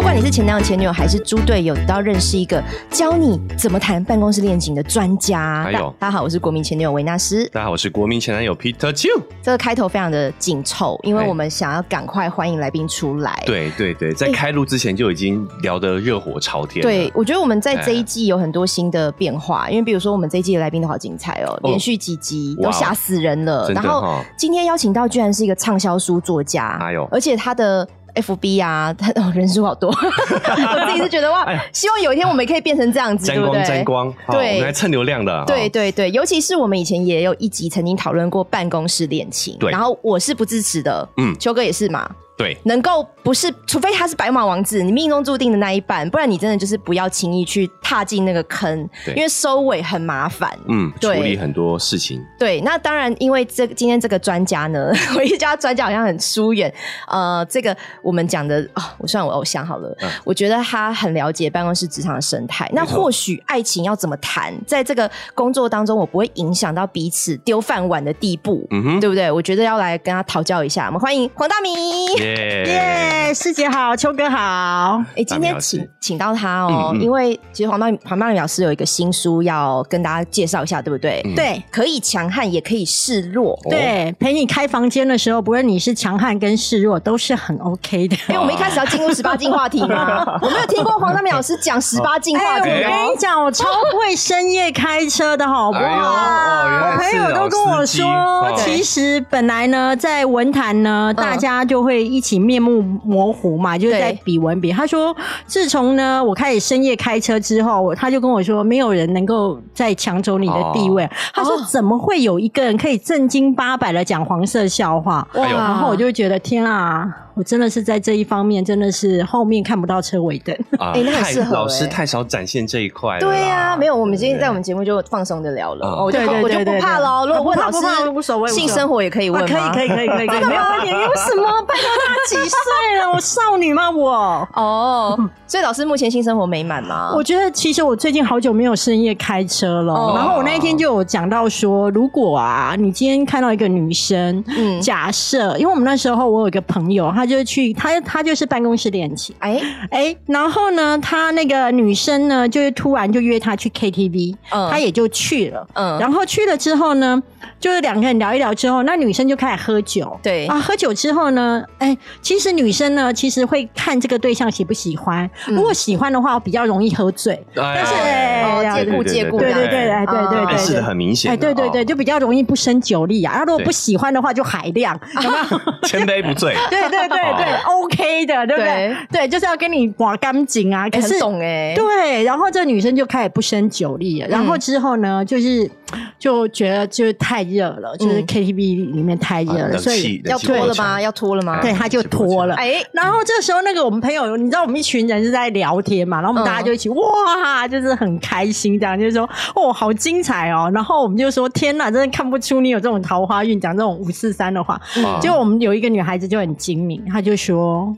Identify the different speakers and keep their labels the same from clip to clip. Speaker 1: 管你是前男友、前女友还是猪队友，都要认识一个教你怎么谈办公室恋情的专家。
Speaker 2: 还有
Speaker 1: 大大家好，我是国民前女友维纳斯。
Speaker 2: 大家好，我是国民前男友 Peter Chu。
Speaker 1: 这个开头非常的紧凑，因为
Speaker 2: 哎
Speaker 1: 我们想要赶快欢迎来宾出来。
Speaker 2: 对对对，在
Speaker 1: 哎
Speaker 2: 开录之前就已经聊得热火朝天了。
Speaker 1: 对，我觉得我们在这一季有很多新的变化，因为比如说我们这一季的来宾都好精彩哦，
Speaker 2: 哦
Speaker 1: 连续几集都
Speaker 2: 哇哦
Speaker 1: 吓死人了。
Speaker 2: 真的
Speaker 1: 然后
Speaker 2: 哈
Speaker 1: 今天邀请到居然是一个畅销书作家，
Speaker 2: 哎呦
Speaker 1: 而且他的。FB 啊，他哦人数好 多， 我自己是觉得
Speaker 2: 哎
Speaker 1: 哇，希望有一天我们也可以变成这样子，
Speaker 2: 沾
Speaker 1: 对不对？
Speaker 2: 光沾光，好
Speaker 1: 对
Speaker 2: 我们来蹭流量的。啊
Speaker 1: 对
Speaker 2: 好，
Speaker 1: 对对，尤其是我们以前也有一集曾经讨论过办公室恋情，
Speaker 2: 对
Speaker 1: 然后我是不支持的，嗯
Speaker 2: 嗯，
Speaker 1: 秋哥也是嘛，
Speaker 2: 对
Speaker 1: 能够不是，除非他是白马王子，你命中注定的那一半，不然你真的就是不要轻易去踏进那个坑，
Speaker 2: 对
Speaker 1: 因为收尾很麻烦。
Speaker 2: 嗯，处
Speaker 1: 对
Speaker 2: 理很多事情。
Speaker 1: 对，那当然，因为这今天这个专家呢， 我一直叫他专家好像很疏远。呃，这个我们讲的啊、我算我偶像好了，
Speaker 2: 嗯
Speaker 1: 我觉得他很了解办公室职场的生态。那
Speaker 2: 没错
Speaker 1: 或许爱情要怎么谈，在这个工作当中，我不会影响到彼此丢饭碗的地步，
Speaker 2: 嗯哼，
Speaker 1: 对不对？我觉得要来跟他讨教一下。我们欢迎黄大明。
Speaker 2: 耶，
Speaker 3: 耶，师姐好，秋哥好，
Speaker 1: 哎，今
Speaker 2: 大明
Speaker 1: 天
Speaker 2: 老师
Speaker 1: 请请到他哦，
Speaker 2: 嗯嗯
Speaker 1: 因为其实黄大黄大明老师有一个新书要跟大家介绍一下，对不对？
Speaker 2: 嗯
Speaker 3: 对。
Speaker 1: 可以强悍，也可以示弱。
Speaker 3: 对，陪你开房间的时候，不论你是强悍跟示弱，都是很 OK 的。
Speaker 1: 因为我们一开始要进入十八禁话题嘛， 我没有听过黄大明老师讲十八禁话
Speaker 3: 哎，我
Speaker 1: 题
Speaker 3: 跟
Speaker 1: 哦
Speaker 3: 你。讲，我超会深夜开车的，好不
Speaker 2: 哎呦哦原
Speaker 3: 好？我
Speaker 2: 来
Speaker 3: 朋
Speaker 2: 是
Speaker 3: 友都跟我
Speaker 2: 老司机哦
Speaker 3: 说，其实本来呢，在文坛呢，大家就会一起面目模糊
Speaker 2: 嗯
Speaker 3: 嘛，就是在
Speaker 1: 对
Speaker 3: 比文比。他说，自从呢我开始深夜开车之后，我他就跟我说，没有人能够再抢走你的地
Speaker 2: 哦
Speaker 3: 位。他说，怎么会有一个人可以正经八百的讲黄色笑话？
Speaker 2: 哎呦
Speaker 3: 然后我就觉得天啊，我真的是在这一方面真的是后面看不到车尾灯。
Speaker 2: 啊
Speaker 1: 哎那很
Speaker 2: 太
Speaker 1: 适合
Speaker 2: 老师
Speaker 1: 哎
Speaker 2: 太少展现这一块了哎
Speaker 1: 对
Speaker 2: 啦。
Speaker 1: 呀、没有，我们今天在我
Speaker 2: 们
Speaker 1: 们节目就放松的聊了，哦
Speaker 2: 嗯
Speaker 1: 我就
Speaker 3: 对对
Speaker 1: 我就
Speaker 3: 对
Speaker 1: 不
Speaker 3: 对
Speaker 1: 怕
Speaker 3: 对
Speaker 1: 喽。如果问老师
Speaker 3: 不怕不怕无所谓无所谓
Speaker 1: 性生活也可以问
Speaker 3: 啊
Speaker 1: 吗？
Speaker 3: 可以可以可以可以可 以，没有啊问题。为什么？拜托，他几 岁了？我少女吗？我。
Speaker 1: 哦，所以老师目前性生活美满吗？
Speaker 3: 我觉得其实我最近好久没有深夜开车了，
Speaker 1: 嗯哦
Speaker 3: 然后我那一天就有讲到说，如果啊，你今天看到一个女生，
Speaker 1: 嗯，
Speaker 3: 假设，因为我们那时候我有一个朋友，他就去他他就是办公室恋情，
Speaker 1: 哎，
Speaker 3: 哎，然后呢，他那个女生呢，就是突然就约他去 KTV，、
Speaker 1: 嗯
Speaker 3: 他也就去了。
Speaker 1: 嗯
Speaker 3: 然后去了之后呢，就是两个人聊一聊之后，那女生就开始喝酒。
Speaker 1: 对
Speaker 3: 啊，喝酒之后呢，哎，其实女生呢，其实会看这个对象喜不喜欢。如果喜欢的话，比较容易喝醉。但是
Speaker 1: 哦
Speaker 3: 哎
Speaker 1: 借故借故
Speaker 3: 对
Speaker 1: 这
Speaker 3: 对
Speaker 1: 样
Speaker 3: 对，哎对
Speaker 1: 嗯
Speaker 3: 对
Speaker 2: 暗
Speaker 3: 对，
Speaker 2: 示
Speaker 3: 对
Speaker 2: 的很明显
Speaker 3: 哎，
Speaker 2: 的。
Speaker 3: 对对对，
Speaker 2: 哦，
Speaker 3: 就比较容易不胜酒力啊。啊，如果
Speaker 2: 对
Speaker 3: 不喜欢的话，就海量。有没有
Speaker 2: 千杯不醉。
Speaker 3: 对对对 对，OK 的，对不对？对，就是要跟你刮干净啊。可
Speaker 1: 哎
Speaker 3: 是
Speaker 1: 很懂哎、
Speaker 3: 对，然后这女生就开始不胜酒
Speaker 2: 嗯
Speaker 3: 力了。然后之后呢，就是就觉得就是太热了，就是
Speaker 1: 嗯
Speaker 3: KTV 里面太热
Speaker 2: 啊
Speaker 3: 了，
Speaker 2: 冷
Speaker 3: 所以
Speaker 2: 气
Speaker 1: 要
Speaker 2: 冷气
Speaker 1: 脱了
Speaker 2: 过强哎
Speaker 1: 吗？要脱了吗？
Speaker 3: 对她就
Speaker 2: 冷气过
Speaker 3: 脱
Speaker 2: 强
Speaker 3: 了
Speaker 1: 哎，
Speaker 3: 然后这时候，那个我们朋友，你知道我们一群人是在聊天嘛，然后我们
Speaker 1: 嗯
Speaker 3: 大家就一起、哇，就是很开心，这样就是说哦，好精彩哦。然后我们就说天哪，真的看不出你有这种桃花运，讲这种五四三的话。
Speaker 2: 啊
Speaker 3: 结果我们有一个女孩子就很精明，她就说：“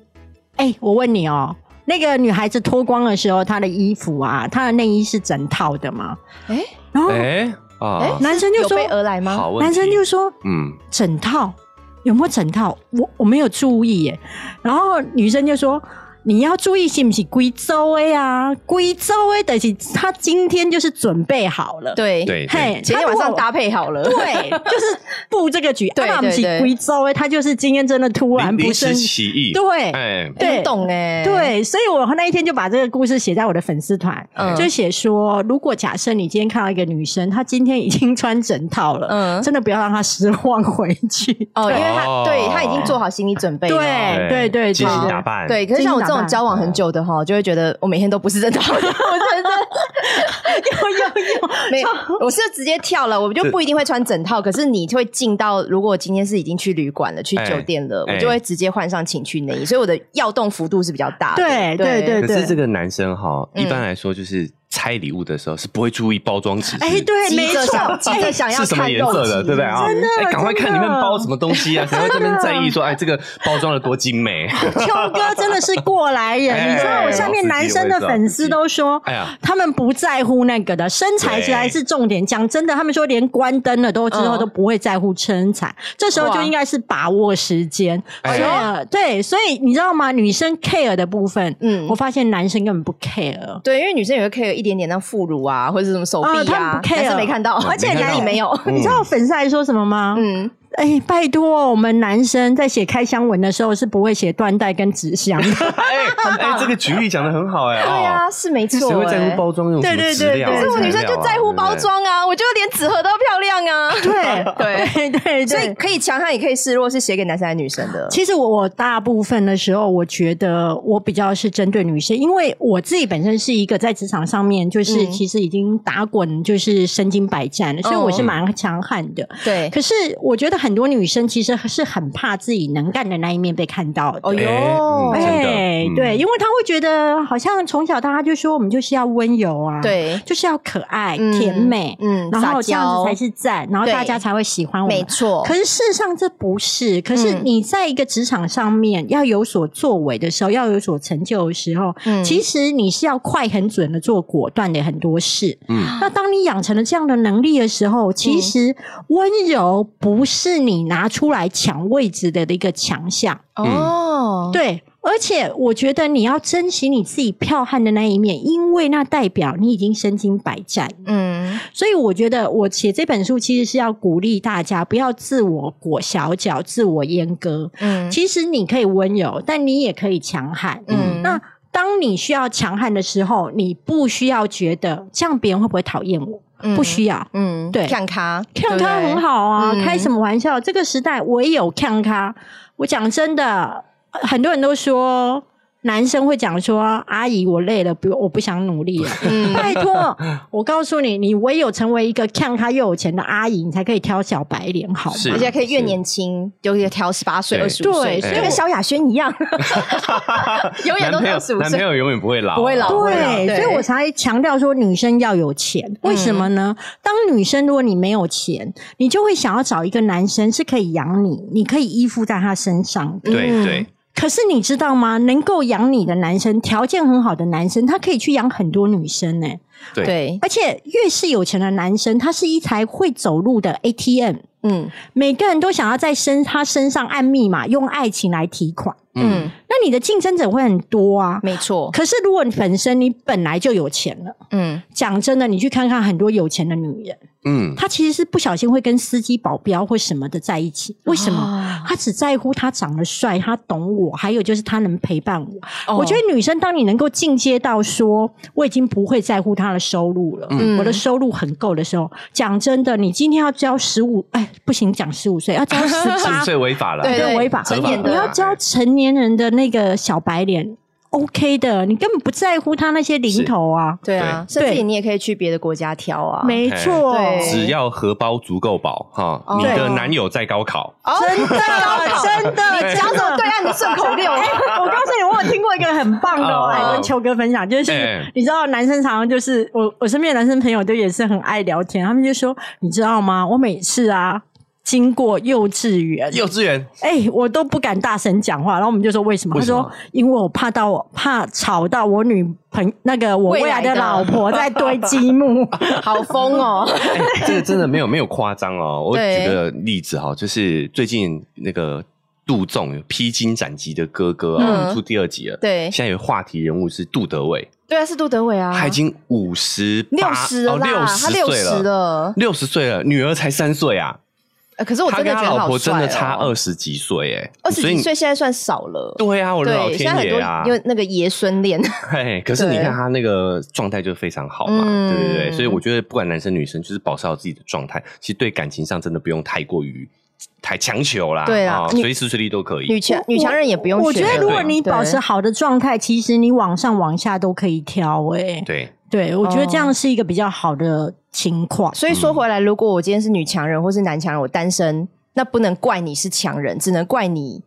Speaker 3: 哎、我问你哦、那个女孩子脱光的时候，她的衣服啊，她的内衣是整套的吗
Speaker 1: 哎？”
Speaker 3: 然后
Speaker 2: 哎
Speaker 1: 哎
Speaker 2: 啊，，
Speaker 3: 男生
Speaker 1: 有
Speaker 3: 就说
Speaker 1: 备而来吗？
Speaker 2: 好问题
Speaker 3: 男生就说
Speaker 2: 嗯，：“
Speaker 3: 整套有没有整套？我我没有注意耶。”然后女生就说。你要注意是不是贵州的啊？贵州的，但是她今天就是准备好了。，
Speaker 1: 对，
Speaker 2: 对对
Speaker 3: 嘿，
Speaker 1: 前天晚上
Speaker 3: 搭。
Speaker 1: 搭配好了，
Speaker 3: 对， 就是布这 个局，
Speaker 1: 对
Speaker 3: 阿姆
Speaker 1: 对
Speaker 3: 奇
Speaker 1: 对
Speaker 3: 贵州哎，他就是今天真的突然
Speaker 2: 临
Speaker 3: 不
Speaker 2: 临
Speaker 3: 胜
Speaker 2: 时，起意。
Speaker 3: 对
Speaker 2: 哎，
Speaker 1: 哎
Speaker 3: 对
Speaker 1: 很懂哎、
Speaker 3: 对，所以我那一天就把这个故事写在我的粉丝团，
Speaker 1: 嗯
Speaker 3: 就写说，如果假设你今天看到一个女生，她今天已经穿整套了，
Speaker 1: 嗯
Speaker 3: 真的不要让她失望回去。
Speaker 1: 哦，因为他、
Speaker 2: 哦
Speaker 1: 对他已经做好心理准备了。
Speaker 3: 对对对
Speaker 2: 精
Speaker 3: 对
Speaker 2: 心
Speaker 3: 对
Speaker 2: 哎打扮，
Speaker 1: 哎对，可是像我这种交往
Speaker 2: 嗯
Speaker 1: 很久的哈，就会觉得我每天都不是真的好的，我真 的
Speaker 3: 有有有，
Speaker 1: 没有，我是直接跳了，我就不一定会穿整套。可是你会进到，如果我今天是已经去旅馆了、去酒店了，
Speaker 2: 哎
Speaker 1: 我就会直接换上情趣内衣，所以我的要动幅度是比较大的。
Speaker 3: 对对对
Speaker 2: 可是这个男生哈，
Speaker 1: 嗯
Speaker 2: 一般来说就是。猜开礼物的时候是不会注意包装纸是，
Speaker 3: 哎、对，没
Speaker 1: 急着
Speaker 3: 错
Speaker 1: 想，
Speaker 3: 哎
Speaker 1: 急着想要
Speaker 2: 是什么
Speaker 1: 看
Speaker 2: 颜
Speaker 1: 肉
Speaker 2: 色
Speaker 1: 质
Speaker 2: 的，对不对啊？
Speaker 3: 真的
Speaker 2: 哎，赶快看
Speaker 3: 真
Speaker 2: 里
Speaker 3: 的
Speaker 2: 面包什么东西啊，才会这边在意说，哎，这个包装的多精美。
Speaker 3: 秋 哥真的是过来
Speaker 2: 哎
Speaker 3: 人，你知道我下面男生的粉丝都说
Speaker 2: 哎呀，
Speaker 3: 他们不在乎那个的身材才是重点。讲真的，他们说连关灯了都之后
Speaker 1: 嗯
Speaker 3: 都不会在乎身材，这时候就应该是把握时间。
Speaker 2: 哎
Speaker 3: 所以呃对，所以你知道吗？女生 care 的部分，
Speaker 1: 嗯
Speaker 3: 我发现男生根本不 care。
Speaker 1: 对，因为女生也会 care 一点点那副乳啊，或者是什么手
Speaker 3: 啊
Speaker 1: 臂
Speaker 3: 他
Speaker 1: 啊
Speaker 3: 们，不 care
Speaker 1: 男生没看到，
Speaker 2: 嗯
Speaker 1: 而且
Speaker 2: 没看
Speaker 1: 哪
Speaker 2: 到
Speaker 1: 里没有？
Speaker 2: 嗯
Speaker 3: 你知道粉丝还说什么吗？
Speaker 1: 嗯，
Speaker 3: 哎、拜托，我们男生在写开箱文的时候是不会写缎带跟纸箱的。
Speaker 2: 哎哎，这个举例讲的很好哎，
Speaker 1: 对
Speaker 2: 哦，
Speaker 1: 啊，是没
Speaker 2: 谁
Speaker 1: 错
Speaker 2: 会在乎
Speaker 1: 哎。
Speaker 2: 包装用什么质量啊？
Speaker 1: 可是我女生
Speaker 2: 材料
Speaker 1: 就
Speaker 2: 啊
Speaker 1: 在乎包，装啊，我就连纸盒都要漂亮啊。
Speaker 3: 对
Speaker 1: 对，
Speaker 3: 对对，
Speaker 1: 所以可以强悍也可以示弱，是写给男生还是女生的？
Speaker 3: 其实我我大部分的时候，我觉得我比较是针对女生，因为我自己本身是一个在职场上面就是
Speaker 1: 嗯哦
Speaker 3: 其实已经打滚，就是身经百战了，所以我是蛮强悍的。
Speaker 1: 对，
Speaker 3: 可是我觉得很多女生其实是很怕自己能干的那一面被看到的。
Speaker 1: 哦
Speaker 2: 对不对
Speaker 1: 哟
Speaker 2: 哎嗯真的嗯
Speaker 3: 对，因为她会觉得好像从小大家就说我们就是要温柔啊，，
Speaker 1: 对，
Speaker 3: 就是要可爱、
Speaker 1: 嗯
Speaker 3: 甜美，
Speaker 1: 嗯
Speaker 3: 然
Speaker 1: 撒
Speaker 3: 后这样
Speaker 1: 娇
Speaker 3: 子才是赞，然后
Speaker 1: 对
Speaker 3: 大家才会喜欢我们
Speaker 1: 没。错
Speaker 3: 可。是事实上这不是，可是
Speaker 1: 嗯
Speaker 3: 你在一个职场上面要有所作为的时候，要有所成就的时候，
Speaker 1: 嗯
Speaker 3: 其实你是要快很准的做果断的很多事。
Speaker 2: 嗯
Speaker 3: 那当你养成了这样的能力的时候，
Speaker 1: 嗯
Speaker 3: 其实温柔不是你拿出来抢位置的一个强项，
Speaker 1: 哦，
Speaker 3: 对。而且我觉得你要珍惜你自己剽悍的那一面，因为那代表你已经身经百战。
Speaker 1: 嗯，
Speaker 3: 所以我觉得我写这本书其实是要鼓励大家不要自我裹小脚、自我阉割。
Speaker 1: 嗯
Speaker 3: 其实你可以温柔，但你也可以强悍。
Speaker 1: 嗯，
Speaker 3: 那当你需要强悍的时候，你不需要觉得这样别人会不会讨厌我，
Speaker 1: 嗯
Speaker 3: 不需要。
Speaker 1: 嗯，
Speaker 3: 对
Speaker 1: 看咖，
Speaker 3: 看
Speaker 1: 对不
Speaker 3: 咖
Speaker 1: 对
Speaker 3: 很，好啊，
Speaker 1: 嗯
Speaker 3: 开什么玩笑？这个时代唯有看咖。我讲真的，呃很多人都说男生会讲说：“阿姨，我累了，不，我不想努力了。”
Speaker 1: 嗯，
Speaker 3: 拜托，我告诉你，你唯有成为一个看她又有钱的阿姨，你才可以挑小白脸，好
Speaker 2: 是
Speaker 3: 吗？
Speaker 1: 而且可以越
Speaker 2: 是
Speaker 1: 年轻，就可以挑十八岁、
Speaker 2: 对
Speaker 1: 二十五岁，
Speaker 3: 对
Speaker 1: 就
Speaker 2: 所以
Speaker 1: 跟
Speaker 2: 我
Speaker 1: 萧亚轩一样， 永远都
Speaker 2: 男朋友
Speaker 1: 25岁
Speaker 2: 男朋友永远不会老，啊
Speaker 1: 不会老
Speaker 3: 对，
Speaker 1: 哦对嗯
Speaker 3: 所以我才强调说女生要有钱，为什么呢？当女生如果你没有钱，你就会想要找一个男生是可以养你，你可以依附在他身上的。
Speaker 2: 对
Speaker 1: 嗯
Speaker 2: 对，
Speaker 3: 可是你知道吗？能够养你的男生，条件很好的男生，他可以去养很多女生呢、
Speaker 2: 对
Speaker 1: 对，
Speaker 3: 而且越是有钱的男生，他是一台会走路的 ATM。
Speaker 1: 嗯
Speaker 3: 每个人都想要在身他身上按密码，用爱情来提款，
Speaker 2: 嗯，
Speaker 1: 嗯，
Speaker 3: 那你的竞争者会很多啊。
Speaker 1: 没错，
Speaker 3: 可是如果你本身你本来就有钱了，
Speaker 1: 嗯，
Speaker 3: 讲真的，你去看看很多有钱的女人，
Speaker 2: 嗯，
Speaker 3: 她其实是不小心会跟司机、保镖或什么的在一起，为什
Speaker 1: 啊
Speaker 3: 么？她只在乎她长得帅，她懂我，还有就是她能陪伴我。
Speaker 1: 哦？
Speaker 3: 我觉得女生，当你能够进阶到说我已经不会在乎她的收入了，
Speaker 1: 嗯
Speaker 3: 我的收入很够的时候，讲真的，你今天要交十五，哎，不行，讲十 五岁，要交十
Speaker 2: 十
Speaker 3: 八
Speaker 2: 五岁违法了，
Speaker 1: 对
Speaker 3: 对违法，
Speaker 1: 成年
Speaker 3: 你
Speaker 1: 的
Speaker 3: 要教成年人的那个小白脸，OK 的，你根本不在乎他那些零头啊，
Speaker 1: 对啊，
Speaker 3: 对
Speaker 1: 甚至你也可以去别的国家挑啊，
Speaker 3: 没错，
Speaker 1: 对
Speaker 2: 只要荷包足够饱哈，
Speaker 1: 哦
Speaker 2: 你的男友在高考，
Speaker 1: 哦
Speaker 3: 真的真 的，哎
Speaker 1: 讲
Speaker 3: 讲
Speaker 1: 什么对岸的顺口 溜？
Speaker 3: 我告诉你，我有听过一个很棒的哦，
Speaker 2: 哦
Speaker 3: 来跟秋哥分享，就是、
Speaker 2: 哎
Speaker 3: 你知道，男生常常就是我，我身边的男生朋友都也是很爱聊天，他们就说，你知道吗？我每次啊经过幼稚园，
Speaker 2: 幼稚园
Speaker 3: 哎、我都不敢大声讲话，然后我们就说为什么？
Speaker 2: 为什么
Speaker 3: 他说因为我怕到我怕吵到我女朋那个我未来的老婆在堆 积木。
Speaker 1: 好疯哦！
Speaker 2: 哎这个真的没有没有夸张哦。我
Speaker 1: 对
Speaker 2: 举个例子哈，就是最近那个杜仲有披荆斩棘的哥哥
Speaker 1: 嗯
Speaker 2: 啊，出第二集了。
Speaker 1: 对
Speaker 2: 现在有话题人物是杜德伟，
Speaker 1: 对啊，是杜德伟啊，
Speaker 2: 他已经五十
Speaker 1: 六十了
Speaker 2: 哦，
Speaker 1: 啦，
Speaker 2: 六
Speaker 1: 他
Speaker 2: 十
Speaker 1: 六
Speaker 2: 岁
Speaker 1: 十
Speaker 2: 了，
Speaker 1: 了。
Speaker 2: 六十岁了，女儿才三岁啊。
Speaker 1: 呃可是我
Speaker 2: 他
Speaker 1: 真的
Speaker 2: 跟
Speaker 1: 觉
Speaker 2: 他
Speaker 1: 得
Speaker 2: 老
Speaker 1: 好
Speaker 2: 婆
Speaker 1: 帅
Speaker 2: 真
Speaker 1: 哦
Speaker 2: 的差二十几岁哎，
Speaker 1: 二十
Speaker 2: 所以
Speaker 1: 几岁，现在算少了。
Speaker 2: 对啊，我的老
Speaker 1: 对，现在
Speaker 2: 天
Speaker 1: 很
Speaker 2: 爷
Speaker 1: 多
Speaker 2: 啊！
Speaker 1: 有那个爷孙恋，
Speaker 2: 嘿， 可是你
Speaker 1: 对
Speaker 2: 看他那个状态就非常好嘛，
Speaker 1: 嗯
Speaker 2: 对对对，所以我觉得不管男生女生，就是保持好自己的状态，其实对感情上真的不用太过于太强求啦，
Speaker 1: 对啦
Speaker 2: 啊
Speaker 1: 女
Speaker 2: 随时随地都可
Speaker 1: 女
Speaker 2: 以。
Speaker 1: 强女强人也不用
Speaker 3: 我
Speaker 1: 选
Speaker 3: 觉
Speaker 1: 了。
Speaker 3: 得如果你
Speaker 1: 对
Speaker 3: 保持好的状态，其实你往上往下都可以挑、哎，
Speaker 2: 对，
Speaker 3: 对我觉得
Speaker 1: 哦
Speaker 3: 这样是一个比较好的情况。
Speaker 1: 所以说回
Speaker 2: 嗯
Speaker 1: 来，如果我今天是女强人或是男强人，我单身，那不能怪你是强人，只能怪你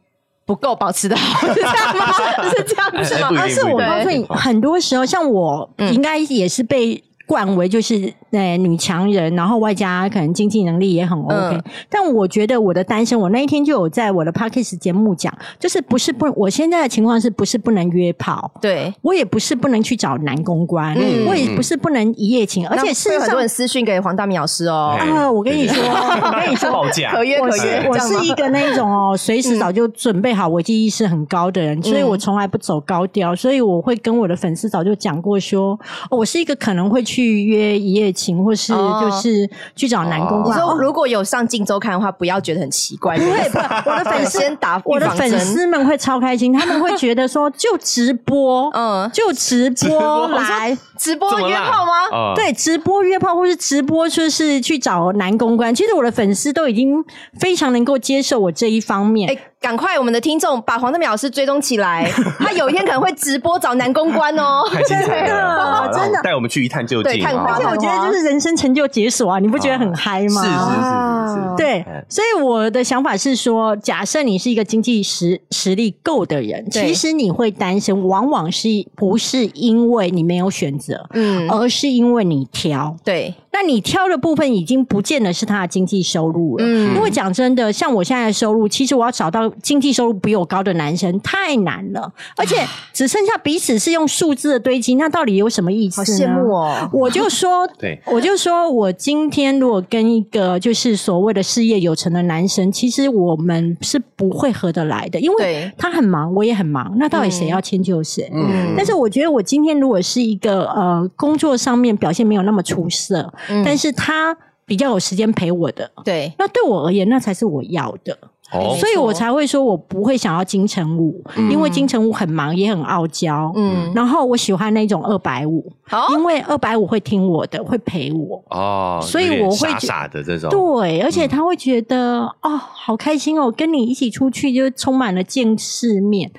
Speaker 1: 不够保持的好，是这样吗？是这样
Speaker 2: 哎
Speaker 1: 是
Speaker 2: 哎
Speaker 1: 吗
Speaker 2: 不？一定
Speaker 3: 但是
Speaker 2: 不一
Speaker 3: 我
Speaker 2: 定
Speaker 3: 告诉你，
Speaker 2: 对
Speaker 3: 很多时候像我
Speaker 1: 嗯
Speaker 3: 应该也是被惯为就是呃女强人，然后外加可能经济能力也很 OK，、
Speaker 1: 嗯
Speaker 3: 但我觉得我的单身，我那一天就有在我的 podcast 节目讲，就是不是不，我现在的情况是不是不能约炮，
Speaker 1: 对，
Speaker 3: 我也不是不能去找男公关，
Speaker 1: 嗯
Speaker 3: 我也不是不能一夜情，而且
Speaker 1: 那
Speaker 3: 事
Speaker 1: 会
Speaker 3: 实
Speaker 1: 有很
Speaker 3: 上
Speaker 1: 多人私讯给黄大明老师哦，
Speaker 2: 哎
Speaker 3: 啊，我跟你
Speaker 2: 对
Speaker 3: 说，
Speaker 2: 对
Speaker 3: 我跟你说，
Speaker 2: 报价
Speaker 1: 可约
Speaker 3: 我
Speaker 1: 可
Speaker 3: 是
Speaker 1: 约，
Speaker 3: 我
Speaker 1: 这样吗嗯
Speaker 3: 是一个那 种哦，随时早就准备好危机意识很高的人，所以我从来不走高调，所以我会跟我的粉丝早就讲过说，哦我是一个可能会去约一夜情，或是
Speaker 1: 哦
Speaker 3: 就是去找男公
Speaker 1: 你
Speaker 3: 关。
Speaker 1: 说
Speaker 3: 哦
Speaker 1: 如果有上《镜周刊》的话，不要觉得很奇怪，不
Speaker 3: 会不 我的粉丝
Speaker 1: 先打预
Speaker 3: 我的
Speaker 1: 防
Speaker 3: 粉
Speaker 1: 针
Speaker 3: 丝们会超开心，他们会觉得说， 就直播，
Speaker 1: 嗯
Speaker 3: 就直播
Speaker 2: 播
Speaker 3: 来，
Speaker 1: 直
Speaker 2: 这
Speaker 1: 播
Speaker 2: 么
Speaker 1: 约
Speaker 2: 辣
Speaker 1: 炮吗？
Speaker 2: 啊
Speaker 3: 对，直播约炮或是直播就是去找男公关。其实我的粉丝都已经非常能够接受我这一方面。
Speaker 1: 哎，赶快我们的听众把黄德明老师追踪起来，他有一天可能会直播找男公关哦。
Speaker 2: 太精彩了，好
Speaker 3: 真
Speaker 2: 让
Speaker 3: 的
Speaker 2: 我带我们去一探究
Speaker 1: 对
Speaker 2: 竟
Speaker 1: 探花
Speaker 2: 啊！
Speaker 3: 而且我觉得就是人生成就解锁啊，你不觉得很嗨吗？
Speaker 2: 是是是是是，
Speaker 3: 对
Speaker 2: 哎，
Speaker 3: 所以我的想法是说，假设你是一个经济实实力够的人，
Speaker 1: 对
Speaker 3: 其实你会单身，往往是不是因为你没有选择，
Speaker 1: 嗯，
Speaker 3: 而是因为你挑。
Speaker 1: 对，
Speaker 3: 那你挑的部分已经不见得是他的经济收入了，
Speaker 1: 嗯
Speaker 3: 因为讲真的，像我现在的收入，其实我要找到经济收入比我高的男生太难了，而
Speaker 1: 啊
Speaker 3: 且只剩下彼此是用数字的堆积，那到底有什么意思
Speaker 1: 好
Speaker 3: 呢？
Speaker 1: 羡慕哦。
Speaker 3: 我就说，
Speaker 2: 对
Speaker 3: 我就说我今天如果跟一个就是所谓的事业有成的男生，其实我们是不会合得来的，因为
Speaker 1: 对
Speaker 3: 他很忙，我也很忙，那到底谁要迁就谁？
Speaker 2: 嗯
Speaker 3: 但是我觉得，我今天如果是一个呃工作上面表现没有那么出色，
Speaker 1: 嗯
Speaker 3: 但是他比较有时间陪我的，
Speaker 1: 对，
Speaker 3: 那对我而言，那才是我要的。
Speaker 2: 哦
Speaker 3: 所以我才会说我不会想要金城武，因为金城武很忙，也很傲娇。
Speaker 1: 嗯，哦
Speaker 3: 然后我喜欢那种二百五，
Speaker 1: 好，
Speaker 3: 因为二百五会听我的，会陪我。
Speaker 2: 哦，
Speaker 3: 所以
Speaker 2: 有点
Speaker 3: 我会
Speaker 2: 傻
Speaker 3: 觉
Speaker 2: 傻的这种，
Speaker 3: 对，而且他会觉得、哦，好开心哦，跟你一起出去就充满了见世面。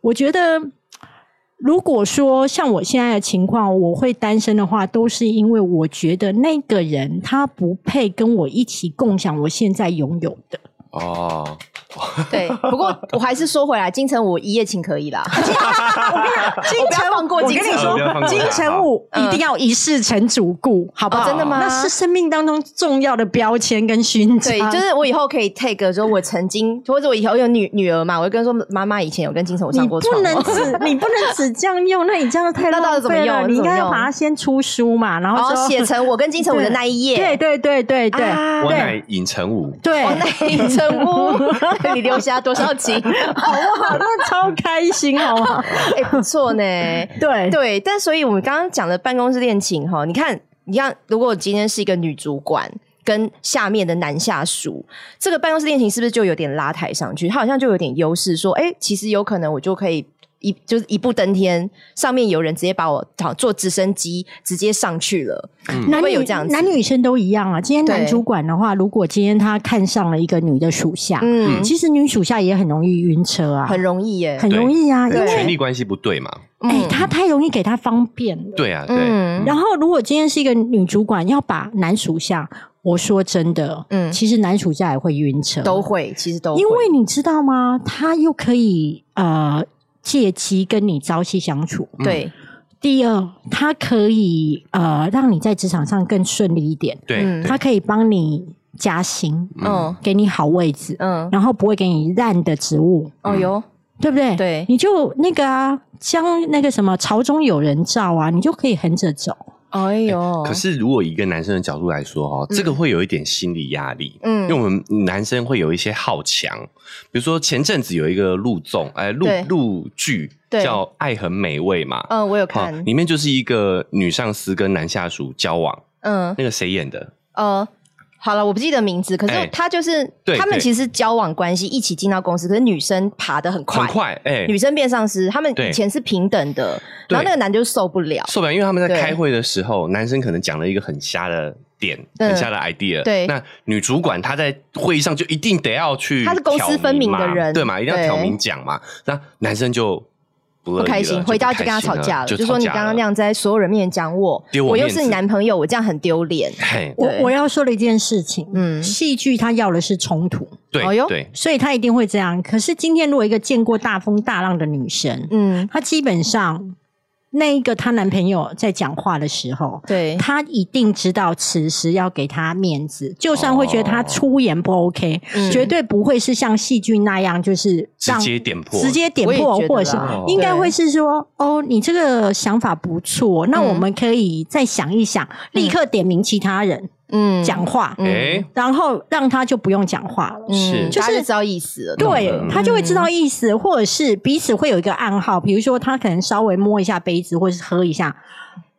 Speaker 3: 我觉得，如果说像我现在的情况，我会单身的话，都是因为我觉得那个人他不配跟我一起共享我现在拥有的。
Speaker 2: 哦，
Speaker 1: 对。不过我还是说回来，金城武一夜情可以 啦。我不要放过
Speaker 3: 我
Speaker 1: 金
Speaker 3: 跟你
Speaker 1: 城武
Speaker 2: 不要放过
Speaker 3: 说，金
Speaker 2: 他
Speaker 3: 城武
Speaker 1: 嗯
Speaker 3: 一定要一世成主顾，好不好？
Speaker 1: 哦真的吗
Speaker 3: 那是生命当中重要的标签跟勋章。
Speaker 1: 对，就是我以后可以 take 说，我曾经或者我以后有女女儿嘛，我就跟她说妈妈以前有跟金城武
Speaker 3: 你
Speaker 1: 上过
Speaker 3: 不
Speaker 1: 床哦，
Speaker 3: 能只你不能只这样用，那你这样太
Speaker 1: 那到
Speaker 3: 浪
Speaker 1: 底怎么
Speaker 3: 费了。
Speaker 1: 用
Speaker 3: 你应该
Speaker 1: 怎
Speaker 3: 要
Speaker 1: 么用
Speaker 3: 把它先出书嘛，然
Speaker 1: 然
Speaker 3: 后
Speaker 1: 后
Speaker 3: 之后
Speaker 1: 哦写成我跟金城武的那一页，
Speaker 3: 对对对对对
Speaker 1: 啊
Speaker 2: 我
Speaker 1: 对
Speaker 2: 乃尹成武，
Speaker 3: 对，
Speaker 1: 我那一层 屋，你留下多少 情？
Speaker 3: 好不好？那超开心，好吗？
Speaker 1: 哎、不错呢。
Speaker 3: 对
Speaker 1: 对，但所以我们刚刚讲的办公室恋情哈，你看，你看，如果今天是一个女主管跟下面的男下属，这个办公室恋情是不是就有点拉抬上去？他好像就有点优势，说，哎、其实有可能我就可以。一就是一步登天，上面有人直接把我好坐直升机直接上去了，
Speaker 3: 男
Speaker 1: 嗯会不会
Speaker 3: 女
Speaker 1: 有这样子
Speaker 3: 男女生都一样啊。今天男
Speaker 1: 对
Speaker 3: 主管的话，如果今天他看上了一个女的属下，
Speaker 1: 嗯，
Speaker 3: 其实女属下也很容易晕车啊，
Speaker 1: 很容易耶、
Speaker 3: 很容易啊，因
Speaker 2: 对
Speaker 3: 为
Speaker 2: 权力关系不对嘛？
Speaker 1: 嗯
Speaker 3: 哎，他太容易给他方便了。
Speaker 2: 对啊，对，
Speaker 1: 嗯，
Speaker 3: 然后，如果今天是一个女主管要把男属下，我说真的，嗯，
Speaker 1: 嗯
Speaker 3: 其实男属下也会晕车，
Speaker 1: 都会，其实都会
Speaker 3: 因为你知道吗？他又可以呃借机跟你朝夕相处。
Speaker 1: 对，
Speaker 3: 第二，他可以呃让你在职场上更顺利一点，
Speaker 2: 对
Speaker 1: 嗯
Speaker 2: 对
Speaker 3: 他可以帮你加薪，
Speaker 1: 嗯
Speaker 3: 给你好位置，
Speaker 1: 嗯，
Speaker 3: 然后不会给你烂的职务，
Speaker 1: 哦
Speaker 2: 嗯
Speaker 1: 哟，
Speaker 3: 对不对？
Speaker 1: 对
Speaker 3: 你就那个啊，将那个什么朝中有人照啊，你就可以横着走。
Speaker 1: 哎呦，
Speaker 2: 可是，如果以一个男生的角度来说，哈，这个会有一点心理压力，
Speaker 1: 嗯
Speaker 2: 因为我们男生会有一些好强，比如说前阵子有一个陆综，哎，陆
Speaker 1: 对
Speaker 2: 陆剧
Speaker 1: 对
Speaker 2: 叫《爱很美味》嘛，
Speaker 1: 嗯，我有
Speaker 2: 哈
Speaker 1: 看，
Speaker 2: 里面就是一个女上司跟男下属交往，
Speaker 1: 嗯
Speaker 2: 那个谁演的？
Speaker 1: 呃，好了，我不记得名字，可
Speaker 2: 哎
Speaker 1: 是他就是、
Speaker 2: 对
Speaker 1: 他们
Speaker 2: 对
Speaker 1: 其实是交往关系一起进到公司，可是女生爬得很快，
Speaker 2: 很快，哎，
Speaker 1: 女生变上司，他们
Speaker 2: 对
Speaker 1: 以前是平等的，
Speaker 2: 对
Speaker 1: 然后那个男就受不了，
Speaker 2: 受不了，因为他们在
Speaker 1: 对
Speaker 2: 开会的时候，男生可能讲了一个很瞎的点，
Speaker 1: 嗯
Speaker 2: 很瞎的 idea。
Speaker 1: 对
Speaker 2: 那女主管她在会议上就一定得要去
Speaker 1: 她
Speaker 2: 挑明嘛，
Speaker 1: 是公私分明的人
Speaker 2: 对嘛？一定要挑
Speaker 1: 对
Speaker 2: 明讲嘛。那男生就不乐
Speaker 1: 不
Speaker 2: 意
Speaker 1: 开
Speaker 2: 了
Speaker 1: 心，
Speaker 2: 就
Speaker 1: 回家
Speaker 2: 不
Speaker 1: 就
Speaker 2: 开
Speaker 1: 跟他
Speaker 2: 心
Speaker 1: 吵架了，
Speaker 2: 就
Speaker 1: 就说
Speaker 2: 吵
Speaker 1: 你
Speaker 2: 架
Speaker 1: 刚刚
Speaker 2: 了
Speaker 1: 那。样在所有人面前讲我，
Speaker 2: 丢我
Speaker 1: 又
Speaker 2: 面
Speaker 1: 是你
Speaker 2: 子
Speaker 1: 男朋友，我这样很丢 脸，
Speaker 2: 嘿，
Speaker 3: 我
Speaker 1: 对
Speaker 3: 我要说的一件事情，嗯，
Speaker 1: 嗯
Speaker 3: 戏剧它要的是冲突，
Speaker 2: 对、
Speaker 1: 哦哟
Speaker 2: 对，
Speaker 3: 所以它一定会这样。可是今天如果一个见过大风大浪的女生，
Speaker 1: 嗯，
Speaker 3: 她基本上那一个她男朋友在讲话的时候，
Speaker 1: 对，
Speaker 3: 她一定知道此时要给她面子，就算会觉得她
Speaker 2: 哦
Speaker 3: 出言不 OK，、
Speaker 1: 嗯
Speaker 3: 绝对不会是像戏剧那样，就是
Speaker 2: 直
Speaker 3: 让
Speaker 2: 接点破，哦
Speaker 3: 直接点
Speaker 1: 我也
Speaker 3: 破
Speaker 1: 觉，得
Speaker 3: 或者是
Speaker 1: 啦
Speaker 3: 应该
Speaker 1: 对
Speaker 3: 会是说，哦，你这个想法不错，那
Speaker 1: 嗯
Speaker 3: 我们可以再想一想，立刻点名其他人
Speaker 1: 嗯
Speaker 3: 讲话，
Speaker 1: 嗯
Speaker 2: 哎，
Speaker 3: 然后让他就不用讲话了。
Speaker 2: 是
Speaker 1: 就
Speaker 3: 就是是
Speaker 1: 知道意思了。嗯
Speaker 2: 懂
Speaker 3: 对
Speaker 2: 了
Speaker 3: 他就会知道意思，或者是彼此会有一个暗号，比如说他可能稍微摸一下杯子，或者是喝一下，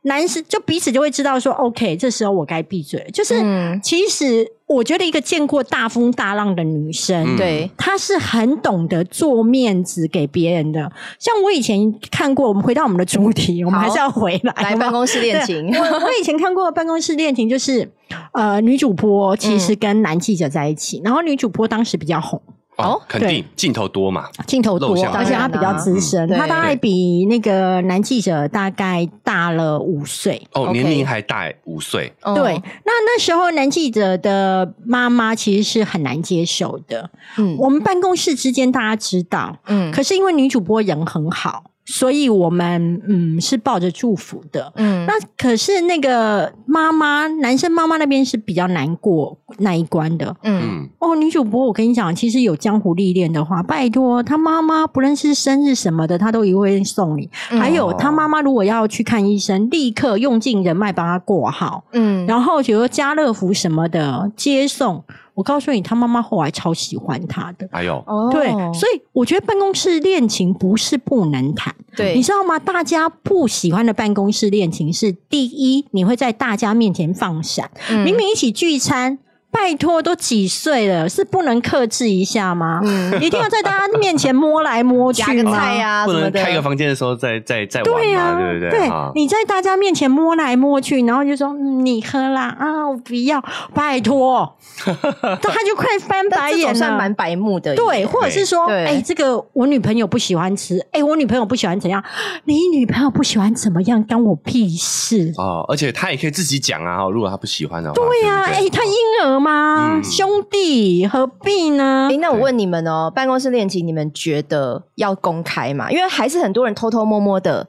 Speaker 3: 男生就彼此就会知道说，OK，这时候我该闭嘴了。就是、
Speaker 1: 嗯
Speaker 3: 其实我觉得一个见过大风大浪的女生，
Speaker 2: 嗯
Speaker 1: 对，
Speaker 3: 她是很懂得做面子给别人的。像我以前看过，我们回到我们的主题，我们
Speaker 1: 好
Speaker 3: 还是要回来
Speaker 1: 来
Speaker 3: 好不好
Speaker 1: 办公室恋
Speaker 3: 对
Speaker 1: 情，
Speaker 3: 我 我以前看过的办公室恋情，就是呃，女主播其
Speaker 1: 嗯
Speaker 3: 实跟男记者在一起，然后女主播当时比较红，
Speaker 2: 哦
Speaker 1: 哦，
Speaker 2: 肯定镜头多嘛，
Speaker 3: 镜头多
Speaker 2: 露，相
Speaker 3: 而且她比较资深，
Speaker 1: 当然啊
Speaker 3: 她大概比那个男记者大概大了五岁。
Speaker 2: 哦，
Speaker 1: OK
Speaker 2: 年龄还大五岁，
Speaker 1: 嗯
Speaker 3: 对，那那时候男记者的妈妈其实是很难接受的。
Speaker 1: 嗯
Speaker 3: 我们办公室之间大家知道，
Speaker 1: 嗯
Speaker 3: 可是因为女主播人很好，所以我们嗯是抱着祝福的。
Speaker 1: 嗯
Speaker 3: 那可是那个妈妈，男生妈妈那边是比较难过那一关的
Speaker 1: 嗯
Speaker 2: 嗯，
Speaker 3: 哦。女主播，我跟你讲，其实有江湖历练的话，拜托她妈妈不论是生日什么的，她都一会送你。
Speaker 1: 嗯
Speaker 3: 还有她妈妈如果要去看医生，立刻用尽人脉帮她过好。
Speaker 1: 嗯，
Speaker 3: 然后比如说家乐福什么的接送，我告诉你，她妈妈后来超喜欢她的。
Speaker 2: 哎呦，
Speaker 1: 哦
Speaker 3: 对，所以我觉得办公室恋情不是不能谈，
Speaker 1: 对
Speaker 3: 你知道吗？大家不喜欢的办公室恋情是：第一，你会在大家面前放闪，
Speaker 1: 嗯
Speaker 3: 明明一起聚餐。拜托，都几岁了，是不能克制一下吗？一定要在大家面前摸来摸
Speaker 1: 夹个
Speaker 3: 去吗？
Speaker 1: 菜嗯呀
Speaker 2: 不
Speaker 1: 什么
Speaker 2: 能
Speaker 1: 的，
Speaker 2: 开个房间的时候再再再玩
Speaker 3: 对
Speaker 2: 嘛，
Speaker 3: 呀、
Speaker 2: 对不对？啊
Speaker 3: 你在大家面前摸来摸去，然后就说、嗯你喝啦啊，我不要，拜托，他就快翻白
Speaker 1: 但这种
Speaker 3: 眼了，
Speaker 1: 算蛮白目的耶，
Speaker 3: 对，或者是说，
Speaker 1: 对
Speaker 3: 哎、这个我女朋友不喜欢吃，哎、我女朋友不喜欢怎样，你女朋友不喜欢怎么样，干我屁事。
Speaker 2: 哦，而且他也可以自己讲啊，哦如果他不喜欢的话，
Speaker 3: 对
Speaker 2: 对
Speaker 1: 啊
Speaker 3: 呀、
Speaker 2: 不
Speaker 3: 哎、
Speaker 2: 对
Speaker 3: 他婴儿吗？
Speaker 2: 嗯
Speaker 3: 兄弟，何必呢
Speaker 1: 哎、？那我问你们哦，办公室恋情，你们觉得要公开吗？因为还是很多人偷偷摸摸的。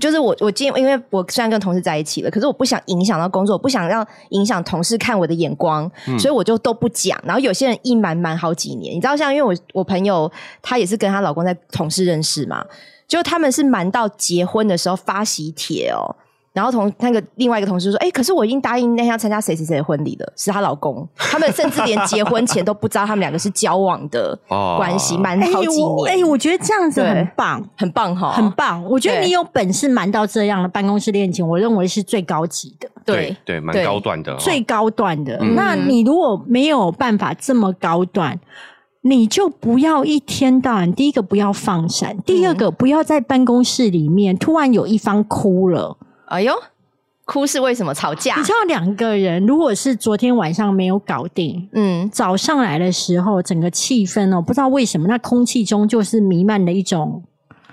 Speaker 1: 就是我，我今天因为我虽然跟同事在一起了，可是我不想影响到工作，我不想让影响同事看我的眼光，
Speaker 2: 嗯
Speaker 1: 所以我就都不讲。然后有些人一瞒瞒好几年，你知道，像因为我我朋友她也是跟她老公在同事认识嘛，就他们是瞒到结婚的时候发喜帖哦，然后同那个另外一个同事说：“哎、可是我已经答应那天要参加谁谁谁的婚礼了，是她老公。他们甚至连结婚前都不知道他们两个是交往的
Speaker 2: 哦
Speaker 1: 关系，瞒
Speaker 3: 哎、
Speaker 1: 好几
Speaker 3: 我哎、
Speaker 1: 年，
Speaker 3: 我觉得这样子
Speaker 1: 对
Speaker 3: 很棒。
Speaker 1: 很棒哈，
Speaker 3: 很棒，我觉得
Speaker 1: 对
Speaker 3: 你有本事瞒到这样的办公室恋情，我认为是最高级的、
Speaker 1: 对
Speaker 2: 对，蛮
Speaker 1: 对
Speaker 2: 高段的哦，
Speaker 3: 最高段的。
Speaker 2: 嗯
Speaker 3: 那你如果没有办法这么高段，你就不要一天到晚，第一个不要放闪，第
Speaker 1: 嗯
Speaker 3: 二个不要在办公室里面突然有一方哭了。
Speaker 1: 哎呦，哭是为什么吵架
Speaker 3: 你？知道，两个人如果是昨天晚上没有搞定。
Speaker 1: 嗯，
Speaker 3: 早上来的时候，整个气氛哦，不知道为什么，那空气中就是弥漫了一种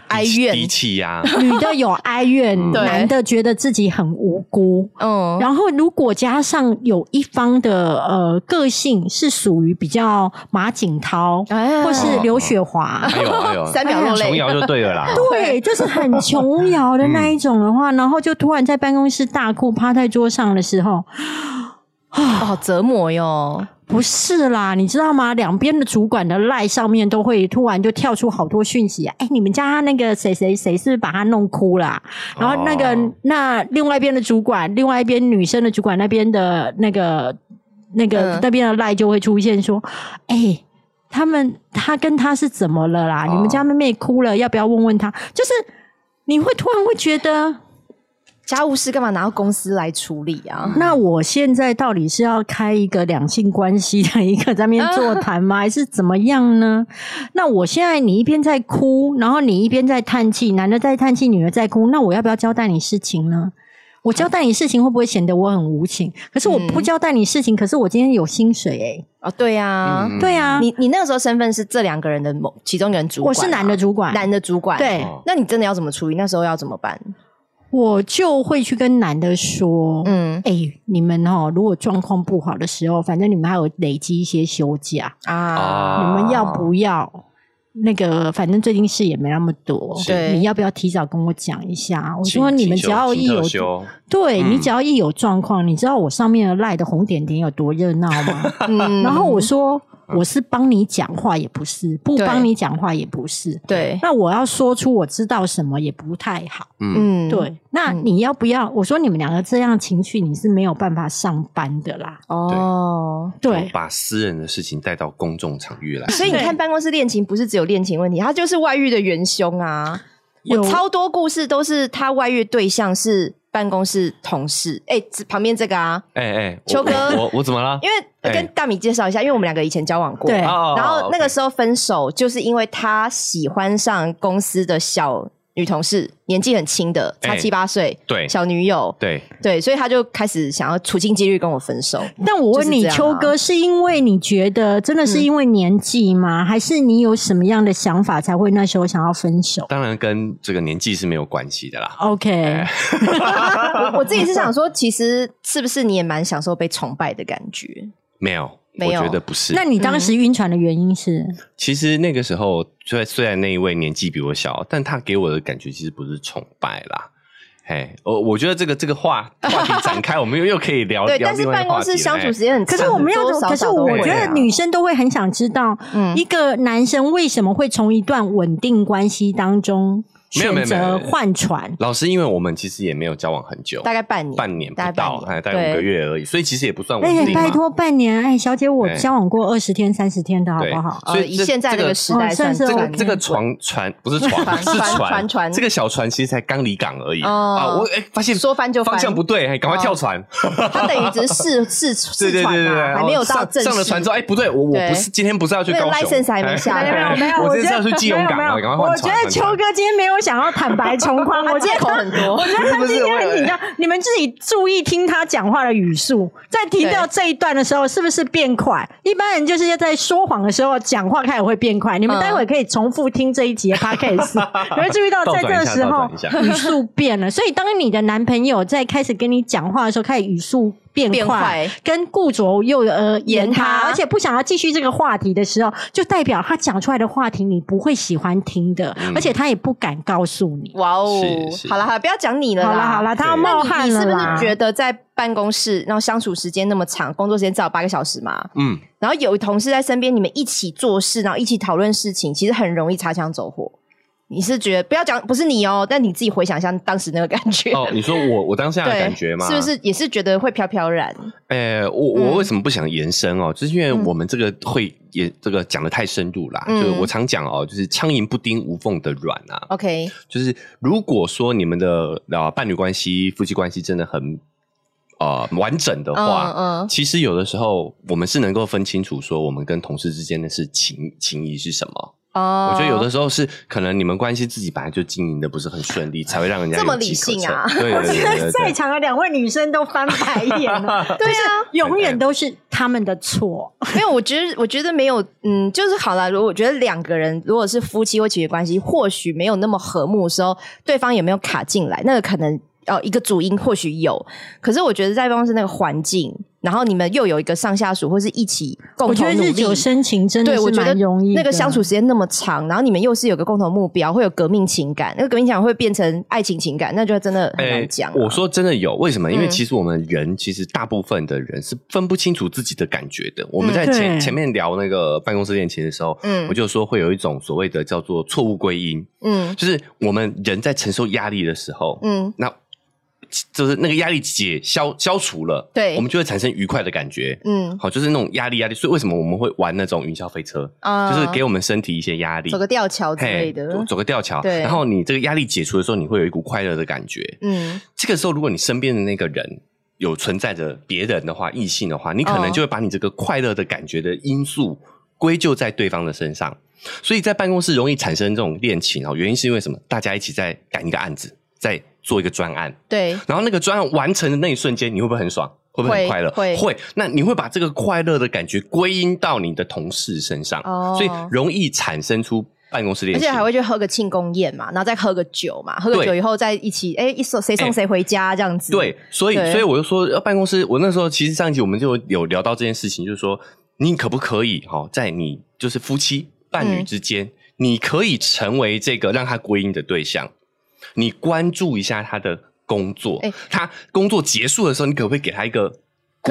Speaker 1: 哀
Speaker 2: 低
Speaker 1: 怨，
Speaker 2: 气压，
Speaker 3: 女的有哀怨
Speaker 2: 嗯，
Speaker 1: 对
Speaker 3: 男的觉得自己很无辜，
Speaker 1: 嗯，
Speaker 3: 然后，如果加上有一方的呃个性是属于比较马景涛
Speaker 1: 哎
Speaker 3: 或是刘 雪华，
Speaker 2: 哎呦哎呦，
Speaker 1: 三秒落
Speaker 2: 琼
Speaker 1: 泪，
Speaker 2: 瑶就对了啦，
Speaker 3: 对，就是很琼瑶的那一种的话，然后就突然在办公室大哭，趴在桌上的时候，
Speaker 1: 哦好折磨哟。
Speaker 3: 不是啦，你知道吗？两边的主管的赖上面都会突然就跳出好多讯息、啊，哎，你们家那个谁谁谁是不是把他弄哭了啊、然后那个、
Speaker 2: 哦
Speaker 3: 那另外一边的主管，另外一边女生的主管那边的那个那个、
Speaker 1: 嗯
Speaker 3: 那边的赖就会出现说，哎。他们他跟他是怎么了啦？
Speaker 2: 哦
Speaker 3: 你们家妹妹哭了，要不要问问他？就是你会突然会觉得，
Speaker 1: 家务事干嘛拿到公司来处理啊？
Speaker 3: 那我现在到底是要开一个两性关系的一个在面座谈吗？还是怎么样呢？那我现在你一边在哭，然后你一边在叹气，男的在叹气，女的在哭，那我要不要交代你事情呢？我交代你事情会不会显得我很无情？可是我不
Speaker 1: 嗯
Speaker 3: 交代你事情，可是我今天有薪水诶、
Speaker 1: 哦，对呀、 啊。
Speaker 2: 嗯
Speaker 3: 对啊，
Speaker 1: 你你那个时候身份是这两个人的某其中一个人主
Speaker 3: 我
Speaker 1: 管、啊
Speaker 3: 是男的，主管，
Speaker 1: 男的主管。，
Speaker 3: 对，
Speaker 2: 哦
Speaker 1: 那你真的要怎么处理？那时候要怎么办？
Speaker 3: 我就会去跟男的说，
Speaker 1: 嗯
Speaker 3: 哎、你们哦，如果状况不好的时候，反正你们还有累积一些休假，
Speaker 1: 啊，
Speaker 3: 你们要不要那个，反正最近事也没那么多，
Speaker 2: 是
Speaker 1: 对
Speaker 3: 你要不要提早跟我讲一下？我
Speaker 2: 请
Speaker 3: 说你们
Speaker 2: 请
Speaker 3: 只要
Speaker 2: 休
Speaker 3: 一
Speaker 2: 请
Speaker 3: 有
Speaker 2: 特，休
Speaker 3: 对
Speaker 2: 嗯
Speaker 3: 你只要一有状况，你知道我上面的赖的红点点有多热闹 吗？
Speaker 1: 嗯
Speaker 3: 然后我说我是帮你讲话也不是，不
Speaker 1: 对
Speaker 3: 帮你讲话也不是，
Speaker 1: 对，
Speaker 3: 那我要说出我知道什么也不太好。
Speaker 2: 嗯，
Speaker 1: 嗯，
Speaker 3: 对，那你要不要？我说你们两个这样情绪，你是没有办法上班的啦。
Speaker 1: 哦。
Speaker 2: 对，
Speaker 3: 对，
Speaker 2: 把私人的事情带到公众场域来，
Speaker 1: 所以你看，办公室恋情不是只有恋情问题，它就是外遇的元凶啊！
Speaker 3: 有
Speaker 1: 我超多故事都是他外遇对象是办公室同事，哎、这旁边这个啊，
Speaker 2: 哎哎，我
Speaker 1: 秋哥
Speaker 2: 我我我怎么了？
Speaker 1: 因为我
Speaker 2: 哎
Speaker 1: 跟大米介绍一下，因为我们两个以前交往过，
Speaker 3: 对
Speaker 2: 哦
Speaker 1: 然后那个
Speaker 2: OK
Speaker 1: 时候分手，就是因为他喜欢上公司的小女同事，年纪很轻的，差
Speaker 2: 哎
Speaker 1: 七八岁，
Speaker 2: 对
Speaker 1: 小女友，
Speaker 2: 对，
Speaker 1: 对，所以他就开始想要处心积虑跟我分 手。
Speaker 3: 但我问
Speaker 1: 就是
Speaker 3: 你，
Speaker 1: 这样
Speaker 3: 秋
Speaker 1: 啊
Speaker 3: 哥，是因为你觉得真的是因为年纪吗？还是你有什么样的想法才会那时候想要分手
Speaker 2: 当然跟这个年纪是没有关系的啦。哎
Speaker 3: ？OK，
Speaker 1: 我我自己是想说，其实是不是你也蛮享受被崇拜的感觉？
Speaker 2: 没有，
Speaker 1: 没有
Speaker 2: 我觉得不是。
Speaker 3: 那你当时晕船的原因是？
Speaker 2: 其实那个时候，虽然虽然那一位年纪比我小，但他给我的感觉其实不是崇拜啦。嘿，我我觉得这个这个话话题展 开，我们又又可以聊
Speaker 1: 对，
Speaker 2: 哦聊
Speaker 1: 但是
Speaker 2: 另外一
Speaker 1: 办
Speaker 2: 个话
Speaker 1: 公
Speaker 2: 题了
Speaker 1: 室相处时
Speaker 2: 嘿
Speaker 1: 间很
Speaker 3: 可
Speaker 1: 长，
Speaker 3: 是我们要
Speaker 1: 多多，少
Speaker 3: 可是
Speaker 1: 少
Speaker 3: 我
Speaker 1: 都
Speaker 3: 我
Speaker 1: 会
Speaker 3: 觉
Speaker 1: 啊
Speaker 3: 得女生都会很想知道，
Speaker 1: 嗯
Speaker 3: 一个男生为什么会从一段稳定关系当中
Speaker 2: 没有没
Speaker 3: 选
Speaker 2: 有没有
Speaker 3: 择
Speaker 2: 没有
Speaker 3: 换船？
Speaker 2: 老师，因为我们其实也没有交往很久，
Speaker 1: 大概半年，
Speaker 2: 半年不
Speaker 1: 大概半
Speaker 2: 到，
Speaker 1: 年
Speaker 2: 哎，大概
Speaker 1: 对
Speaker 2: 五个月而已，所以其实也不算稳
Speaker 3: 哎，
Speaker 2: 定
Speaker 3: 拜
Speaker 2: 嘛。
Speaker 3: 托半年，哎，小姐，我
Speaker 2: 哎
Speaker 3: 交往过二十天、三十天的好
Speaker 2: 对
Speaker 3: 不好？
Speaker 1: 呃
Speaker 2: 所以
Speaker 1: 以
Speaker 2: 这
Speaker 1: 现在
Speaker 2: 这
Speaker 1: 这个
Speaker 2: 个
Speaker 1: 时代
Speaker 3: 哦
Speaker 1: 算
Speaker 3: 算是
Speaker 2: 这
Speaker 1: 是
Speaker 2: 个
Speaker 1: 很
Speaker 2: 这个床船不是床
Speaker 1: 船，
Speaker 2: 是
Speaker 1: 船船船
Speaker 2: 这个小船其实才刚离港而已
Speaker 1: 哦
Speaker 2: 啊！我哎发现
Speaker 1: 说翻就翻哦
Speaker 2: 方向不对，哎赶快跳船。
Speaker 1: 他等于只是试试试
Speaker 2: 对对
Speaker 1: 船
Speaker 2: 对对对，哦
Speaker 1: 嘛，还没有到
Speaker 2: 上
Speaker 1: 正式。
Speaker 2: 上了船之后，哎，不对，我我
Speaker 1: 对
Speaker 2: 不是今天不是要去
Speaker 1: 那个
Speaker 2: 高雄
Speaker 1: license 还没
Speaker 2: 哎
Speaker 1: 下来
Speaker 3: 没有没有没 有，
Speaker 2: 我
Speaker 3: 我
Speaker 2: 真
Speaker 3: 觉
Speaker 2: 的要
Speaker 3: 得
Speaker 2: 去基隆港
Speaker 3: 没有
Speaker 2: 了，
Speaker 3: 没有
Speaker 2: 赶快
Speaker 3: 我
Speaker 2: 换
Speaker 3: 觉
Speaker 2: 船。
Speaker 3: 得秋
Speaker 2: 换船
Speaker 3: 哥今天没有想要坦白从 宽，我
Speaker 1: 他
Speaker 3: 觉
Speaker 1: 借
Speaker 3: 得
Speaker 1: 口很多
Speaker 3: 我。觉得他今天很紧张。你们自己注意听他讲话的语速，在听到这一段的时候，是不是变快？一般人就是在说谎的时候，讲话开始会变快。你们
Speaker 1: 嗯
Speaker 3: 待会可以重复听这一集 的 podcast，你会注意到在这个时候
Speaker 2: 倒转一下倒
Speaker 3: 语速变了。所以当你的男朋友在开始跟你讲话的时候，开始语速变
Speaker 1: 变
Speaker 3: 快
Speaker 1: 快，
Speaker 3: 跟顾左右而言
Speaker 1: 言
Speaker 3: 他，
Speaker 1: 他
Speaker 3: 而且不想要继续这个话题的时候，就代表他讲出来的话题你不会喜欢听的，
Speaker 2: 嗯
Speaker 3: 而且他也不敢告诉你。
Speaker 1: 哇哦
Speaker 2: 是！是
Speaker 1: 好了好了，不要讲你了啦。
Speaker 3: 好啦好啦，他要
Speaker 2: 对
Speaker 3: 冒
Speaker 1: 那
Speaker 3: 汗
Speaker 1: 你你
Speaker 3: 了
Speaker 1: 是不
Speaker 3: 啦
Speaker 1: 是觉得在办公室，然后相处时间那么长，工作时间至少八个小时嘛？
Speaker 2: 嗯，
Speaker 1: 然后有同事在身边，你们一起做事，然后一起讨论事情，其实很容易擦枪走火。你是觉得不要讲，不是你哦，但你自己回想一下当时那个感觉，
Speaker 2: 哦，你说我我当下的
Speaker 1: 对，
Speaker 2: 感觉吗？
Speaker 1: 是不？嗯是也是觉得会飘飘然？
Speaker 2: 呃，我我为什么不想延伸哦？就是因为我们这个会也这个讲的太深入啦。
Speaker 1: 嗯
Speaker 2: 就是我常讲哦，就是枪银不丁，无缝的软啊。
Speaker 1: OK，
Speaker 2: 就是如果说你们的啊伴侣关系、夫妻关系真的很呃完整的话，
Speaker 1: 嗯嗯
Speaker 2: 其实有的时候我们是能够分清楚，说我们跟同事之间的是情情谊是什么。
Speaker 1: 哦
Speaker 2: 我觉得有的时候是可能你们关系自己本来就经营的不是很顺利，才会让人家
Speaker 1: 这么
Speaker 2: 有机
Speaker 1: 理
Speaker 2: 可
Speaker 1: 性
Speaker 2: 乘
Speaker 1: 啊
Speaker 2: 对对 对对对
Speaker 3: 在
Speaker 2: 对。
Speaker 3: 场的两位女生都翻白眼 了，对啊，永远都是他们的错。
Speaker 1: 没有，我觉得我觉得没有，嗯，就是好啦。如果我觉得两个人如果是夫妻或情侣关系，或许没有那么和睦的时候，对方有没有卡进来，那个可能哦、一个主因或许有，可是我觉得在办公室那个环境，然后你们又有一个上下属或是一起共
Speaker 3: 我觉
Speaker 1: 同
Speaker 3: 得
Speaker 1: 努力
Speaker 3: 日久。生情真的
Speaker 1: 对，
Speaker 3: 是
Speaker 1: 我觉得
Speaker 3: 蛮容易的
Speaker 1: 那个相处时间那么长，然后你们又是有个共同目标，会有革命情感，那个革命情感会变成爱情情感，那就真的很难讲啊、
Speaker 2: 哎我说真的有，为什么？因为
Speaker 1: 嗯
Speaker 2: 其实我们人，其实大部分的人是分不清楚自己的感觉的。我们
Speaker 1: 嗯
Speaker 2: 在
Speaker 3: 对
Speaker 2: 前前面聊那个办公室恋情的时候，
Speaker 1: 嗯
Speaker 2: 我就说会有一种所谓的叫做错误归因，
Speaker 1: 嗯
Speaker 2: 就是我们人在承受压力的时候，
Speaker 1: 嗯，
Speaker 2: 那就是那个压力解消消除了，
Speaker 1: 对
Speaker 2: 我们就会产生愉快的感觉。
Speaker 1: 嗯
Speaker 2: 好，就是那种压力压力，所以为什么我们会玩那种云霄飞车？
Speaker 1: 啊
Speaker 2: 就是给我们身体一些压力，
Speaker 1: 走个吊桥之类
Speaker 2: 嘿
Speaker 1: 的，
Speaker 2: 走个吊桥。
Speaker 1: 对
Speaker 2: 然后你这个压力解除的时候，你会有一股快乐的感觉。
Speaker 1: 嗯
Speaker 2: 这个时候，如果你身边的那个人有存在着别人的话，异性的话，你可能
Speaker 1: 哦
Speaker 2: 就会把你这个快乐的感觉的因素归咎在对方的身上。所以在办公室容易产生这种恋情哦，原因是因为什么？大家一起在赶一个案子，在做一个专案，
Speaker 1: 对，
Speaker 2: 然后那个专案完成的那一瞬间，你会不会很爽？会不会很
Speaker 1: 会
Speaker 2: 快乐？
Speaker 1: 会
Speaker 2: 那你会把这个快乐的感觉归因到你的同事身上，
Speaker 1: 哦
Speaker 2: 所以容易产生出办公室恋
Speaker 1: 而
Speaker 2: 情，
Speaker 1: 且还会去喝个庆功宴嘛，然后再喝个酒嘛，喝个
Speaker 2: 对
Speaker 1: 酒以后再一起，哎，一送谁送谁回家这样子。
Speaker 2: 对，，所以
Speaker 1: 对
Speaker 2: 所以我就说，呃办公室我那时候其实上一集我们就有聊到这件事情，就是说你可不可以哈、哦，在你就是夫妻伴侣
Speaker 1: 嗯
Speaker 2: 之间，你可以成为这个让他归因的对象，你关注一下他的工作，
Speaker 1: 哎
Speaker 2: 他工作结束的时候，你可不可以给他一个鼓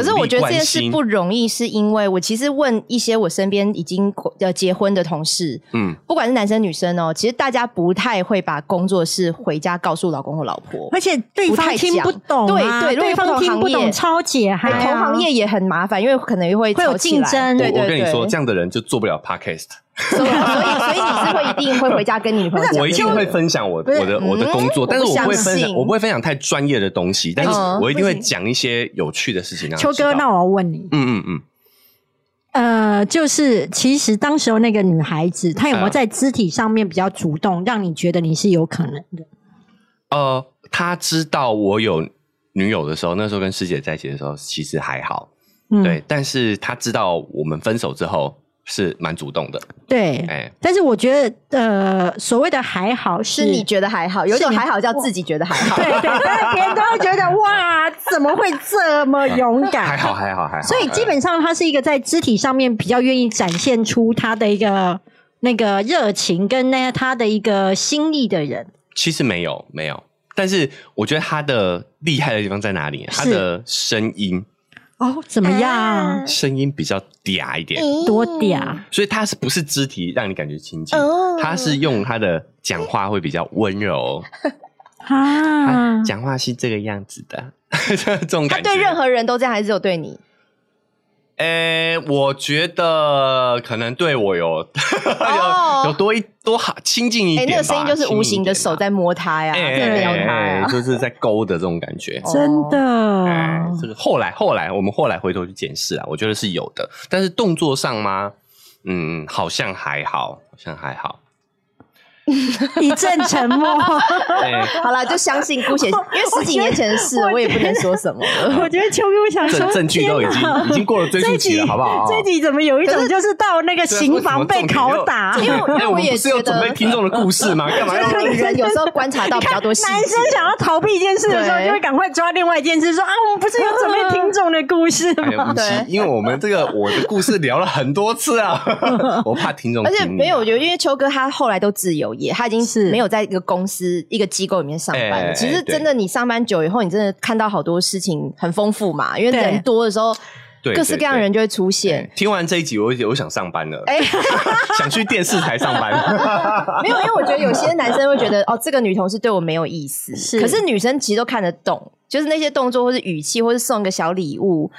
Speaker 1: 可
Speaker 2: 励？
Speaker 1: 是我觉得这件
Speaker 2: 关
Speaker 1: 事
Speaker 2: 心
Speaker 1: 不容易，是因为我其实问一些我身边已经呃结婚的同事，
Speaker 2: 嗯，
Speaker 1: 不管是男生女生哦，其实大家不太会把工作事回家告诉老公或老婆。
Speaker 3: 而且对
Speaker 1: 不
Speaker 3: 方
Speaker 1: 太
Speaker 3: 听
Speaker 1: 讲
Speaker 3: 不懂啊、
Speaker 1: 对对如果
Speaker 3: 对方
Speaker 1: 不同
Speaker 3: 听不
Speaker 1: 行业
Speaker 3: 懂，超解嗨、
Speaker 1: 哎
Speaker 3: 啊，
Speaker 1: 同行业也很麻烦，因为可能会
Speaker 3: 会有
Speaker 1: 吵起来
Speaker 3: 竞争
Speaker 1: 对
Speaker 2: 我
Speaker 1: 对
Speaker 2: 我跟
Speaker 1: 对，
Speaker 2: 你说，这样的人就做不了 podcast。
Speaker 1: 所以所以所以你是会一定会回家跟你女朋友讲这个，
Speaker 2: 我一定会分享我的
Speaker 3: 不是
Speaker 2: 我的我的
Speaker 1: 嗯
Speaker 2: 工作，但是我不
Speaker 1: 我不
Speaker 2: 会分
Speaker 1: 相
Speaker 2: 享，
Speaker 1: 信
Speaker 2: 我不会分享太专业的东西，但是
Speaker 1: 嗯
Speaker 2: 我一定
Speaker 1: 不
Speaker 2: 会
Speaker 1: 行
Speaker 2: 讲一些有趣的事情让他
Speaker 3: 秋
Speaker 2: 知道
Speaker 3: 哥，那我要问你，
Speaker 2: 嗯嗯嗯，
Speaker 3: 呃，就是其实当时候那个女孩子，她有没有
Speaker 2: 嗯
Speaker 3: 在肢体上面比较主动，让你觉得你是有可能的？
Speaker 2: 呃，他知道我有女友的时候，那时候跟师姐在一起的时候，其实还好，
Speaker 3: 嗯，
Speaker 2: 对，但是他知道我们分手之后是蛮主动的，
Speaker 3: 对
Speaker 2: 哎，
Speaker 3: 但是我觉得，呃，所谓的还好是
Speaker 1: 是你觉得还好，有一种
Speaker 3: 是你
Speaker 1: 还好叫自己觉得还好。
Speaker 3: 对对，但是别人都会觉得哇，怎么会这么勇
Speaker 2: 还
Speaker 3: 敢？
Speaker 2: 好还好还好，呃
Speaker 3: 所以基本上，她是一个在肢体上面比较愿意展现出她的一个那个热情跟那她的一个心意的人。
Speaker 2: 其实没有没有，但是我觉得他的厉害的地方在哪里？他的声音
Speaker 3: 哦，怎么样？
Speaker 2: 声音比较嗲一点，
Speaker 3: 多嗲！
Speaker 2: 所以他是不是肢体让你感觉亲近？
Speaker 1: 哦
Speaker 2: 他是用他的讲话会比较温柔，
Speaker 3: 啊
Speaker 1: 嗯
Speaker 2: 他！讲话是这个样子的， 这种
Speaker 1: 他
Speaker 2: 感觉。
Speaker 1: 对任何人都这样，还是只有对你？
Speaker 2: 诶、我觉得可能对我有
Speaker 1: 哦
Speaker 2: 有有多一多好亲近一
Speaker 1: 哎，
Speaker 2: 点吧。
Speaker 1: 那个声音就是无形的
Speaker 2: 亲近
Speaker 1: 手
Speaker 2: 一点吧
Speaker 1: 在摸他呀，
Speaker 2: 哎
Speaker 1: 在撩
Speaker 2: 哎
Speaker 1: 他
Speaker 2: 哎
Speaker 1: 呀。
Speaker 2: 就是在勾的这种感觉。
Speaker 1: 哦
Speaker 3: 真的，
Speaker 2: 哎，这个后来后来我们后来回头去检视啊，我觉得是有的，但是动作上吗？嗯，好像还好，好像还好。
Speaker 3: 一阵沉默。
Speaker 2: 哎
Speaker 1: 好了，就相信 姑且，因为十几年前的事，我也不能说什么了。
Speaker 3: 我觉得秋哥想说
Speaker 2: 证，证据都已
Speaker 3: 天哪
Speaker 2: 经已经过了追
Speaker 3: 这
Speaker 2: 溯
Speaker 3: 一
Speaker 2: 期
Speaker 3: 集
Speaker 2: 了，好不好？哦
Speaker 3: 这一集怎么有一种就是到那个刑房被拷打？
Speaker 1: 因为我因为
Speaker 2: 哎我们
Speaker 1: 也
Speaker 2: 不是有
Speaker 1: 觉得
Speaker 2: 准备听众的故事 吗？干嘛
Speaker 1: 我觉得
Speaker 2: 要？
Speaker 1: 女人有时候观察到比较多细
Speaker 3: 男
Speaker 1: 节
Speaker 3: 生。想要逃避一件事的时候，
Speaker 1: 对
Speaker 3: 就会赶快抓另外一件事，说啊，我们不是有准备听众的故事
Speaker 2: 哎呀，
Speaker 3: 吗？
Speaker 2: 不是
Speaker 1: 对，
Speaker 2: 因为我们这个我的故事聊了很多 次啊，我怕听众
Speaker 1: 而且
Speaker 2: 听腻
Speaker 1: 没有，我觉得因为秋哥他后来都自由业，他已经
Speaker 3: 是
Speaker 1: 没有在一个公司、一个机构里面上班
Speaker 2: 哎
Speaker 1: 了。其实
Speaker 2: 对
Speaker 1: 真的，你上班久以后，你真的看到好多事情很丰富嘛，因为
Speaker 3: 对
Speaker 1: 人多的时候，
Speaker 2: 对
Speaker 1: 各式各样的人。就会出
Speaker 2: 对对
Speaker 1: 现
Speaker 2: 哎。听完这一集，我我想上班了，
Speaker 1: 哎，
Speaker 2: 想去电视台上 班。
Speaker 1: 没有，因为我觉得有些男生会觉得，哦，这个女同事对我没有意思。
Speaker 3: 是
Speaker 1: 可是女生其实都看得懂，就是那些动作，或是语气，或是送个小礼物，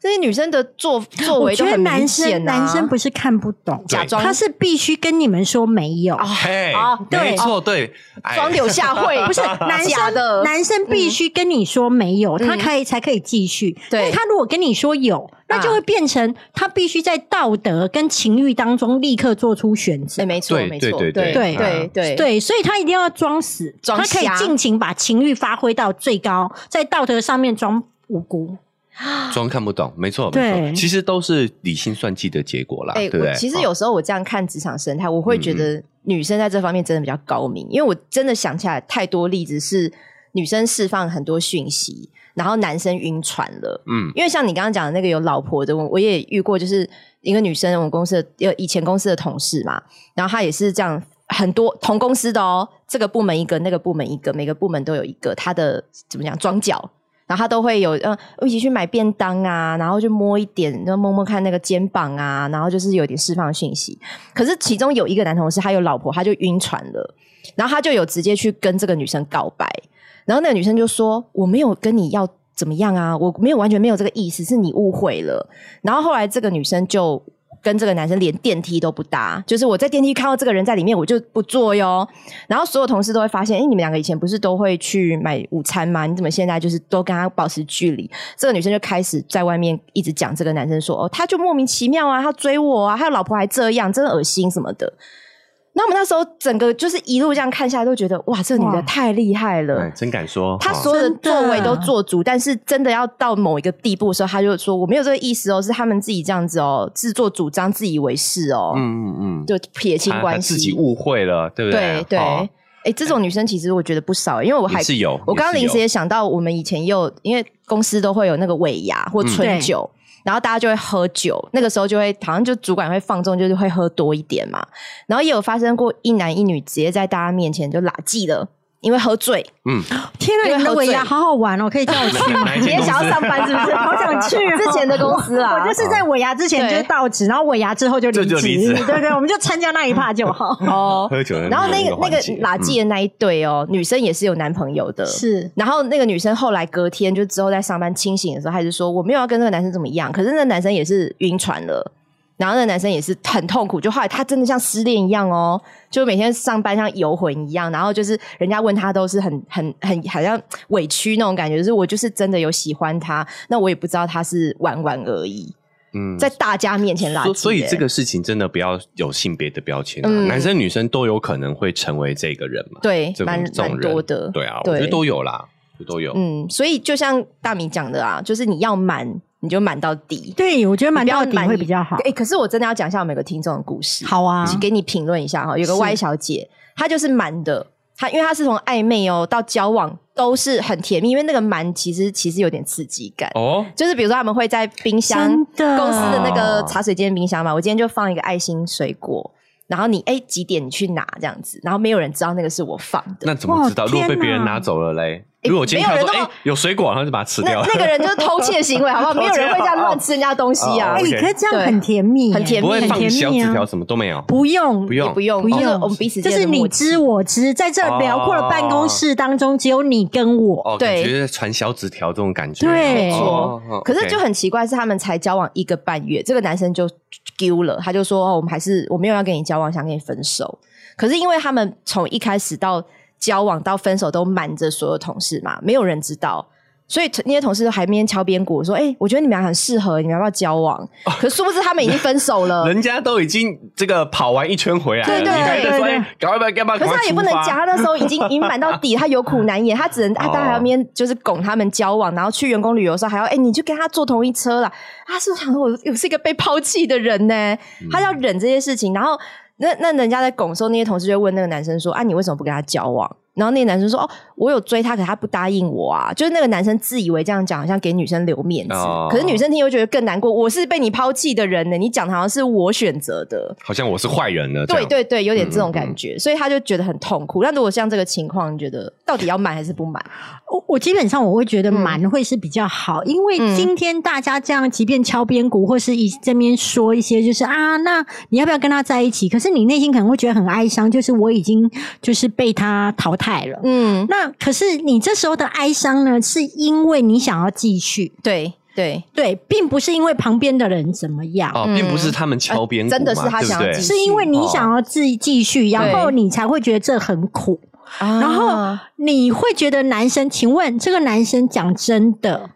Speaker 1: 这些女生的作作
Speaker 3: 哎我
Speaker 1: 为
Speaker 3: 觉
Speaker 1: 都
Speaker 3: 得
Speaker 1: 很
Speaker 3: 男
Speaker 1: 明
Speaker 3: 生
Speaker 1: 显、啊。
Speaker 3: 男生不是看不懂，
Speaker 1: 假装
Speaker 3: 他是必须跟你们说没有。
Speaker 2: 嘿
Speaker 1: 哦，
Speaker 3: 对
Speaker 2: 没错，对，哎
Speaker 1: 装柳下惠，
Speaker 3: 不是男
Speaker 1: 假
Speaker 3: 生
Speaker 1: 的，
Speaker 3: 男生必须跟你说没有，他可以才可以继续。
Speaker 1: 对
Speaker 3: 因为他如果跟你说有，那就会变成他必须在道德跟情欲当中立刻做出选择
Speaker 1: 哎，。没错，
Speaker 2: 对
Speaker 1: 没错，
Speaker 2: 对
Speaker 1: 对
Speaker 2: 对
Speaker 3: 对
Speaker 1: 对对
Speaker 3: 嗯对，所以他一定要装死，
Speaker 1: 装
Speaker 3: 他可以
Speaker 1: 瞎
Speaker 3: 尽情把情欲发挥到最高，在道德上面装无辜。
Speaker 2: 装看不懂，没错，没
Speaker 3: 对
Speaker 2: 错，其实都是理性算计的结果啦，
Speaker 1: 哎、
Speaker 2: 对不对哦
Speaker 1: 我？其实有时候我这样看职场生态，我会觉
Speaker 3: 嗯
Speaker 1: 得女生在这方面真的比较高明，因为我真的想起来太多例子是女生释放很多讯息，然后男生晕船了。
Speaker 2: 嗯，
Speaker 1: 因为像你刚刚讲的那个有老婆的，我我也遇过，就是一个女生，我们公司的呃以前公司的同事嘛，然后她也是这样，很多同公司的哦，这个部门一个，那个部门一个，每个部门都有一个她的怎么讲装脚。然后她都会有嗯，一起去买便当啊，然后就摸一点，然后摸摸看那个肩膀啊，然后就是有点释放讯息。可是其中有一个男同事，他有老婆，他就晕船了，然后他就有直接去跟这个女生告白，然后那个女生就说：“我没有跟你要怎么样啊，我没有完全没有这个意思，是你误会了。”然后后来这个女生就跟这个男生连电梯都不搭，就是我在电梯看到这个人在里面，我就不坐哟。然后所有同事都会发现，哎，你们两个以前不是都会去买午餐吗？你怎么现在就是都跟他保持距离？这个女生就开始在外面一直讲这个男生说：“哦，他就莫名其妙啊，他追我啊，他有老婆还这样，真的恶心什么的。”那我们那时候整个就是一路这样看下来，都觉得哇，这个女
Speaker 3: 哇
Speaker 1: 的太厉害了。
Speaker 2: 哎真敢说，
Speaker 1: 他
Speaker 2: 哦
Speaker 1: 所有的
Speaker 3: 真的
Speaker 1: 作为都做足，但是真的要到某一个地步的时候，他就说我没有这个意思哦，是他们自己这样子哦，自作主张、自以为是哦，
Speaker 2: 嗯嗯嗯，
Speaker 1: 就撇清
Speaker 2: 他
Speaker 1: 关
Speaker 2: 他
Speaker 1: 系。
Speaker 2: 自己误会了，对不
Speaker 1: 对对，
Speaker 2: 哦
Speaker 1: 哎、这种女生其实我觉得不少，因为我还
Speaker 2: 也是有，
Speaker 1: 我刚刚
Speaker 2: 也是
Speaker 1: 临
Speaker 2: 有嗯
Speaker 1: 时也想到，我们以前也有因为公司都会有那个尾牙或春酒。然后大家就会喝酒，那个时候就会好像就主管会放纵，就是会喝多一点嘛。然后也有发生过一男一女直接在大家面前就拉鸡了，因为喝醉。
Speaker 2: 嗯，
Speaker 3: 天啊，你的尾牙好好玩哦，可以叫我 去吗？
Speaker 2: 哪 一
Speaker 1: 你
Speaker 2: 间
Speaker 1: 也
Speaker 2: 公司
Speaker 1: 想要上班是不是？
Speaker 3: 好想去 哦
Speaker 1: 之前的公司啊，
Speaker 3: 我就是在尾牙之前
Speaker 1: 对
Speaker 3: 就是到职，然后尾牙之后就离
Speaker 2: 这就离
Speaker 3: 职，
Speaker 2: 职
Speaker 3: 对对，我们就参加那一趴就 好。
Speaker 1: 哦。
Speaker 2: 喝酒的
Speaker 1: 然后那个那
Speaker 2: 环
Speaker 1: 个
Speaker 2: 节
Speaker 1: 拉鸡的那一对哦，女生也是有男朋友的，
Speaker 3: 是，
Speaker 1: 然后那个女生后来隔天就之后在上班清醒的时候，还是说我没有要跟那个男生怎么样，可是那个男生也是晕船了。然后那个男生也是很痛苦，就后来他真的像失恋一样哦，就每天上班像游魂一样，然后就是人家问他都是很很很好像委屈那种感觉，就是我就是真的有喜欢他，那我也不知道他是玩玩而已，
Speaker 2: 嗯嗯
Speaker 1: 在大家面前拉、
Speaker 2: 所
Speaker 1: 欸，
Speaker 2: 所以这个事情真的不要有性别的标签、啊，
Speaker 1: 嗯
Speaker 2: 男生女生都有可能会成为这个人嘛，
Speaker 1: 对
Speaker 2: 这
Speaker 1: 蛮
Speaker 2: 种这
Speaker 1: 蛮
Speaker 2: 种人
Speaker 1: 多的，
Speaker 2: 对啊，我
Speaker 1: 对
Speaker 2: 觉得都有啦，我觉得都有。
Speaker 1: 嗯，所以就像大米讲的啊，就是你要瞒你就瞒到底，
Speaker 3: 对，我觉得
Speaker 1: 你
Speaker 3: 满
Speaker 1: 不要
Speaker 3: 到底
Speaker 1: 满
Speaker 3: 会
Speaker 1: 意
Speaker 3: 比较好
Speaker 1: 哎、。可是我真的要讲一下我们有个听众的故事，，
Speaker 3: 好啊，
Speaker 1: 给你评论一下哈。有个
Speaker 3: 是
Speaker 1: Y 小姐，她就是瞒的，她因为她是从暧昧哦到交往都是很甜蜜，因为那个瞒其实其实有点刺激感。
Speaker 2: 哦，
Speaker 1: 就是比如说，他们会在冰箱
Speaker 3: 真的
Speaker 1: 公司的那个茶水间冰箱嘛，我今天就放一个爱心水果，然后你哎、几点你去拿这样子，然后没有人知道那个是我放的，
Speaker 2: 那怎么知道？
Speaker 3: 哇
Speaker 2: 如果被
Speaker 3: 天哪
Speaker 2: 别人拿走了嘞？
Speaker 1: 诶
Speaker 2: 如果我今天看到说，
Speaker 1: 没有
Speaker 2: 哎、
Speaker 1: 人
Speaker 2: 有水果，然后就把它吃
Speaker 1: 那
Speaker 2: 掉了。
Speaker 1: 那个人就是偷窃行为，好不 好？没有人会这样乱吃人家的东西啊，
Speaker 2: 哦
Speaker 3: 哎，可是这样
Speaker 1: 对
Speaker 3: 很甜蜜耶，
Speaker 1: 很甜
Speaker 2: 不
Speaker 1: 蜜
Speaker 2: 会
Speaker 1: 很
Speaker 2: 放小
Speaker 3: 蜜
Speaker 2: 纸
Speaker 3: 啊
Speaker 2: 条，什么都没有，
Speaker 3: 不用，
Speaker 2: 不用
Speaker 1: 也不用，
Speaker 3: 不用
Speaker 1: 就是我们彼此
Speaker 3: 就
Speaker 1: 间的
Speaker 3: 是你
Speaker 1: 默契
Speaker 3: 知我知，在这辽阔的办公室当中，只有你跟我。
Speaker 2: 哦，感
Speaker 1: 对
Speaker 2: 觉传小纸条这种感觉，
Speaker 3: 对没错
Speaker 2: 哦哦
Speaker 1: 可是
Speaker 2: OK
Speaker 1: 就很奇怪，是他们才交往一个半月，这个男生就丢了，他就说、哦我们还是我没有要跟你交往，想跟你分手。可是因为他们从一开始到交往到分手都瞒着所有同事嘛，没有人知道。所以那些同事都还边敲边鼓说：“哎、我觉得你们俩很适合，你们要不要交往？”可是殊不知他们已经分手了。
Speaker 2: 人家都已经这个跑完一圈回来了，
Speaker 1: 呃对对
Speaker 2: 你还在说，
Speaker 3: 对对
Speaker 2: 哎，赶快吧，干嘛？
Speaker 1: 可是
Speaker 2: 赶
Speaker 1: 他
Speaker 2: 快
Speaker 1: 也不能
Speaker 2: 出发
Speaker 1: 讲，他那时候已经隐瞒到底，他 有苦难言，他只能他
Speaker 2: 哦
Speaker 1: 大家还要面就是拱他们交往，然后去员工旅游的时候还要哎、你就跟他坐同一车啦。啊，是不是想说我我是一个被抛弃的人呢、
Speaker 2: 嗯
Speaker 1: 他要忍这些事情，然后那那人家在拱的时候，那些同事就会问那个男生说啊，你为什么不跟他交往？然后那个男生说哦，我有追他，可他不答应我啊。就是那个男生自以为这样讲，好像给女生留面子，
Speaker 2: 哦
Speaker 1: 可是女生听又觉得更难过。我是被你抛弃的人呢，你讲的好像是我选择的。
Speaker 2: 好像我是坏人了，这
Speaker 1: 对
Speaker 2: 样，
Speaker 1: 对对，有点这种
Speaker 2: 嗯嗯
Speaker 1: 感
Speaker 2: 嗯
Speaker 1: 觉，所以他就觉得很痛苦。那如果像这个情况，你觉得到底要瞒还是不瞒？
Speaker 3: 我我基本上我会觉得蛮会是比较好，因为
Speaker 1: 嗯
Speaker 3: 今天大家这样，即便敲边鼓或是一这边说一些，就是啊，那你要不要跟他在一起？可是你内心可能会觉得很哀伤，就是我已经就是被他淘汰了。
Speaker 1: 嗯，
Speaker 3: 那可是你这时候的哀伤呢，是因为你想要继续，
Speaker 1: 对对，
Speaker 3: 对，并不是因为旁边的人怎么样。
Speaker 2: 哦，
Speaker 1: 嗯呃
Speaker 2: 并不是他们敲边鼓嘛，
Speaker 1: 真的是他
Speaker 2: 对不
Speaker 1: 想要
Speaker 2: 对
Speaker 1: 继续
Speaker 3: 是因为你想要自己继续，然后
Speaker 1: 对
Speaker 3: 你才会觉得这很苦，
Speaker 1: 然
Speaker 3: 后
Speaker 1: 啊
Speaker 3: 你会觉得男生，请问这个男生讲真的，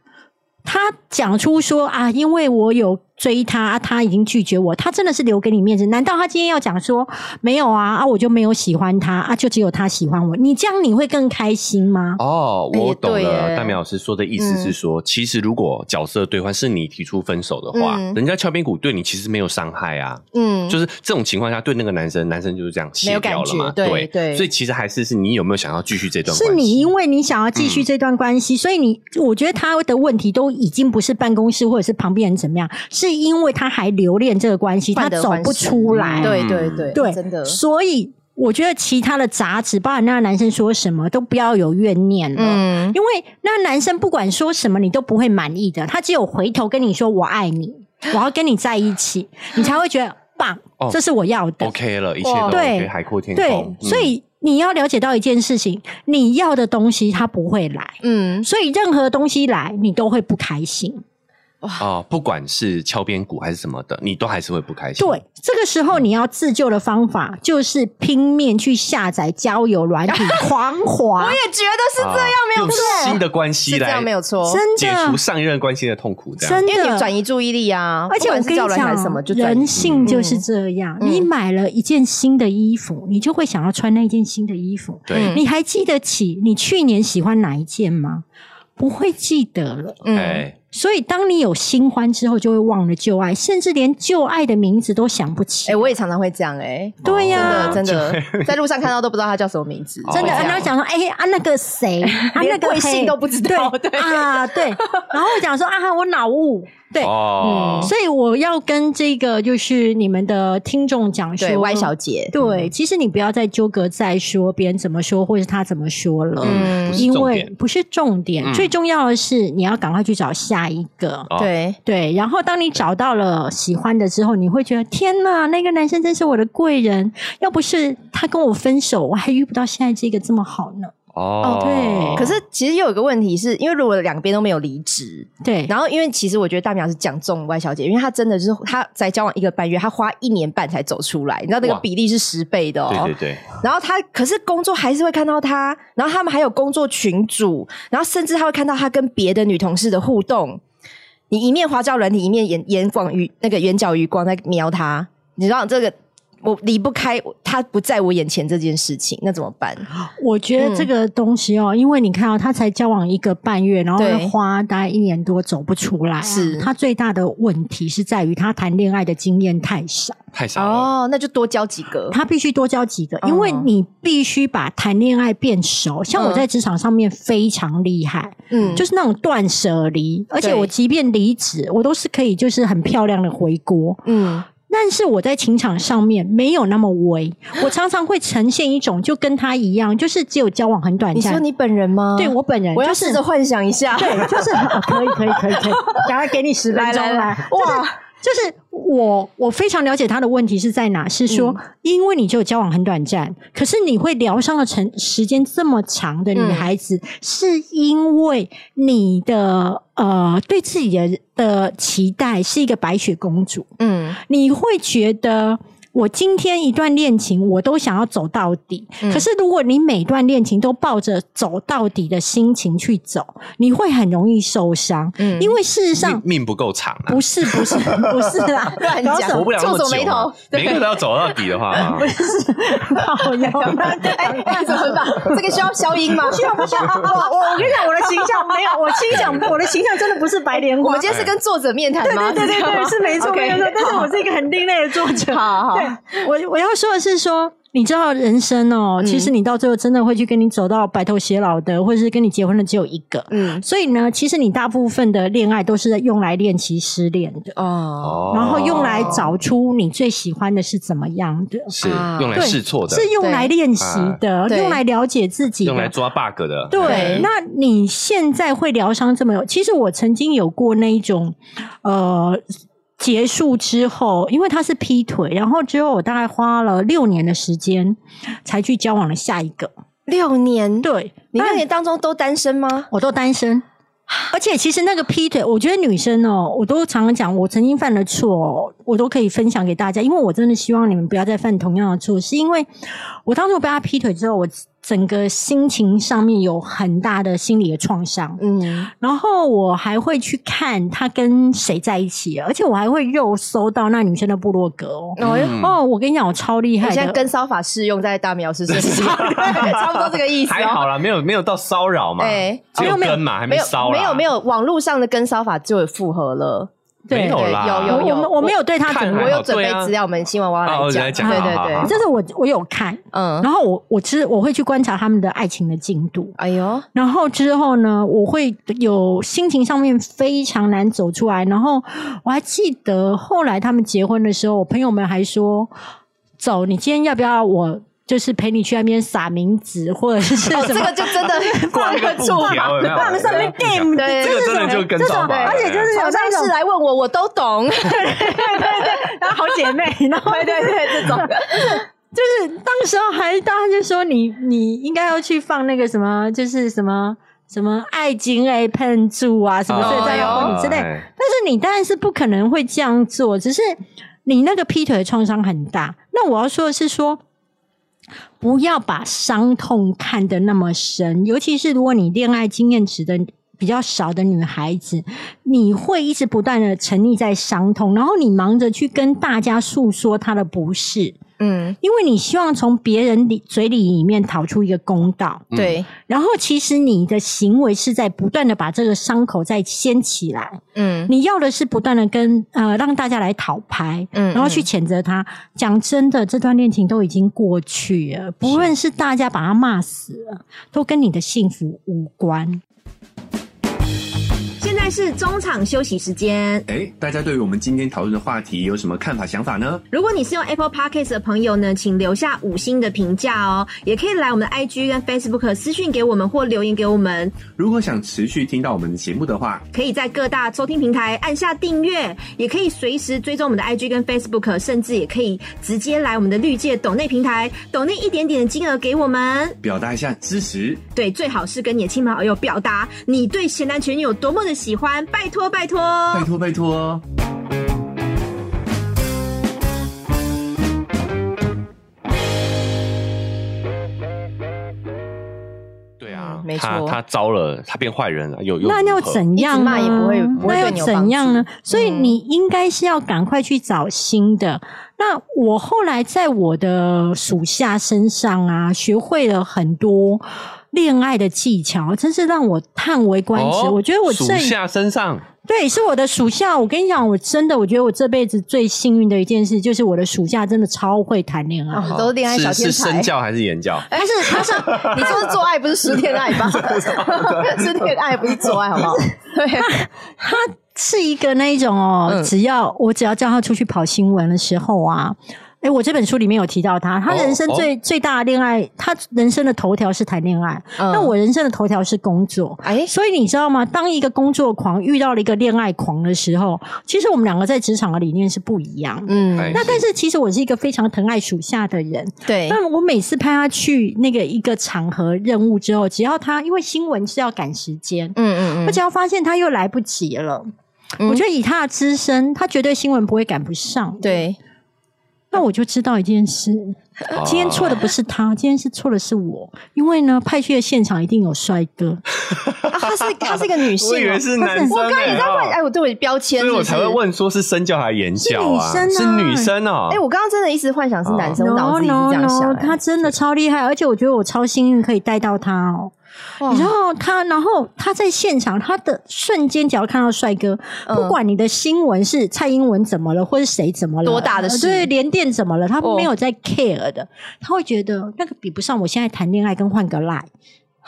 Speaker 3: 他讲出说啊，因为我有追他，啊他已经拒绝我，他真的是留给你面子？难道他今天要讲说没有啊啊，我就没有喜欢他啊，就只有他喜欢我？你这样你会更开心吗？
Speaker 2: 哦，
Speaker 1: 哎
Speaker 2: 我
Speaker 1: 也
Speaker 2: 懂
Speaker 1: 对耶嗯
Speaker 2: 了。大明老师说的意思是说，其实如果角色兑换是你提出分手的话，
Speaker 1: 嗯
Speaker 2: 人家敲边鼓对你其实没有伤害啊。
Speaker 1: 嗯，
Speaker 2: 就是这种情况下，对那个男生，男生就是这样卸掉了
Speaker 1: 没有
Speaker 2: 嘛。
Speaker 1: 感觉对
Speaker 2: 对
Speaker 1: 对
Speaker 2: 所以其实还是是你有没有想要继续这段关系？
Speaker 3: 是你因为你想要继续
Speaker 2: 嗯
Speaker 3: 这段关系，所以你我觉得他的问题都已经不是办公室或者是旁边人怎么样，是因为他还留恋这个关系，他
Speaker 1: 患得
Speaker 3: 走
Speaker 1: 患
Speaker 3: 不
Speaker 1: 失
Speaker 3: 出来。
Speaker 1: 对对对
Speaker 2: 嗯
Speaker 3: 对
Speaker 1: 真的，
Speaker 3: 所以我觉得其他的杂质，包含那个男生说什么，都不要有怨念了。
Speaker 1: 嗯，
Speaker 3: 因为那男生不管说什么，你都不会满意的。他只有回头跟你说“我爱你”， 我要跟你在一起，你才会觉得棒，
Speaker 2: 哦
Speaker 3: 这是我要的。
Speaker 2: OK 了，一切都
Speaker 1: 哇
Speaker 2: OK，
Speaker 3: 对
Speaker 2: 海阔天
Speaker 3: 对
Speaker 2: 空。，嗯
Speaker 3: 所以你要了解到一件事情，你要的东西他不会来，
Speaker 1: 嗯，
Speaker 3: 所以任何东西来，你都会不开心。
Speaker 2: 哦，不管是敲边鼓还是什么的，你都还是会不开心。
Speaker 3: 对，这个时候你要自救的方法就是拼命去下载交友软 体，狂滑。
Speaker 1: 我也觉得是
Speaker 2: 啊，
Speaker 1: 这样，没有
Speaker 2: 用
Speaker 1: 错
Speaker 2: 新的关系
Speaker 1: 是这
Speaker 2: 啊来
Speaker 1: 样没有错，
Speaker 3: 真
Speaker 2: 解除
Speaker 3: 的，
Speaker 2: 上一任关系的痛苦，这样
Speaker 3: 真
Speaker 1: 因为
Speaker 3: 的
Speaker 1: 你转移注意力啊，
Speaker 3: 而且我
Speaker 1: 不管
Speaker 3: 跟
Speaker 1: 是
Speaker 3: 你
Speaker 1: 叫人还
Speaker 3: 讲，
Speaker 1: 是什么，就转移
Speaker 2: 哎
Speaker 3: 人性就是这样。
Speaker 1: 嗯
Speaker 3: 你买了一件新的衣服，你就会想要穿那件新的衣服。
Speaker 2: 对
Speaker 1: 嗯。
Speaker 3: 你还记得起你去年喜欢哪一件吗？不会记得了。
Speaker 1: 嗯，
Speaker 2: 哎，
Speaker 3: 所以当你有新欢之后，就会忘了旧爱，甚至连旧爱的名字都想不起。
Speaker 1: 哎、我也常常会这样哎、
Speaker 3: 对呀、
Speaker 1: 真 的真的，在路上看到都不知道他叫什么名字，
Speaker 3: 真的，
Speaker 2: 哦
Speaker 3: 然后讲说，哎、啊那个谁，啊那
Speaker 1: 连
Speaker 3: 个
Speaker 1: 贵姓
Speaker 3: 嘿
Speaker 1: 都不知道
Speaker 3: 对
Speaker 1: 对
Speaker 3: 啊对，然后我讲说啊我脑雾，对，
Speaker 2: 哦，
Speaker 1: 嗯
Speaker 3: 所以我要跟这个就是你们的听众讲说，
Speaker 1: 对，Y 小姐，
Speaker 2: 嗯
Speaker 3: 对，其实你不要再纠葛在说别人怎么说，或是他怎么说了，
Speaker 2: 嗯不是
Speaker 3: 因
Speaker 2: 重
Speaker 3: 为
Speaker 2: 点
Speaker 3: 不是重点，
Speaker 2: 嗯
Speaker 3: 最重要的是你要赶快去找下一个。
Speaker 2: 哦
Speaker 1: 对，
Speaker 3: 对，然后当你找到了喜欢的之后，你会觉得天哪，那个男生真是我的贵人，要不是他跟我分手，我还遇不到现在这个这么好呢。
Speaker 2: 哦
Speaker 3: 对
Speaker 1: 可是其实又有一个问题是，因为如果两边都没有离职，
Speaker 2: 哎
Speaker 3: 对，
Speaker 1: 然后因为其实我觉得大苗是讲中 Y 小姐，因为她真的就是她在交往一个半月，她花一年半才走出来，你知道那个
Speaker 2: 哇
Speaker 1: 比例是十倍的哦。
Speaker 2: 对对对，
Speaker 1: 然后她可是工作还是会看到她，然后他们还有工作群组，然后甚至她会看到她跟别的女同事的互动。你一面花招软体，一面眼眼光余那个眼角余光在瞄她，你知道这个我离不开她不在我眼前这件事情，那怎么办？
Speaker 3: 我觉
Speaker 1: 嗯
Speaker 3: 得这个东西哦，因为你看哦，他才交往一个半月，然后
Speaker 1: 对
Speaker 3: 花大概一年多走不出来啊、
Speaker 1: 是
Speaker 3: 他最大的问题是在于他谈恋爱的经验太少，
Speaker 2: 太少了，
Speaker 1: 哦，那就多交几个。
Speaker 3: 他必须多交几个，
Speaker 1: 嗯
Speaker 3: 因为你必须把谈恋爱变熟。像我
Speaker 1: 嗯
Speaker 3: 在职场上面非常厉害，
Speaker 1: 嗯
Speaker 3: 就是那种断舍离，而且
Speaker 1: 对
Speaker 3: 我即便离职，我都是可以就是很漂亮的回锅。
Speaker 1: 嗯，
Speaker 3: 但是我在情场上面没有那么威，我常常会呈现一种就跟他一样，就是只有交往很短
Speaker 1: 你说
Speaker 3: 暂。
Speaker 1: 你本人吗？
Speaker 3: 对我本人，
Speaker 1: 嗯我要
Speaker 3: 就是
Speaker 1: 试着幻想一下。
Speaker 3: 对，就是可以，可以，可以，可以，赶快给你十 分
Speaker 1: 来
Speaker 3: 钟
Speaker 1: 来来
Speaker 3: 来，
Speaker 1: 哇！
Speaker 3: 就是我，我非常了解他的问题是在哪，是说，
Speaker 1: 嗯
Speaker 3: 因为你就交往很短暂，可是你会疗伤的成时间这么长的女
Speaker 1: 嗯
Speaker 3: 孩子，是因为你的呃对自己的的期待是一个白雪公主，
Speaker 1: 嗯，
Speaker 3: 你会觉得。我今天一段恋情，我都想要走到底。
Speaker 1: 嗯
Speaker 3: 可是，如果你每段恋情都抱着走到底的心情去走，你会很容易受伤。
Speaker 1: 嗯
Speaker 3: 因为事实上
Speaker 2: 命命不够长啊，
Speaker 3: 不是不是不是 啦，
Speaker 1: 乱
Speaker 3: 搞
Speaker 1: 讲
Speaker 3: 什
Speaker 2: 活
Speaker 3: 么
Speaker 2: 不了那么
Speaker 1: 皱皱眉
Speaker 2: 久嘛
Speaker 1: 头，对
Speaker 2: 每个都要走到底 的话，
Speaker 3: 哎
Speaker 2: 啊
Speaker 3: 好呀？
Speaker 1: 哎哎， 怎么办？这个需要消音吗？
Speaker 3: 不需要不需要，我我我跟你讲，我的形象没有，我心想我的形象真的不是白莲花。
Speaker 1: 我们今天是跟作者面谈吗？
Speaker 3: 对对对，是没错
Speaker 1: OK，
Speaker 3: 没错，但是我是一个很另类的作者。
Speaker 1: 好好，
Speaker 3: 对，我我要说的是说。你知道人生哦，其实你到最后真的会去跟你走到白头偕老的，或者是跟你结婚的只有一个。
Speaker 1: 嗯，
Speaker 3: 所以呢，其实你大部分的恋爱都是用来练习失恋的，
Speaker 1: 哦，
Speaker 2: 哦
Speaker 3: 然后用来找出你最喜欢的是怎么样的。
Speaker 2: 是
Speaker 1: 啊
Speaker 2: 用来
Speaker 3: 对
Speaker 2: 试错的，
Speaker 3: 是用来练习的，
Speaker 1: 对
Speaker 3: 用来了解自己
Speaker 2: 用来
Speaker 3: 的。
Speaker 2: 抓 bug 的，
Speaker 3: 对
Speaker 1: 对，
Speaker 3: 那你现在会疗伤这么有？其实我曾经有过那一种，呃，结束之后，因为他是劈腿，然后之后我大概花了六年的时间才去交往了下一个。
Speaker 1: 六年，
Speaker 3: 对，
Speaker 1: 你
Speaker 3: 那
Speaker 1: 六年当中都单身吗？
Speaker 3: 我都单身。而且其实那个劈腿，我觉得女生哦、我都常常讲，我曾经犯了错哦，我都可以分享给大家，因为我真的希望你们不要再犯同样的错，是因为我当初被他劈腿之后，我整个心情上面有很大的心理的创伤，
Speaker 1: 嗯，
Speaker 3: 然后我还会去看他跟谁在一起，而且我还会肉搜到那女生的部落格哦。
Speaker 1: 我
Speaker 2: 嗯
Speaker 3: 哦，我跟你讲，我超厉害
Speaker 1: 我
Speaker 3: 的，
Speaker 1: 现在跟骚法适用在大苗师身 上，对差不多这个意思
Speaker 2: 还好
Speaker 1: 哦。
Speaker 2: 啦，没有没有到骚扰嘛，
Speaker 1: 哎
Speaker 2: 只有跟嘛，还
Speaker 1: 没有
Speaker 2: 骚啊啦，
Speaker 1: 没有没
Speaker 2: 有
Speaker 1: 有，网络上的跟骚法就有复合了。
Speaker 3: 对
Speaker 2: 没有啦，
Speaker 1: 对
Speaker 3: 我
Speaker 1: 有有
Speaker 3: 我我没有对他
Speaker 2: 看
Speaker 3: 怎么
Speaker 2: 还
Speaker 1: 我
Speaker 2: 好
Speaker 1: 有准备
Speaker 2: 对啊
Speaker 1: 资料，我们新闻我
Speaker 2: 哦
Speaker 1: 要
Speaker 2: 你
Speaker 1: 来
Speaker 2: 来
Speaker 1: 讲。
Speaker 2: 讲
Speaker 1: 对对
Speaker 2: 好好好
Speaker 1: 对，
Speaker 3: 这是我我有看，
Speaker 1: 嗯，
Speaker 3: 然后我我知我会去观察他们的爱情的进度，
Speaker 1: 哎呦，
Speaker 3: 然后之后呢，我会有心情上面非常难走出来。然后我还记得后来他们结婚的时候，我朋友们还说：“走，你今天要不要我就是陪你去那边撒名字，或者是什么？”
Speaker 1: 哦这个就真的
Speaker 2: 挂一个布
Speaker 1: 啊
Speaker 2: 条，有没有
Speaker 3: 放上面 game，
Speaker 1: 对
Speaker 2: 这个真的就跟骚法，
Speaker 3: 而且就是有
Speaker 1: 早上
Speaker 3: 那种
Speaker 1: 是来问我，我都 懂。
Speaker 3: 然后好姐妹， 然后
Speaker 1: 对对对，这种
Speaker 3: 就是当时候还大家就说你你应该要去放那个什么，就是什么什么爱情爱喷注啊，什么
Speaker 1: 哦
Speaker 3: 所以再要婚礼之类。
Speaker 2: 哎
Speaker 3: 但是你当然是不可能会这样做，只是你那个劈腿的创伤很大。那我要说的是说。不要把伤痛看得那么深，尤其是如果你恋爱经验值的比较少的女孩子，你会一直不断的沉溺在伤痛，然后你忙着去跟大家诉说她的不是，
Speaker 1: 嗯，
Speaker 3: 因为你希望从别人里嘴里里面讨出一个公道，
Speaker 2: 嗯
Speaker 1: 对，
Speaker 3: 然后其实你的行为是在不断的把这个伤口再掀起来，
Speaker 1: 嗯
Speaker 3: 你要的是不断的跟呃让大家来讨拍，
Speaker 1: 嗯
Speaker 3: 然后去谴责他。讲真的，这段恋情都已经过去了，不论是大家把他骂死了，都跟你的幸福无关。
Speaker 1: 现在是中场休息时间。
Speaker 4: 哎，大家对于我们今天讨论的话题有什么看法、想法呢？
Speaker 1: 如果你是用 Apple Podcast 的朋友呢，请留下五星的评价哦，也可以来我们的 IG 跟 Facebook 私讯给我们或留言给我们，
Speaker 4: 如果想持续听到我们的节目的话，
Speaker 1: 可以在各大收听平台按下订阅，也可以随时追踪我们的 IG 跟 Facebook，甚至也可以直接来我们的绿界抖内平台抖内一点点的金额给我们。
Speaker 4: 表达一下支持。
Speaker 1: 对，最好是跟你的亲朋好友表达你对贤男前女有多么的喜欢，拜托拜 托。
Speaker 2: 哦
Speaker 4: 拜托拜托！
Speaker 2: 对啊，
Speaker 1: 嗯没
Speaker 2: 他
Speaker 1: 错
Speaker 2: 他糟了，他变坏人了，有有
Speaker 3: 那要怎样
Speaker 1: 一直
Speaker 3: 呢？
Speaker 1: 骂也不会不会
Speaker 3: 那
Speaker 1: 对
Speaker 3: 要
Speaker 1: 你有帮助嗯
Speaker 3: 怎样呢？所以你应该是要赶快去找新的。那我后来在我的属下身上啊，学会了很多恋爱的技巧，真是让我叹为观止。
Speaker 2: 哦
Speaker 3: 我觉得我
Speaker 2: 属
Speaker 3: 这
Speaker 2: 下身上
Speaker 3: 对是我的属下，我跟你讲，我真的我觉得我这辈子最幸运的一件事，就是我的属下真的超会谈恋爱。
Speaker 1: 哦，都是恋爱小
Speaker 2: 是
Speaker 1: 天
Speaker 2: 是
Speaker 1: 才
Speaker 2: 身。 教还是言教？
Speaker 1: 他是他是，你说是做爱不是失恋爱 吧？失恋爱不是做爱，好不好？对，
Speaker 3: 他是一个那一种哦，
Speaker 1: 嗯
Speaker 3: 只要我只要叫他出去跑新闻的时候啊，哎，我这本书里面有提到他，他
Speaker 2: 哦
Speaker 3: 人生
Speaker 2: 哦
Speaker 3: 最、最大的恋爱，他人生的头条是谈恋爱，
Speaker 1: 嗯
Speaker 3: 那我人生的头条是工作。
Speaker 1: 哎
Speaker 3: 所以你知道吗？当一个工作狂遇到了一个恋爱狂的时候，其实我们两个在职场的理念是不一样的。
Speaker 1: 嗯
Speaker 2: 哎
Speaker 3: 那但是其实我是一个非常疼爱属下的人，
Speaker 1: 对
Speaker 3: 那我每次派他去那个一个场合任务之后，只要他因为新闻是要赶时间，
Speaker 1: 嗯
Speaker 3: 我只要发现他又来不及了，
Speaker 1: 嗯
Speaker 3: 我觉得以他的资深，他绝对新闻不会赶不上。，
Speaker 1: 对，
Speaker 3: 那我就知道一件事：
Speaker 1: 啊
Speaker 3: 今天错的不是他，今天是错的是我。因为呢，派去的现场一定有帅哥，
Speaker 1: 啊，她是她是一个女性哦，
Speaker 2: 我以为是男生、欸，
Speaker 1: 我刚刚也在问，
Speaker 2: 哦
Speaker 1: 哎，我对我标签，
Speaker 2: 所以我才会
Speaker 1: 是不是。
Speaker 2: 问说是身教还是言教啊？
Speaker 3: 是女生啊
Speaker 2: 是女生哦、
Speaker 1: 哎，我刚刚真的一直幻想是男生，我脑子
Speaker 3: no
Speaker 1: 里是这
Speaker 3: no
Speaker 1: 样想
Speaker 3: no，
Speaker 1: 哎
Speaker 3: 哦他。真的超厉害，而且我觉得我超幸运可以带到他哦。
Speaker 1: 哇
Speaker 3: 然后他，然后他在现场，他的瞬间只要看到帅哥，
Speaker 1: 嗯
Speaker 3: 不管你的新闻是蔡英文怎么了，或是谁怎么了，
Speaker 1: 多大的事
Speaker 3: 对，联电怎么了，他
Speaker 1: 哦
Speaker 3: 没有在 care 的，他会觉得那个比不上我现在谈恋爱跟换个 lie，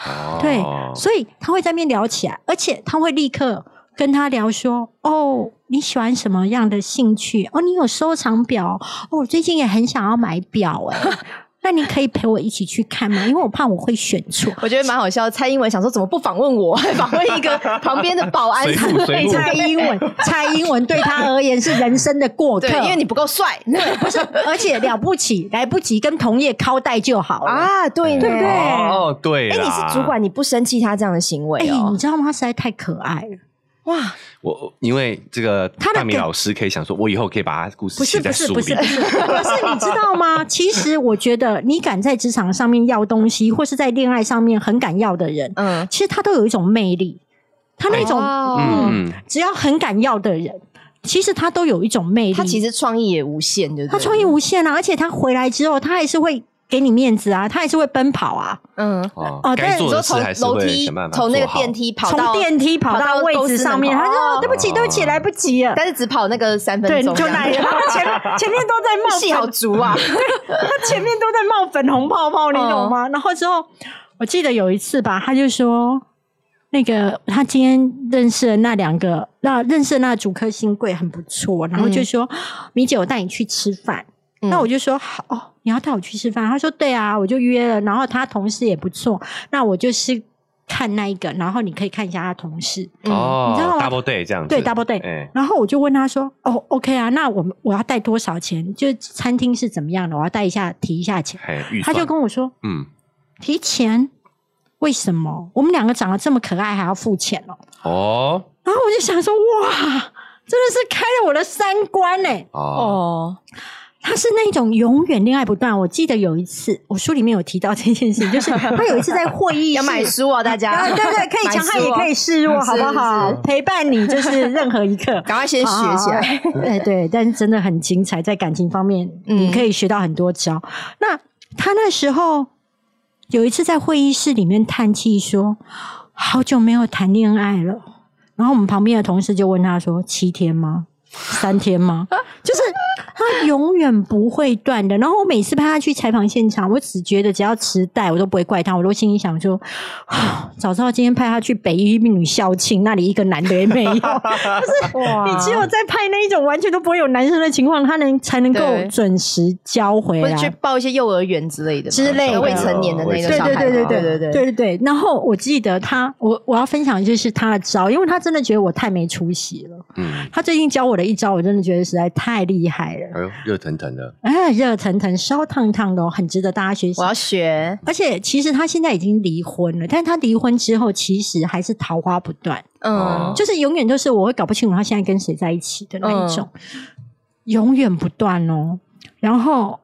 Speaker 2: 哦
Speaker 3: 对，所以他会在面聊起来，而且他会立刻跟他聊说，哦，你喜欢什么样的兴趣？哦，你有收藏表？哦，我最近也很想要买表、 欸，哎。那你可以陪我一起去看吗？因为我怕我会选错。
Speaker 1: 我觉得蛮好笑，蔡英文想说怎么不访问我，还 访问一个旁边的保安之
Speaker 2: 随扈
Speaker 1: 类
Speaker 2: 随扈
Speaker 1: 的
Speaker 3: 蔡。英文，蔡英文对他而言是人生的过客，
Speaker 1: 对，因为你不够 帅
Speaker 3: 不是，而且了不起，来不及跟同业交代就好了。
Speaker 1: 啊，对呢
Speaker 3: 对不对
Speaker 2: 哦，对
Speaker 1: 哎，
Speaker 2: 啦，
Speaker 1: 你是主管，你不生气他这样的行
Speaker 3: 哎、
Speaker 1: 为哦
Speaker 3: 你？知道吗？他实在太可爱了，
Speaker 1: 哇，
Speaker 2: 我，我因为这个
Speaker 3: 他的
Speaker 2: 大米
Speaker 3: 梗
Speaker 2: 老师可以想说，我以后可以把他故事
Speaker 3: 不是
Speaker 2: 写
Speaker 3: 不
Speaker 2: 在
Speaker 3: 是
Speaker 2: 书
Speaker 3: 不
Speaker 2: 里
Speaker 3: 是不。是，可是你知道吗？其实我觉得，你敢在职场上面要东西，或是在恋爱上面很敢要的人，
Speaker 1: 嗯，
Speaker 3: 其实他都有一种魅力，他那种、
Speaker 1: 哦
Speaker 2: 嗯嗯，
Speaker 3: 只要很敢要的人，其实他都有一种魅力。
Speaker 1: 他其实创意也无限，对不
Speaker 3: 他
Speaker 1: 对？
Speaker 3: 创意，无限啊，而且他回来之后，他还是会给你面子啊，他还是会奔跑啊。
Speaker 1: 嗯，
Speaker 2: 哦
Speaker 3: 哦，
Speaker 2: 该
Speaker 3: 但
Speaker 1: 你说
Speaker 2: 做的事
Speaker 1: 从
Speaker 2: 还是
Speaker 1: 楼
Speaker 2: 会
Speaker 1: 梯
Speaker 2: 想办法
Speaker 1: 从那个
Speaker 2: 做好
Speaker 1: 电梯跑
Speaker 3: 从
Speaker 1: 到
Speaker 3: 电梯跑到位置上面，
Speaker 1: 跑
Speaker 3: 他
Speaker 1: 到公司门口
Speaker 3: 说、
Speaker 1: 哦
Speaker 3: 哦对不起，对不起，来不及了。
Speaker 1: 但是只跑那个三分
Speaker 3: 对，
Speaker 1: 钟这
Speaker 3: 就
Speaker 1: 样，
Speaker 3: 那样，他前面前面都在冒
Speaker 1: 戏好
Speaker 3: 粉，
Speaker 1: 足啊！
Speaker 3: 他前面都在冒粉红泡泡，你懂吗？
Speaker 1: 嗯
Speaker 3: 然后之后，我记得有一次吧，他就说，那个他今天认识的那两个，那认识的那主客新贵很不错，然后就说，米姐，我带你去吃饭。
Speaker 1: 嗯
Speaker 3: 那我就说好、哦，你要带我去吃饭？他说对啊，我就约了。然后他同事也不错，那我就是看那一个，然后你可以看一下他同事。你知道
Speaker 2: 哦
Speaker 3: 吗
Speaker 2: ，double day 这样子，
Speaker 3: 对，double day
Speaker 2: 哎，
Speaker 3: 然后我就问他说：“哦，OK 啊，那我们我要带多少钱？就是餐厅是怎么样的？我要带一下提一下钱。
Speaker 2: 哎，预”
Speaker 3: 他
Speaker 2: 算
Speaker 3: 就跟我说
Speaker 2: 嗯，：“
Speaker 3: 提钱？为什么？我们两个长得这么可爱，还要付钱哦
Speaker 2: 哦？”
Speaker 3: 然后我就想说：“哇，真的是开了我的三观呢、欸
Speaker 2: 哦，
Speaker 1: 哦，
Speaker 3: 他是那种永远恋爱不断。我记得有一次，我书里面有提到这件事，就是 他有一次在会议 室
Speaker 1: 要买书啊，大
Speaker 3: 啊，
Speaker 1: 家，
Speaker 3: 对 对，可以强悍也可
Speaker 1: 以，
Speaker 3: 以示弱，好不好？
Speaker 1: 是是。
Speaker 3: 陪伴你就是任何一刻
Speaker 1: 赶快先学起来。
Speaker 3: 对哎对，但是真的很精彩，在感情方面，
Speaker 1: 嗯
Speaker 3: 你可以学到很多招。那他那时候有一次在会议室里面叹气说：“好久没有谈恋爱了。”然后我们旁边的同事就问他说：“七天吗？三天吗？” 就是他永远不会断的。然后我每次派他去采访现场，我只觉得只要迟带，我都不会怪他，我都心里想说：“ 啊早知道今天派他去北一女校庆，那里一个男的也没有。”
Speaker 1: 哇
Speaker 3: 你只有在拍那一种完全都不会有男生的情况，他能才能够
Speaker 1: 对
Speaker 3: 准时交回
Speaker 1: 或
Speaker 3: 来
Speaker 1: 者去报一些幼儿园之类的嘛
Speaker 3: 啊之类的
Speaker 1: 未成年的那
Speaker 2: 对
Speaker 1: 个
Speaker 3: 对
Speaker 1: 小
Speaker 3: 对
Speaker 1: 孩嘛，对
Speaker 3: 对对对
Speaker 1: 对
Speaker 3: 对对对。然后我记得他，我我要分享的就是他的招，因为他真的觉得我太没出息了。
Speaker 2: 嗯，
Speaker 3: 他最近教我的一招，我真的觉得实在太厉害了，
Speaker 2: 哎呦，热腾腾的，
Speaker 3: 哎，热腾腾、烧烫烫的哦、很值得大家学习
Speaker 1: 我。要学
Speaker 3: 而且其实他现在已经离婚了，但是他离婚之后，其实还是桃花不断。
Speaker 1: 嗯
Speaker 2: 哦
Speaker 3: 就是永远都是我会搞不清楚他现在跟谁在一起的那一
Speaker 1: 嗯
Speaker 3: 种，永远不断哦。然后，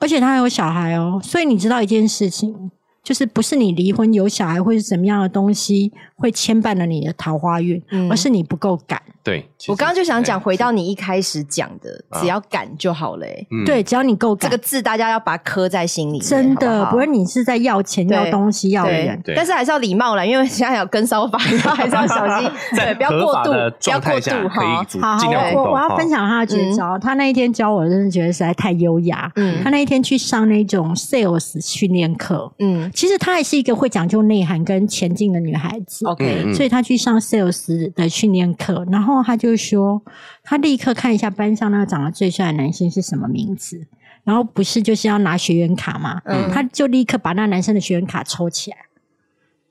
Speaker 3: 而且他还有小孩哦，所以你知道一件事情，就是不是你离婚有小孩或是怎么样的东西会牵绊了你的桃花运，
Speaker 1: 嗯
Speaker 3: 而是你不够敢。
Speaker 2: 对。其实
Speaker 1: 我刚刚就想讲，
Speaker 2: 哎
Speaker 1: 回到你一开始讲的，
Speaker 2: 啊
Speaker 1: 只要敢就好了、欸。
Speaker 2: 嗯
Speaker 3: 对，只要你够
Speaker 1: 这
Speaker 3: 敢，
Speaker 1: 个字大家要把它刻在心里面，欸
Speaker 3: 真
Speaker 1: 好
Speaker 3: 的，
Speaker 1: 不好
Speaker 3: 不论你是在要钱、
Speaker 1: 对
Speaker 3: 要东西、要
Speaker 1: 对
Speaker 3: 人，，
Speaker 2: 对
Speaker 1: 但是还是要礼貌啦，因为现在有跟骚法， 还是要小 心，对，
Speaker 2: 在
Speaker 1: 不要
Speaker 2: 合
Speaker 1: 过
Speaker 2: 法
Speaker 1: 度
Speaker 2: 的，
Speaker 1: 不要
Speaker 2: 状
Speaker 1: 过
Speaker 2: 态下
Speaker 1: 度
Speaker 2: 可以
Speaker 1: 哈。
Speaker 2: 主
Speaker 3: 好
Speaker 2: 尽量
Speaker 3: 好，
Speaker 2: 主
Speaker 3: 我
Speaker 2: 动
Speaker 3: 我要分享他的绝
Speaker 1: 嗯
Speaker 3: 招。他那一天教我，真的觉得实在太优雅。他
Speaker 1: 嗯
Speaker 3: 那一天去上那种 sales 训练课，
Speaker 1: 嗯
Speaker 3: 其实她也是一个会讲究内涵跟前进的女孩子。
Speaker 1: ，OK，
Speaker 2: 嗯
Speaker 3: 所以她去上 sales 的训练课，然后她就说，她立刻看一下班上那个长得最帅的男生是什么名字，然后不是就是要拿学员卡嘛，
Speaker 1: 嗯
Speaker 3: 她就立刻把那男生的学员卡抽起来，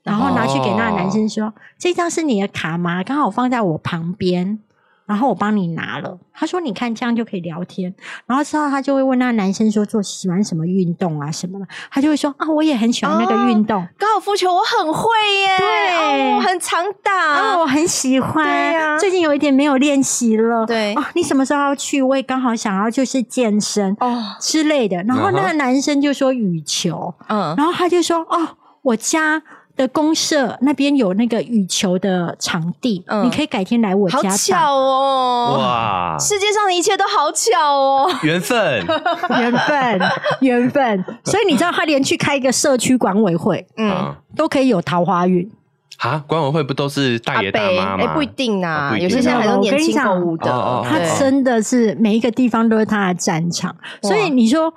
Speaker 3: 然后拿去给那个男生
Speaker 1: 哦
Speaker 3: 说：“这张是你的卡吗？刚好放在我旁边，然后我帮你拿了。”他说：“你看这样就可以聊天。”然后之后他就会问那个男生说：“做喜欢什么运动啊什么的？”他就会说：“啊，我也很喜欢那
Speaker 1: 哦
Speaker 3: 个运动。
Speaker 1: 高尔夫球我很会耶，
Speaker 3: 对
Speaker 1: 哦我很常
Speaker 3: 啊，
Speaker 1: 打，
Speaker 3: 我很喜欢。
Speaker 1: 对呀
Speaker 3: 最近有一点没有练习了。
Speaker 1: 对
Speaker 3: 啊，你什么时候要去？我也刚好想要就是健身
Speaker 1: 哦，
Speaker 3: 之类的。然后那
Speaker 2: 嗯
Speaker 3: 个男生就说羽球，
Speaker 1: 嗯，
Speaker 3: 然后他就说：“哦，我家的公社那边有那个羽球的场地，
Speaker 1: 嗯
Speaker 3: 你可以改天来我
Speaker 1: 好
Speaker 3: 家打。
Speaker 1: 巧哦，
Speaker 2: 哇，
Speaker 1: 世界上的一切都好巧哦，
Speaker 2: 缘 分，
Speaker 1: 啊
Speaker 3: 缘分，缘分。所以你知道，他连去开一个社区管委会
Speaker 1: 嗯。
Speaker 2: 啊
Speaker 3: 都可以有桃花运。
Speaker 2: 啊，管委会不都是大爷大
Speaker 1: 伯
Speaker 2: 妈
Speaker 1: 哎
Speaker 2: 吗？
Speaker 1: 不一定呐，
Speaker 2: 啊不一
Speaker 1: 有些
Speaker 2: 定
Speaker 1: 现在还都
Speaker 3: 我
Speaker 1: 年
Speaker 3: 跟你
Speaker 1: 轻
Speaker 3: 讲
Speaker 1: 购物的
Speaker 2: 哦哦，哦
Speaker 3: 他
Speaker 1: 对
Speaker 3: 真的是每一个地方都是他的战场。
Speaker 1: 哇
Speaker 3: 所以你说。”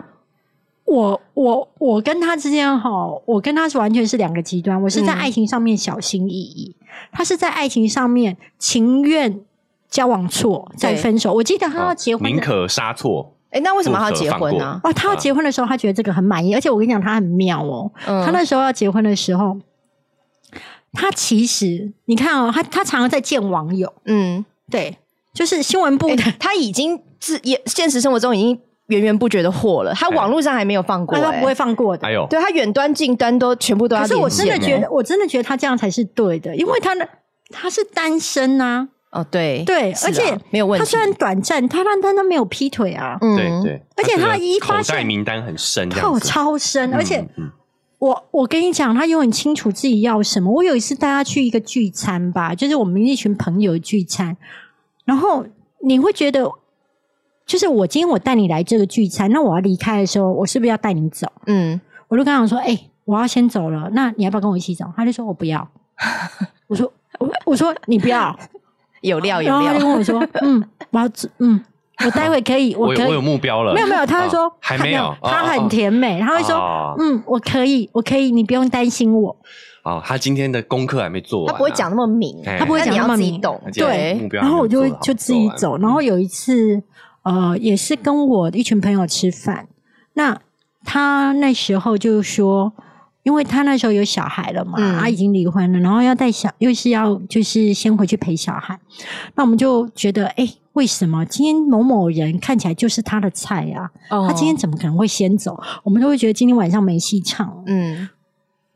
Speaker 3: 我我我跟他之间哈，我跟他是完全是两个极端。我是在
Speaker 1: 嗯
Speaker 3: 爱情上面小心翼翼，他是在爱情上面情愿交往错再
Speaker 1: 对
Speaker 3: 分手。我记得他要
Speaker 2: 啊
Speaker 3: 结婚的，
Speaker 2: 宁可杀错，
Speaker 1: 哎，那为什么他要结婚
Speaker 2: 不可
Speaker 1: 呢
Speaker 2: 放？
Speaker 3: 哦，他要结婚的时候，他觉得这个很满意，而且我跟你讲，他很妙哦。
Speaker 1: 嗯
Speaker 3: 他那时候要结婚的时候，他其实你看哦，他他常常在见网友，
Speaker 1: 嗯，
Speaker 3: 对，就是新闻部
Speaker 1: 欸
Speaker 3: 的。
Speaker 1: 他已经是也现实生活中已经源源不绝的货了，他
Speaker 2: 哎
Speaker 1: 网络上还没有放过、
Speaker 3: 啊 他都
Speaker 1: 欸
Speaker 3: 不会放过的
Speaker 2: 哎，呦，
Speaker 1: 对他远端近端都全部都要
Speaker 3: 可
Speaker 1: 连
Speaker 3: 是
Speaker 1: 线欸、
Speaker 3: 我真的觉得，我真的觉得他这样才是对的，因为他的他是单身呐、
Speaker 1: 哦，对
Speaker 3: 对
Speaker 1: 是啊
Speaker 3: 而且
Speaker 1: 没有问
Speaker 3: 他
Speaker 1: 题，
Speaker 3: 虽然短暂，他但他都没有劈腿啊，
Speaker 1: 嗯
Speaker 2: 对对，
Speaker 3: 而且他
Speaker 2: 这个
Speaker 3: 一发
Speaker 2: 口
Speaker 3: 现
Speaker 2: 袋名单很深，这
Speaker 3: 他
Speaker 2: 样
Speaker 3: 有
Speaker 2: 子
Speaker 3: 哦超深，
Speaker 2: 嗯
Speaker 3: 而且
Speaker 2: 嗯
Speaker 3: 我我跟你讲，他永远清楚自己要什么。我有一次带他去一个聚餐吧，就是我们一群朋友聚餐，然后你会觉得，就是我今天我带你来这个聚餐，那我要离开的时候，我是不是要带你走？
Speaker 1: 嗯，
Speaker 3: 我就跟他讲说，哎、我要先走了，那你要不要跟我一起走？他就说我不 要。我说我我说你不要，
Speaker 1: 有
Speaker 2: 哦
Speaker 1: 料有
Speaker 3: 然后他就
Speaker 1: 料，
Speaker 3: 跟我说， 嗯，我要走嗯，我待会可以，
Speaker 2: 我
Speaker 3: 我可
Speaker 2: 有我有
Speaker 3: 以。
Speaker 2: 目标了，
Speaker 3: 没有没有，他就说、
Speaker 2: 啊还没有，
Speaker 3: 他很
Speaker 2: 甜，
Speaker 3: 甜美，他会说，
Speaker 2: 哦
Speaker 3: 嗯，我可以，我可以，你不用担心我。
Speaker 2: 哦，他今天的功课还没做完
Speaker 1: 他
Speaker 2: 啊，
Speaker 1: 不会讲那么明，
Speaker 2: 哎
Speaker 3: 他不会讲
Speaker 1: 但你
Speaker 3: 那
Speaker 1: 要
Speaker 3: 么
Speaker 1: 自己
Speaker 3: 明
Speaker 1: 懂
Speaker 2: 他，今天
Speaker 1: 对
Speaker 2: 目，标还
Speaker 3: 然
Speaker 2: 没
Speaker 3: 后
Speaker 2: 有做
Speaker 3: 我就
Speaker 2: 好，嗯
Speaker 3: 会就自己
Speaker 2: 做
Speaker 3: 走。
Speaker 2: 完
Speaker 3: 然后有一次，呃，也是跟我一群朋友吃饭，那他那时候就说，因为他那时候有小孩了嘛，
Speaker 1: 嗯
Speaker 3: 他已经离婚了，然后要带小，又是要就是先回去陪小孩，那我们就觉得，哎、为什么今天某某人看起来就是他的菜啊？
Speaker 1: 他
Speaker 3: 他今天怎么可能会先走？我们都会觉得今天晚上没戏唱了。
Speaker 1: 嗯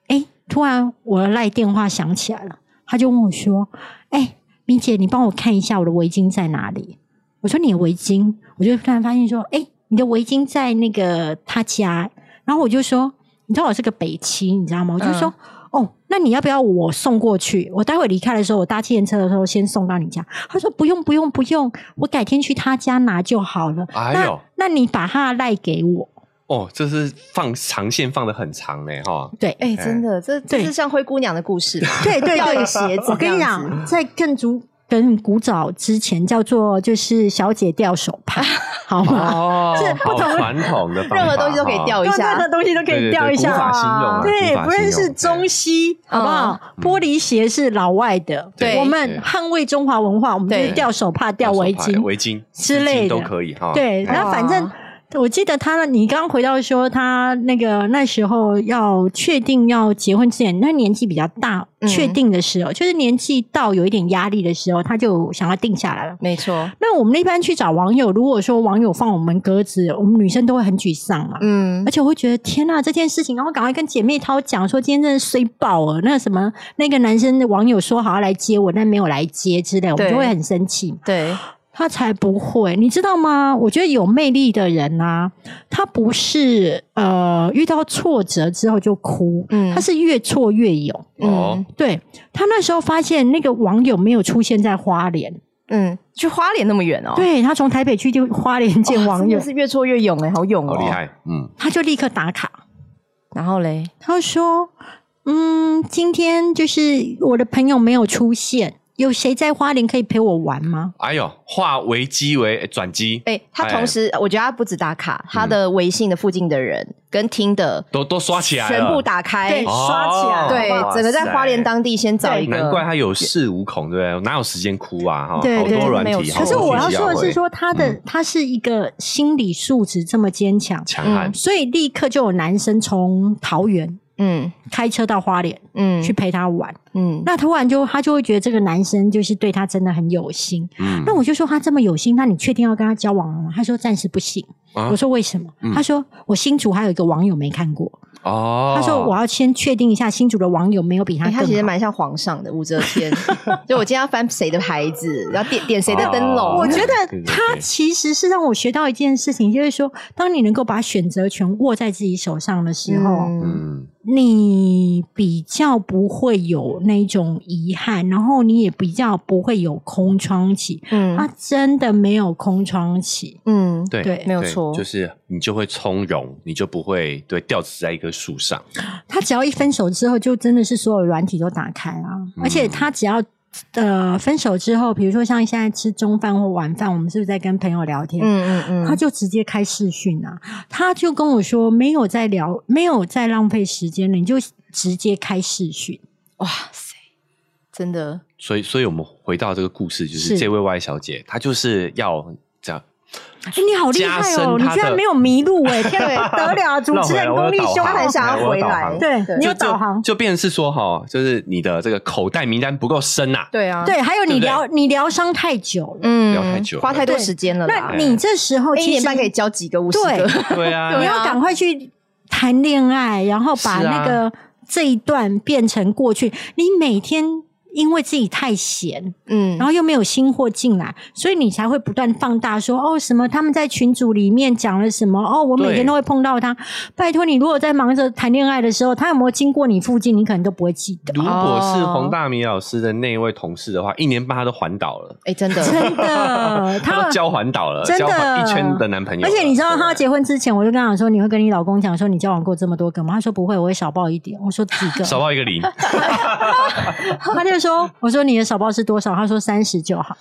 Speaker 3: 哎、突然我的赖电话响起来了，他就问我说：“哎、米姐，你帮我看一下我的围巾在哪里？”我说：“你的围巾？”我就突然发现说：“哎、你的围巾在那个他家。”然后我就说：“你知道我是个北七，你知道吗？”我就说：“哦，那你要不要我送过去？我待会离开的时候，我搭计程车的时候先送到你家。”他说：“不用，不用，不用，我改天去他家拿就好了。
Speaker 2: 哎
Speaker 3: 那
Speaker 2: 呦
Speaker 3: 那你把他赖给我。
Speaker 2: 哦，这是放长线放的很长呢，哈。
Speaker 3: 对，
Speaker 1: 哎、真的，这这
Speaker 3: 对
Speaker 1: 是像灰姑娘的故事吧，
Speaker 3: 对对
Speaker 1: 掉一个
Speaker 3: 对，
Speaker 1: 鞋子这样子
Speaker 3: 我跟你讲，在更古更古早之前，叫做就是小姐掉手帕，好吗？
Speaker 2: 哦，
Speaker 3: 是不
Speaker 2: 好
Speaker 3: 同的
Speaker 2: 传统的方法，
Speaker 1: 任何东西都可以掉一
Speaker 3: 用
Speaker 1: 下
Speaker 3: 任何东西都可
Speaker 2: 对对
Speaker 3: 以
Speaker 2: 对
Speaker 3: 掉一
Speaker 2: 古法
Speaker 3: 下。
Speaker 2: 兴用啊，
Speaker 3: 对
Speaker 2: 古，法
Speaker 3: 不论
Speaker 2: 兴
Speaker 3: 是
Speaker 2: 用
Speaker 3: 中西，好不好？玻璃鞋是老外的，
Speaker 1: 对
Speaker 3: 我们捍卫中华文化，我们就
Speaker 1: 对
Speaker 3: 是掉手帕、掉
Speaker 2: 手
Speaker 3: 围
Speaker 2: 帕
Speaker 3: 巾。
Speaker 2: 围巾
Speaker 3: 之类的
Speaker 2: 围巾都可以
Speaker 1: 啊
Speaker 2: 哈。
Speaker 3: 对，
Speaker 2: 哎
Speaker 3: 然后反正
Speaker 1: 哇
Speaker 3: 我记得他，你刚回到说他那个那时候要确定要结婚之前，那年纪比较大，
Speaker 1: 嗯
Speaker 3: 确定的时候，就是年纪到有一点压力的时候，他就想要定下来了。
Speaker 1: 没错，
Speaker 3: 那我们一般去找网友，如果说网友放我们鸽子，我们女生都会很沮丧嘛。
Speaker 1: 嗯
Speaker 3: 而，且我会觉得天呐、这件事情，然后赶快跟姐妹淘讲说，今天真的衰爆了。那什么，那个男生的网友说好要来接我，但没有来接之类，我们
Speaker 1: 对
Speaker 3: 就会很生气。
Speaker 1: 对，
Speaker 3: 他才不会，你知道吗？我觉得有魅力的人啊，他不是呃遇到挫折之后就哭，
Speaker 1: 嗯
Speaker 3: 他是越挫越勇。
Speaker 2: 哦，
Speaker 3: 对他那时候发现那个网友没有出现在花莲，
Speaker 1: 嗯，去花莲那么远哦，
Speaker 3: 对他从台北去就花莲见
Speaker 1: 哇，
Speaker 3: 网
Speaker 1: 真
Speaker 3: 友，
Speaker 1: 的是越挫越勇哎、好勇哦，
Speaker 2: 好厉。害，嗯，
Speaker 3: 他就立刻打卡。
Speaker 1: 然后嘞，
Speaker 3: 他说：“嗯，今天就是我的朋友没有出现，有谁在花莲可以陪我玩吗
Speaker 2: 哎呦，化危机为转机，
Speaker 1: 哎、他同时，我觉得他不止打卡，他的微信的附近的人跟听的
Speaker 2: 都都刷起来了，
Speaker 1: 全部打开，
Speaker 2: 哦
Speaker 3: 刷起来
Speaker 1: 对
Speaker 3: 哇，
Speaker 1: 整个在花莲当地先找一个，
Speaker 2: 难怪他有恃无恐，对不对？哪有时间哭啊？哈，好
Speaker 3: 对对
Speaker 2: 多软
Speaker 1: 没有
Speaker 2: 体，
Speaker 1: 错
Speaker 2: 好
Speaker 3: 可是
Speaker 2: 多啊
Speaker 3: 我
Speaker 2: 讯息
Speaker 3: 要说的
Speaker 2: 回
Speaker 3: 是，说他的、他是一个心理素质这么坚强，
Speaker 2: 强悍
Speaker 1: 嗯
Speaker 3: 所以立刻就有男生从桃园
Speaker 1: 嗯
Speaker 3: 开车到花莲
Speaker 1: 嗯
Speaker 3: 去陪他玩。
Speaker 1: 嗯，
Speaker 3: 那突然就他就会觉得这个男生就是对他真的很有心。
Speaker 2: 嗯
Speaker 3: 那我就说他这么有心，那你确定要跟他交往了吗？他说暂时不行。
Speaker 2: 啊
Speaker 3: 我说为什么？
Speaker 2: 嗯
Speaker 3: 他说我新竹还有一个网友没看过。
Speaker 2: 哦，
Speaker 3: 他说我要先确定一下新竹的网友没有比他
Speaker 1: 哎
Speaker 3: 更好。
Speaker 1: 他其实蛮像皇上的武则 天，就我今天要翻谁的牌子，然后点点谁的灯笼，
Speaker 2: 哦
Speaker 3: 我觉
Speaker 2: 对
Speaker 3: 得
Speaker 2: 对
Speaker 3: 他
Speaker 2: 对
Speaker 3: 其实是让我学到一件事情，就是说，当你能够把选择权握在自己手上的时候，
Speaker 1: 嗯
Speaker 2: 嗯，
Speaker 3: 你比较不会有那种遗憾，然后你也比较不会有空窗期。他
Speaker 1: 嗯
Speaker 3: 真的没有空窗期，
Speaker 1: 嗯，
Speaker 2: 对
Speaker 3: 对
Speaker 1: 没有
Speaker 2: 对
Speaker 1: 错，
Speaker 2: 就是你就会从容，你就不会对吊死在一棵树上。
Speaker 3: 他只要一分手之后，就真的是所有软体都打开啊！
Speaker 2: 嗯
Speaker 3: 而且他只要呃分手之后，比如说像现在吃中饭或晚饭，我们是不是在跟朋友聊天？
Speaker 1: 嗯嗯
Speaker 3: 他就直接开视讯啊，他就跟我说没有在聊，没有在浪费时间了，你就直接开视讯。
Speaker 1: 哇塞，真的，
Speaker 2: 所以，所以我们回到这个故事，就是是这位 Y 小姐，她就是要这样。
Speaker 3: 哎、你好厉
Speaker 2: 加
Speaker 3: 害
Speaker 2: 深
Speaker 3: 哦，你
Speaker 2: 他
Speaker 3: 居然
Speaker 2: 的
Speaker 3: 没有迷路 哎、天啊，不得了啊，主
Speaker 2: 绕
Speaker 3: 持
Speaker 2: 回来
Speaker 3: 人
Speaker 2: 我有
Speaker 3: 功力
Speaker 2: 导
Speaker 3: 凶
Speaker 2: 航
Speaker 1: 他
Speaker 3: 猛
Speaker 1: 很想
Speaker 2: 我
Speaker 1: 哎要
Speaker 2: 有
Speaker 1: 回
Speaker 2: 导
Speaker 1: 来，
Speaker 2: 航
Speaker 3: 对
Speaker 1: 对
Speaker 3: 你有
Speaker 2: 就
Speaker 3: 导航，
Speaker 2: 就变成是说哈，就是你的这个口袋名单不够深呐、
Speaker 1: 对啊，
Speaker 3: 对，还有
Speaker 2: 对不
Speaker 3: 你
Speaker 2: 对
Speaker 3: 疗你疗伤太久了，
Speaker 1: 嗯
Speaker 2: 聊太久了
Speaker 1: 花太多时间了啦
Speaker 3: 那，你这时候
Speaker 1: 啊哎一
Speaker 3: 其
Speaker 1: 年
Speaker 3: 实
Speaker 1: 半可以交几个五十个
Speaker 3: 对，
Speaker 2: 对啊，
Speaker 3: 你要赶快去谈恋爱，然后把
Speaker 2: 是啊
Speaker 3: 那个、这一段变成过去。你每天因为自己太闲，
Speaker 1: 嗯
Speaker 3: 然后又没有新货进来，所以你才会不断放大说哦什么他们在群组里面讲了什么哦，我每
Speaker 2: 对
Speaker 3: 天都会碰到他。拜托你，如果在忙着谈恋爱的时候，他有没有经过你附近，你可能都不会记得。
Speaker 2: 如果是
Speaker 1: 哦
Speaker 2: 洪大米老师的那一位同事的话，一年半他都环岛了，
Speaker 1: 哎，真的，
Speaker 3: 真的，
Speaker 2: 嗯他
Speaker 3: 他
Speaker 2: 都交环岛了，
Speaker 3: 真的
Speaker 2: 交环一圈的男朋
Speaker 1: 啊
Speaker 2: 友了。
Speaker 3: 而且你知道他
Speaker 2: 对啊
Speaker 3: 结婚之前，我就跟他讲说，你会跟你老公讲说你交往过这么多个吗？他说不会，我会少报一点。我说几个？
Speaker 2: 少报一个 零，
Speaker 3: 他就说：“我说你的小报是多少？”他说：“三十就好。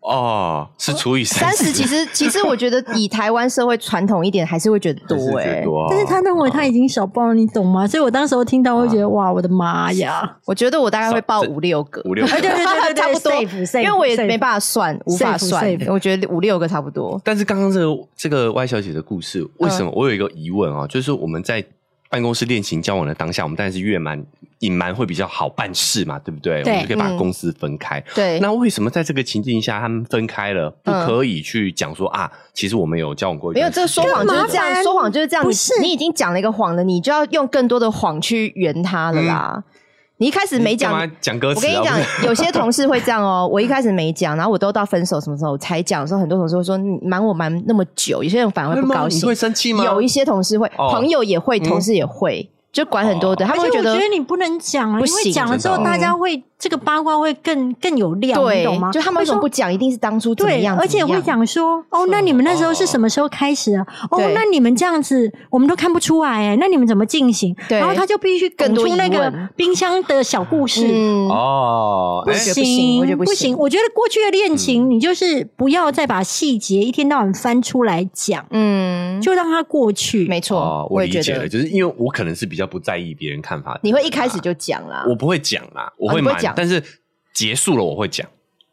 Speaker 2: 哦，是除以
Speaker 1: 三十，
Speaker 2: 十
Speaker 1: 其实其实我觉得以台湾社会传统一点，还是会觉得多哎、欸。
Speaker 2: 多哦
Speaker 3: 但是他认为他已经小报了，你懂吗？所以我当时候听到会觉
Speaker 1: 啊
Speaker 3: 得：“哇，我的妈呀
Speaker 1: 我觉得我大概会报
Speaker 2: 少这
Speaker 1: 五六个，
Speaker 2: 五六个
Speaker 1: 哎对对对对
Speaker 3: 差
Speaker 1: 差
Speaker 3: 不
Speaker 1: 不
Speaker 3: 多
Speaker 1: 多
Speaker 3: safe, safe,
Speaker 1: 因为我也
Speaker 3: safe
Speaker 1: 没办法算，无法
Speaker 3: safe,
Speaker 1: 算
Speaker 3: safe
Speaker 1: 我觉得五六个差不多。
Speaker 2: 但是刚刚这个这个 Y 小姐的故事，为什么
Speaker 1: 嗯
Speaker 2: 我有一个疑问啊？就是我们在办公室恋情交往的当下，我们当然是越瞒隐瞒会比较好办事嘛，对不对？
Speaker 3: 对
Speaker 2: 我们就可以把
Speaker 1: 嗯
Speaker 2: 公司分开。
Speaker 1: 对，
Speaker 2: 那为什么在这个情境下他们分开了，不
Speaker 1: 嗯
Speaker 2: 可以去讲说啊？其实我们有交往过一
Speaker 1: 没有
Speaker 2: 段时
Speaker 1: 这
Speaker 2: 间，
Speaker 1: 个说谎就是这
Speaker 3: 干
Speaker 1: 样，
Speaker 3: 嘛
Speaker 1: 说谎就是这样。
Speaker 3: 不
Speaker 1: 你
Speaker 3: 是
Speaker 1: 你已经讲了一个谎了，你就要用更多的谎去圆它了啦。嗯你一开始没讲
Speaker 2: 你干嘛讲歌词啊
Speaker 1: 我跟你讲
Speaker 2: 不，是
Speaker 1: 有些同事会这样哦。 我一开始没讲，然后我都到分手什么时候才讲的时候，很多同事会说你瞒我瞒那么久，有些人反而会不高
Speaker 2: 你
Speaker 1: 兴
Speaker 2: 会。生气吗？
Speaker 1: 有一些同事会，
Speaker 2: 哦
Speaker 1: 朋友也会，同事也会，就管很多的，他
Speaker 3: 而
Speaker 1: 们会
Speaker 3: 且
Speaker 1: 觉
Speaker 3: 我
Speaker 1: 得
Speaker 3: 觉得你不能讲啊，
Speaker 1: 不
Speaker 3: 因为
Speaker 1: 行哦
Speaker 3: 讲了之后，
Speaker 2: 真的
Speaker 3: 大家会这个八卦会更更有料，你
Speaker 1: 对
Speaker 3: 懂吗？，
Speaker 1: 就他们为什么不
Speaker 3: 会说
Speaker 1: 讲，一定是当初怎么
Speaker 3: 对，
Speaker 1: 样，
Speaker 3: 而且
Speaker 1: 怎么
Speaker 3: 会
Speaker 1: 样
Speaker 3: 讲说哦，那你们那时候是什么时候开始啊？哦
Speaker 1: 对，
Speaker 3: 那你们这样子我们都看不出来哎，那你们怎么进行？
Speaker 1: 对
Speaker 3: 然后他就必须
Speaker 1: 更
Speaker 3: 拱
Speaker 1: 多
Speaker 3: 出那
Speaker 1: 疑
Speaker 3: 个
Speaker 1: 问
Speaker 3: 冰箱的小故事。
Speaker 1: 嗯，
Speaker 2: 哦，
Speaker 1: 不
Speaker 2: 哎
Speaker 1: 行嗯我觉得不行嗯
Speaker 3: 不行，我觉得过去的恋情，你就是不要再把细节一天到晚翻出来讲，
Speaker 1: 嗯，
Speaker 3: 就让它过去。
Speaker 1: 没
Speaker 2: 哦
Speaker 1: 错，，
Speaker 2: 我
Speaker 1: 也
Speaker 2: 理
Speaker 1: 觉
Speaker 2: 解了，
Speaker 1: 得
Speaker 2: 就是因为我可能是比较不在意别人看法的人啊，
Speaker 1: 你会一开始就讲啦。
Speaker 2: 我不会讲啦，我
Speaker 1: 哦
Speaker 2: 会
Speaker 1: 你不会
Speaker 2: 瞒，
Speaker 1: 讲
Speaker 2: 但是结束了我会讲，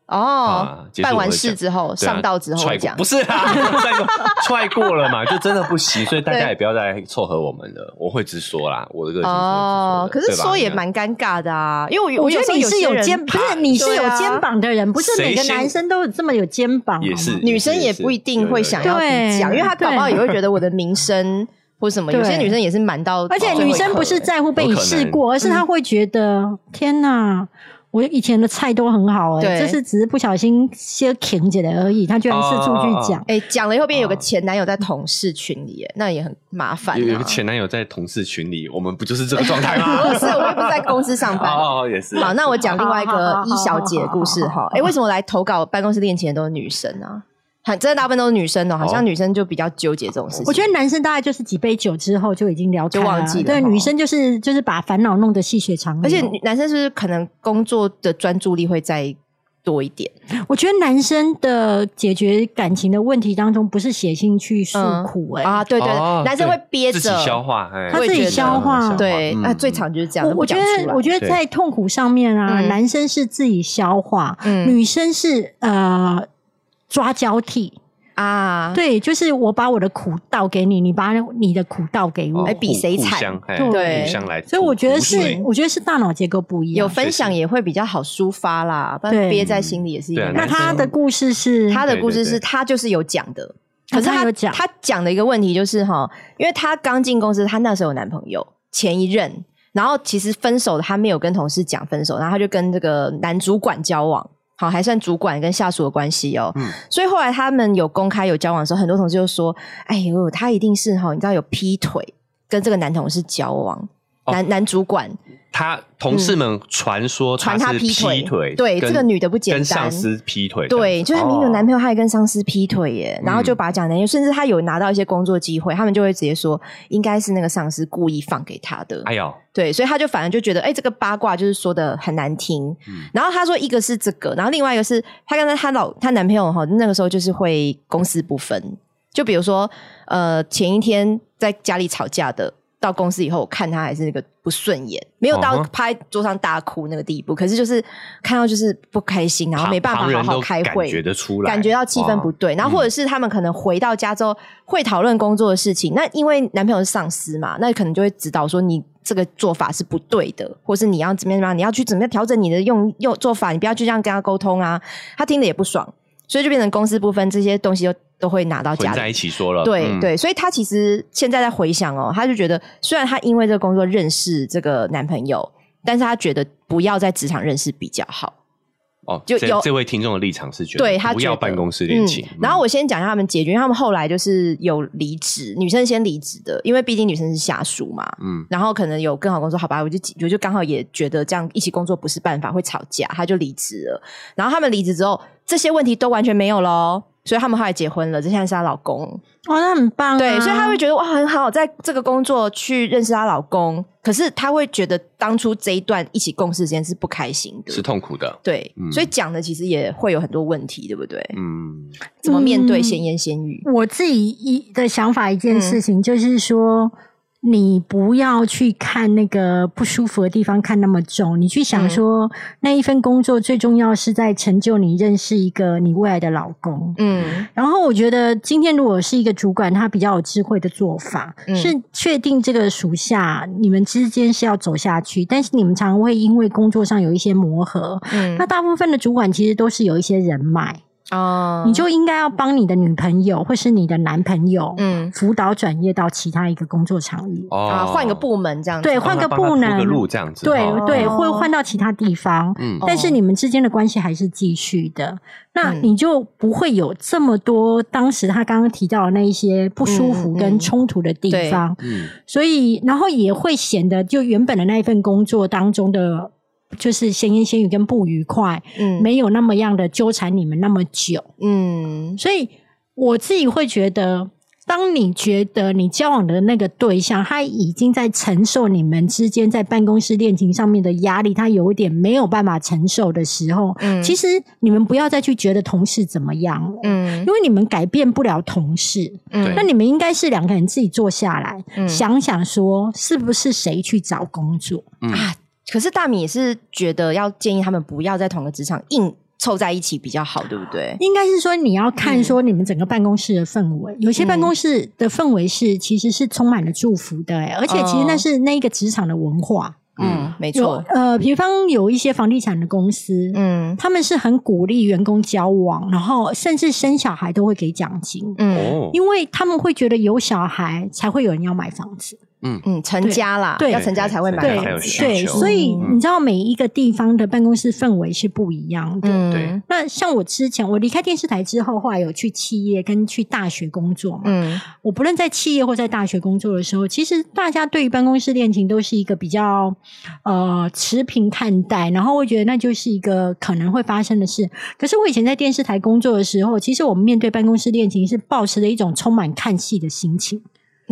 Speaker 1: 哦
Speaker 2: 啊结束，
Speaker 1: 办完
Speaker 2: 我会讲
Speaker 1: 事之后，
Speaker 2: 对啊
Speaker 1: 上道之后
Speaker 2: 踹
Speaker 1: 会
Speaker 2: 过
Speaker 1: 讲
Speaker 2: 不，是啦， 踹过踹过了嘛，就真的不行，所以大
Speaker 1: 对
Speaker 2: 家也不要再凑合我们了，我会直说啦，我的个性是会直说
Speaker 1: 哦
Speaker 2: 的，
Speaker 1: 可是
Speaker 2: 对吧
Speaker 1: 说也
Speaker 2: 你看
Speaker 1: 蛮尴尬的啊，因为我
Speaker 3: 我觉
Speaker 1: 有时
Speaker 3: 得
Speaker 1: 候
Speaker 3: 你
Speaker 1: 有
Speaker 3: 是
Speaker 1: 些
Speaker 3: 有
Speaker 1: 人
Speaker 3: 肩，不是你是
Speaker 1: 对
Speaker 3: 有
Speaker 1: 啊
Speaker 3: 肩膀的人，不是每个
Speaker 2: 谁先
Speaker 3: 男生都有这么有肩膀。
Speaker 2: 也是
Speaker 3: 好吗
Speaker 1: 女生也不一定会想要你讲，
Speaker 3: 对
Speaker 1: 因为她搞不好也会觉得我的名声或什么，
Speaker 3: 对
Speaker 1: 有些女生也是瞒到
Speaker 3: 而
Speaker 1: 最后
Speaker 3: 且
Speaker 1: 一刻的，
Speaker 3: 女生不是在乎被你试过，而
Speaker 1: 嗯
Speaker 3: 是她会觉得天哪，我以前的菜都很好哎、
Speaker 1: 对
Speaker 3: 这次只是不小心先停起来而已，她居然是出去讲。
Speaker 1: 哎讲了以后，变有个前男友在同事群里耶，那也很麻烦啊。
Speaker 2: 啊有有个前男友在同事群里，我们不就是这个状态
Speaker 1: 不
Speaker 2: 吗？
Speaker 1: 是，我又 不是在公司上班。
Speaker 2: 哦，也是。
Speaker 1: 好，那我讲另外一个
Speaker 3: 哦好好好
Speaker 1: 一小姐的故事哈。哎，为什么来投稿办公室恋情的都是女生啊？很真的大部分都是女生哦，好像女生就比较纠结这种事情。
Speaker 3: 我觉得男生大概就是几杯酒之后就已经聊开啊
Speaker 1: 就忘记了
Speaker 3: 对，
Speaker 1: 哈
Speaker 3: 女生就是就是把烦恼弄得细水长流。
Speaker 1: 而且男生是不是可能工作的专注力会再多一点？
Speaker 3: 我觉得男生的解决感情的问题当中，不是写信去诉苦哎、
Speaker 1: 啊，对对
Speaker 2: 哦
Speaker 1: 对，男生
Speaker 2: 对
Speaker 1: 会憋着
Speaker 2: 自己消化，哎
Speaker 3: 他
Speaker 1: 自己
Speaker 2: 我也觉得
Speaker 3: 消化啊
Speaker 1: 对，
Speaker 2: 嗯
Speaker 1: 那最常就是这样。
Speaker 3: 我我觉得，
Speaker 1: 得，
Speaker 3: 我觉得在痛苦上面啊，
Speaker 1: 嗯
Speaker 3: 男生是自己消化，
Speaker 1: 嗯
Speaker 3: 女生是呃抓交替。
Speaker 1: 啊，
Speaker 3: 对，就是我把我的苦倒给你，你把你的苦倒给我。
Speaker 1: 哎比谁
Speaker 2: 哦互
Speaker 1: 惨
Speaker 2: 互相哎
Speaker 1: 对
Speaker 2: 互相来，
Speaker 3: 所以我觉得
Speaker 2: 互
Speaker 3: 是
Speaker 2: 水，
Speaker 3: 我觉得是大脑结构不一
Speaker 1: 有
Speaker 3: 样。
Speaker 1: 分享也会比较好抒发啦，不然
Speaker 3: 对
Speaker 1: 憋在心里也是一个
Speaker 2: 对啊
Speaker 3: 那
Speaker 1: 难
Speaker 2: 男生
Speaker 3: 他的故事是
Speaker 1: 他的故事
Speaker 2: 对
Speaker 1: 是
Speaker 2: 对对
Speaker 1: 他就是有讲的，可是
Speaker 3: 啊嗯他
Speaker 1: 他
Speaker 3: 有讲
Speaker 1: 他讲的一个问题就是哈，因为他刚进公司，他那时候有男朋友，前一任，然后其实分手了，他没有跟同事讲分手，然后他就跟这个男主管交往。好，还算主管跟下属的关系哦，
Speaker 2: 嗯
Speaker 1: 所以后来他们有公开有交往的时候，很多同事就说：“哎呦，他一定是哈，你知道有劈腿跟这个男同事交往，
Speaker 2: 哦
Speaker 1: 男男主管
Speaker 2: 他同事们传说
Speaker 1: 传他
Speaker 2: 是
Speaker 1: 劈
Speaker 2: 劈
Speaker 1: 腿对
Speaker 2: 跟
Speaker 1: 这个女的不简单
Speaker 2: 跟上司劈腿，
Speaker 1: 对，就是她
Speaker 2: 哦
Speaker 1: 明明有男朋友，她还跟上司劈腿耶，然后就
Speaker 2: 嗯
Speaker 1: 把她讲男友，甚至她有拿到一些工作机会，他们就会直接说应该是那个上司故意放给她的。
Speaker 2: 哎呦，
Speaker 1: 对，所以她就反而就觉得，哎、这个八卦就是说的很难听。
Speaker 2: 嗯
Speaker 1: 然后她说一个是这个，然后另外一个是她刚才她老她男朋友哈，那个时候就是会公私不分，就比如说呃前一天在家里吵架的。到公司以后，我看他还是那个不顺眼，没有到
Speaker 2: 嗯哼
Speaker 1: 趴在桌上大哭那个地步，可是就是看到就是不开心，然后
Speaker 2: 旁
Speaker 1: 没办法
Speaker 2: 旁
Speaker 1: 好
Speaker 2: 人
Speaker 1: 好
Speaker 2: 都
Speaker 1: 开会，
Speaker 2: 感觉得出来，
Speaker 1: 感觉到气氛不
Speaker 2: 哦
Speaker 1: 对，然后或者是他们可能回到家之后会讨论工作的事情，那因为男朋友是上司嘛，那可能就会指导说你这个做法是不对的，或是你要怎么样怎么样，你要去怎么样调整你的用用做法，你不要去这样跟他沟通啊，他听得也不爽，所以就变成公私不分，这些东西都都会拿到家
Speaker 2: 混
Speaker 1: 里
Speaker 2: 在一起说了，
Speaker 1: 对、
Speaker 2: 嗯，
Speaker 1: 对，所以她其实现在在回想哦，她就觉得虽然她因为这个工作认识这个男朋友，但是她觉得不要在职场认识比较好。
Speaker 2: 哦，
Speaker 1: 就
Speaker 2: 这
Speaker 1: 有
Speaker 2: 这位听众的立场是觉得，
Speaker 1: 对她
Speaker 2: 不
Speaker 1: 觉
Speaker 2: 要
Speaker 1: 得
Speaker 2: 办公室恋情
Speaker 1: 嗯，然后我先讲一下他们解决，因为他们后来就是有离职，女生先离职的，因为毕竟女生是下属嘛。
Speaker 2: 嗯，
Speaker 1: 然后可能有更好工作，好吧，我就我就刚好也觉得这样一起工作不是办法，会吵架，她就离职了。然后他们离职之后，这些问题都完全没有喽，所以他们后来结婚了，这现在是她老公。
Speaker 3: 哦，那很棒、啊。
Speaker 1: 对，所以她会觉得哇，很好，在这个工作去认识她老公。可是她会觉得当初这一段一起共事之间是不开心的，
Speaker 2: 嗯是痛苦的，
Speaker 1: 对，
Speaker 2: 嗯
Speaker 1: 所以讲的其实也会有很多问题，对不对？
Speaker 2: 嗯，
Speaker 1: 怎么面对
Speaker 3: 嗯
Speaker 1: 闲言闲语？
Speaker 3: 我自己一的想法一
Speaker 1: 嗯
Speaker 3: 件事情、就是说，你不要去看那个不舒服的地方看那么重，你去
Speaker 1: 嗯
Speaker 3: 想说、那一份工作最重要是在成就你认识一个你未来的老公。
Speaker 1: 嗯
Speaker 3: 然后我觉得，今天如果是一个主管，他比较有智慧的做法、
Speaker 1: 嗯
Speaker 3: 是确定这个属下你们之间是要走下去，但是你们常会因为工作上有一些磨合。
Speaker 1: 嗯
Speaker 3: 那大部分的主管其实都是有一些人脉，
Speaker 1: 哦
Speaker 2: 嗯
Speaker 3: 你就应该要帮你的女朋友或是你的男朋友，
Speaker 1: 嗯
Speaker 3: 辅导转业到其他一个工作场域，
Speaker 1: 啊，
Speaker 2: 哦
Speaker 1: 换个部门这样子
Speaker 3: 对
Speaker 1: 哦
Speaker 3: 换个
Speaker 2: 帮他
Speaker 3: 部
Speaker 2: 铺
Speaker 3: 呢
Speaker 2: 个路这样子，
Speaker 3: 对
Speaker 2: 哦
Speaker 3: 对，
Speaker 1: 哦
Speaker 3: 会换到其他地方。
Speaker 2: 嗯
Speaker 3: 但是你们之间的关系还是继续的，那
Speaker 1: 嗯
Speaker 3: 你就不会有这么多当时他刚刚提到的那一些不舒服
Speaker 1: 嗯嗯
Speaker 3: 跟
Speaker 1: 嗯
Speaker 3: 冲突的地
Speaker 1: 对
Speaker 3: 方，
Speaker 2: 嗯，
Speaker 3: 所以然后也会显得就原本的那一份工作当中的，就是闲言闲语跟不愉快，
Speaker 1: 嗯
Speaker 3: 没有那么样的纠缠你们那么久。
Speaker 1: 嗯
Speaker 3: 所以我自己会觉得，当你觉得你交往的那个对象，他已经在承受你们之间在办公室恋情上面的压力，他有一点没有办法承受的时候，
Speaker 1: 嗯
Speaker 3: 其
Speaker 1: 实
Speaker 3: 实你们不要再去觉得同事怎么样了。
Speaker 1: 嗯
Speaker 3: 因为你们改变不了同事，
Speaker 1: 嗯
Speaker 3: 那你们应该是两个人自己坐下来，
Speaker 1: 嗯
Speaker 3: 想想说是不是谁去找工作？
Speaker 1: 啊，可是大米也是觉得要建议他们不要在同个职场硬凑在一起比较好，对不对？
Speaker 3: 应该是说你要
Speaker 1: 嗯
Speaker 3: 看说你们整个办公室的氛围，有些办公室的氛围是其实是充满了祝福的、欸，而且其实那是那一个职场的文化。
Speaker 1: 嗯，哦没
Speaker 3: 有
Speaker 1: 错，
Speaker 3: 呃，比方有一些房地产的公司，
Speaker 1: 嗯
Speaker 3: 他们是很鼓励员工交往，然后甚至生小孩都会给奖金。
Speaker 1: 嗯
Speaker 2: 哦，
Speaker 3: 因为他们会觉得有小孩才会有人要买房子，
Speaker 1: 嗯，成家啦，
Speaker 3: 对
Speaker 1: 要成家才会买
Speaker 2: 对
Speaker 1: 房
Speaker 2: 才有
Speaker 1: 子
Speaker 2: 需
Speaker 3: 对，
Speaker 2: 求
Speaker 3: 所以
Speaker 1: 嗯
Speaker 3: 你知道每一个地方的办公室氛围是不一样的。
Speaker 1: 嗯
Speaker 2: 对
Speaker 3: 那像我之前，我离开电视台之后，后来有去企业跟去大学工作嘛。
Speaker 1: 嗯
Speaker 3: 我不论在企业或在大学工作的时候，其实大家对于办公室恋情都是一个比较呃持平看待，然后会觉得那就是一个可能会发生的事。可是我以前在电视台工作的时候，其实我们面对办公室恋情是抱持着一种充满看戏的心情。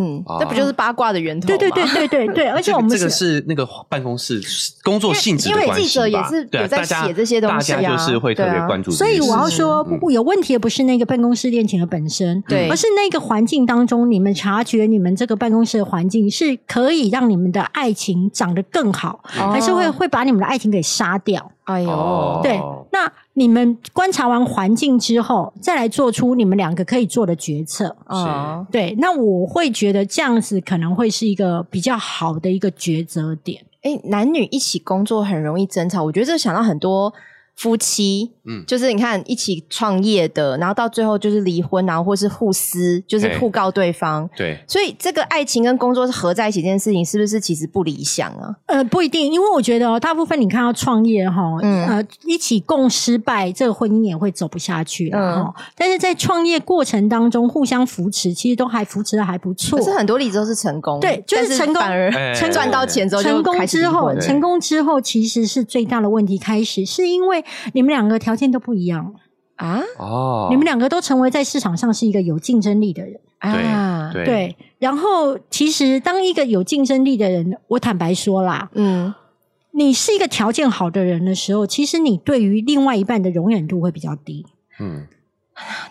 Speaker 1: 嗯
Speaker 2: 啊，
Speaker 1: 那不就是八卦的源头吗？
Speaker 3: 对对对对对 对，而且我们
Speaker 2: 这个这个是那个办公室工作性质的
Speaker 1: 因为因为
Speaker 2: 关
Speaker 1: 记
Speaker 2: 系
Speaker 1: 者
Speaker 2: 吧，
Speaker 1: 也是
Speaker 2: 对啊
Speaker 1: 有在
Speaker 2: 大家
Speaker 1: 写这些东西啊
Speaker 2: 大家就是会特别
Speaker 1: 对啊
Speaker 2: 关注这
Speaker 3: 所
Speaker 2: 件事
Speaker 3: 以
Speaker 2: 情。
Speaker 3: 我要说，
Speaker 2: 嗯
Speaker 3: 不有问题的不是那个办公室恋情的本身，
Speaker 1: 对
Speaker 3: 而是那个环境当中，你们察觉你们这个办公室的环境是可以让你们的爱情长得更好，
Speaker 1: 哦
Speaker 3: 还是会会把你们的爱情给杀掉？
Speaker 1: 哎
Speaker 2: 哦
Speaker 1: 呦，
Speaker 3: 对，那你们观察完环境之后，再来做出你们两个可以做的决策。
Speaker 1: 哦，
Speaker 3: 对，那我会觉得这样子可能会是一个比较好的一个抉择点。
Speaker 1: 哎，男女一起工作很容易争吵，我觉得这想到很多夫妻，
Speaker 2: 嗯
Speaker 1: 嗯，就是你看一起创业的，然后到最后就是离婚，然后或是互撕，就是
Speaker 2: 哎
Speaker 1: 互告对方。
Speaker 2: 对，
Speaker 1: 所以这个爱情跟工作是合在一起这件事情，是不是其实不理想啊？
Speaker 3: 呃，不一定，因为我觉得、哦、大部分你看到创业哈、
Speaker 1: 嗯
Speaker 3: 呃，一起共失败，这个婚姻也会走不下去啦
Speaker 1: 嗯
Speaker 3: 齁但是在创业过程当中，互相扶持，其实都还扶持的还不错
Speaker 1: 可。是很多例子都是成功，
Speaker 3: 对就是
Speaker 1: 但
Speaker 3: 成功
Speaker 1: 反而
Speaker 2: 哎
Speaker 1: 赚到钱之后
Speaker 3: 成
Speaker 1: 就
Speaker 3: 功
Speaker 1: 开始
Speaker 3: 之
Speaker 1: 离婚
Speaker 3: 后，
Speaker 1: 了欸
Speaker 3: 成功之后其实是最大的问题开始，是因为你们两个条件都不一样，
Speaker 1: 啊
Speaker 2: 哦，
Speaker 3: 你们两个都成为在市场上是一个有竞争力的人。
Speaker 1: 啊，
Speaker 2: 对
Speaker 3: 对，然后其实当一个有竞争力的人，我坦白说啦，
Speaker 1: 嗯，
Speaker 3: 你是一个条件好的人的时候，其实你对于另外一半的容忍度会比较低。
Speaker 2: 嗯，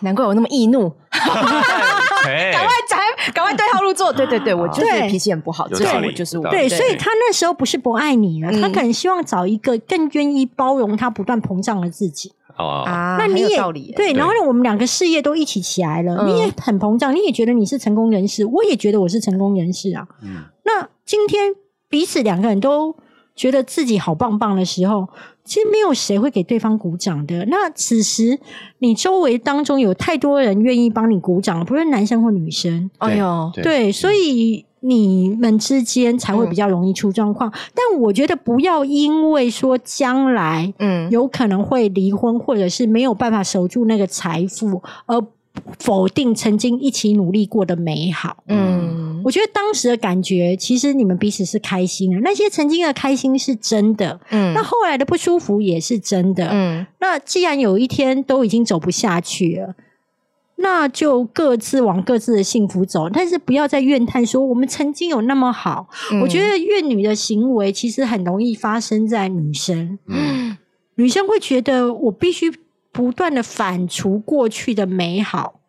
Speaker 1: 难怪我那么易怒，
Speaker 2: 哎
Speaker 1: 赶快赶赶快对号入座，对对对，我就是
Speaker 3: 对
Speaker 1: 脾气很不好，
Speaker 2: 有
Speaker 1: 这是
Speaker 2: 道
Speaker 1: 我
Speaker 2: 理
Speaker 1: 就是
Speaker 2: 有
Speaker 1: 我，
Speaker 2: 道理
Speaker 3: 对，所以他那时候不是不爱你了，
Speaker 1: 啊嗯
Speaker 3: 他可能希望找一个更愿意包容他不断膨胀的自己。
Speaker 2: 哦，
Speaker 1: 啊，
Speaker 3: 那
Speaker 1: 很
Speaker 3: 你
Speaker 1: 有
Speaker 3: 也
Speaker 1: 道理耶，
Speaker 3: 对，
Speaker 2: 对
Speaker 3: 然后呢，我们两个事业都一起起来了，
Speaker 1: 嗯
Speaker 3: 你也很膨胀，你也觉得你是成功人士，我也觉得我是成功人士啊。
Speaker 2: 嗯
Speaker 3: 那今天彼此两个人都觉得自己好棒棒的时候，其实没有谁会给对方鼓掌的。那此时你周围当中有太多人愿意帮你鼓掌了，不论男生或女生，
Speaker 1: 哎呦，
Speaker 2: 对
Speaker 3: 对，所以。你们之间才会比较容易出状况，但我觉得不要因为说将来
Speaker 1: 嗯，
Speaker 3: 有可能会离婚，或者是没有办法守住那个财富，而否定曾经一起努力过的美好。
Speaker 1: 嗯
Speaker 3: 我觉得当时的感觉，其实你们彼此是开心啊的，那些曾经的开心是真的，
Speaker 1: 嗯
Speaker 3: 那后来的不舒服也是真的。
Speaker 1: 嗯
Speaker 3: 那既然有一天都已经走不下去了。那就各自往各自的幸福走，但是不要再怨叹说我们曾经有那么好。
Speaker 1: 嗯
Speaker 3: 我觉得怨女的行为其实很容易发生在女生，
Speaker 2: 嗯
Speaker 3: 女生会觉得我必须不断的反刍过去的美好，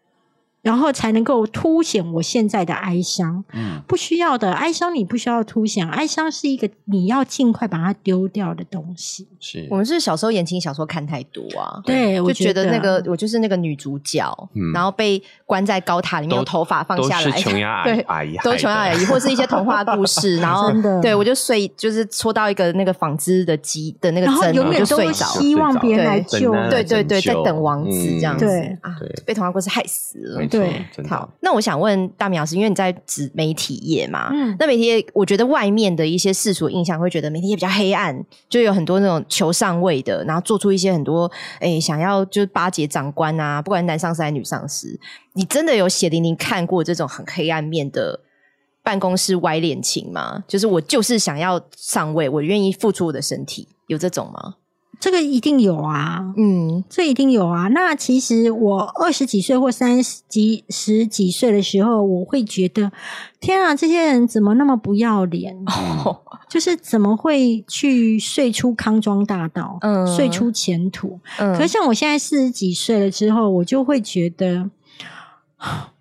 Speaker 3: 然后才能够凸显我现在的哀伤。
Speaker 4: 嗯，
Speaker 3: 不需要的哀伤，你不需要凸显，哀伤是一个你要尽快把它丢掉的东西。
Speaker 2: 是
Speaker 1: 我们是小时候言情小说看太多啊，
Speaker 3: 对，我
Speaker 1: 就觉
Speaker 3: 得
Speaker 1: 得那个我就是那个女主角，
Speaker 2: 嗯
Speaker 1: 然后被关在高塔里面，
Speaker 2: 都
Speaker 1: 有头发放
Speaker 2: 都
Speaker 1: 下
Speaker 2: 是
Speaker 1: 来，
Speaker 2: 琼瑶阿
Speaker 1: 对
Speaker 2: 姨，阿姨害的，
Speaker 1: 都是琼瑶阿姨，或是一些童话故 事，然后
Speaker 3: 真的
Speaker 1: 对我就睡，就是戳到一个那个纺织的机的那个
Speaker 3: 然后
Speaker 1: 针，啊
Speaker 3: 永远
Speaker 1: 我就
Speaker 3: 都
Speaker 1: 睡
Speaker 3: 会
Speaker 1: 着。
Speaker 3: 希望别人来救
Speaker 2: 对
Speaker 3: 你。
Speaker 1: 对对对，
Speaker 2: 拯
Speaker 1: 在
Speaker 2: 救
Speaker 1: 等王子这样子、
Speaker 3: 嗯
Speaker 1: 啊
Speaker 2: 对，
Speaker 1: 被童话故事害死了
Speaker 2: 没。错
Speaker 3: 对，
Speaker 2: 真的
Speaker 1: 好，那我想问大米老师，因为你在指媒体业嘛，
Speaker 3: 嗯
Speaker 1: 那媒体业，我觉得外面的一些世俗印象会觉得媒体业比较黑暗，就有很多那种求上位的，然后做出一些很多诶、想要就是巴结长官啊，不管男上司还是女上司，你真的有血淋淋看过这种很黑暗面的办公室歪恋情吗？就是我就是想要上位，我愿意付出我的身体，有这种吗？
Speaker 3: 这个一定有啊，
Speaker 1: 嗯
Speaker 3: 这一定有啊。那其实我二十几岁或三十几十几岁的时候，我会觉得，天啊，这些人怎么那么不要脸？
Speaker 2: 嗯
Speaker 1: 哦
Speaker 3: 就是怎么会去睡出康庄大道，
Speaker 1: 嗯
Speaker 3: 睡出前途？
Speaker 1: 嗯
Speaker 3: 可是像我现在四十几岁了之后，我就会觉得，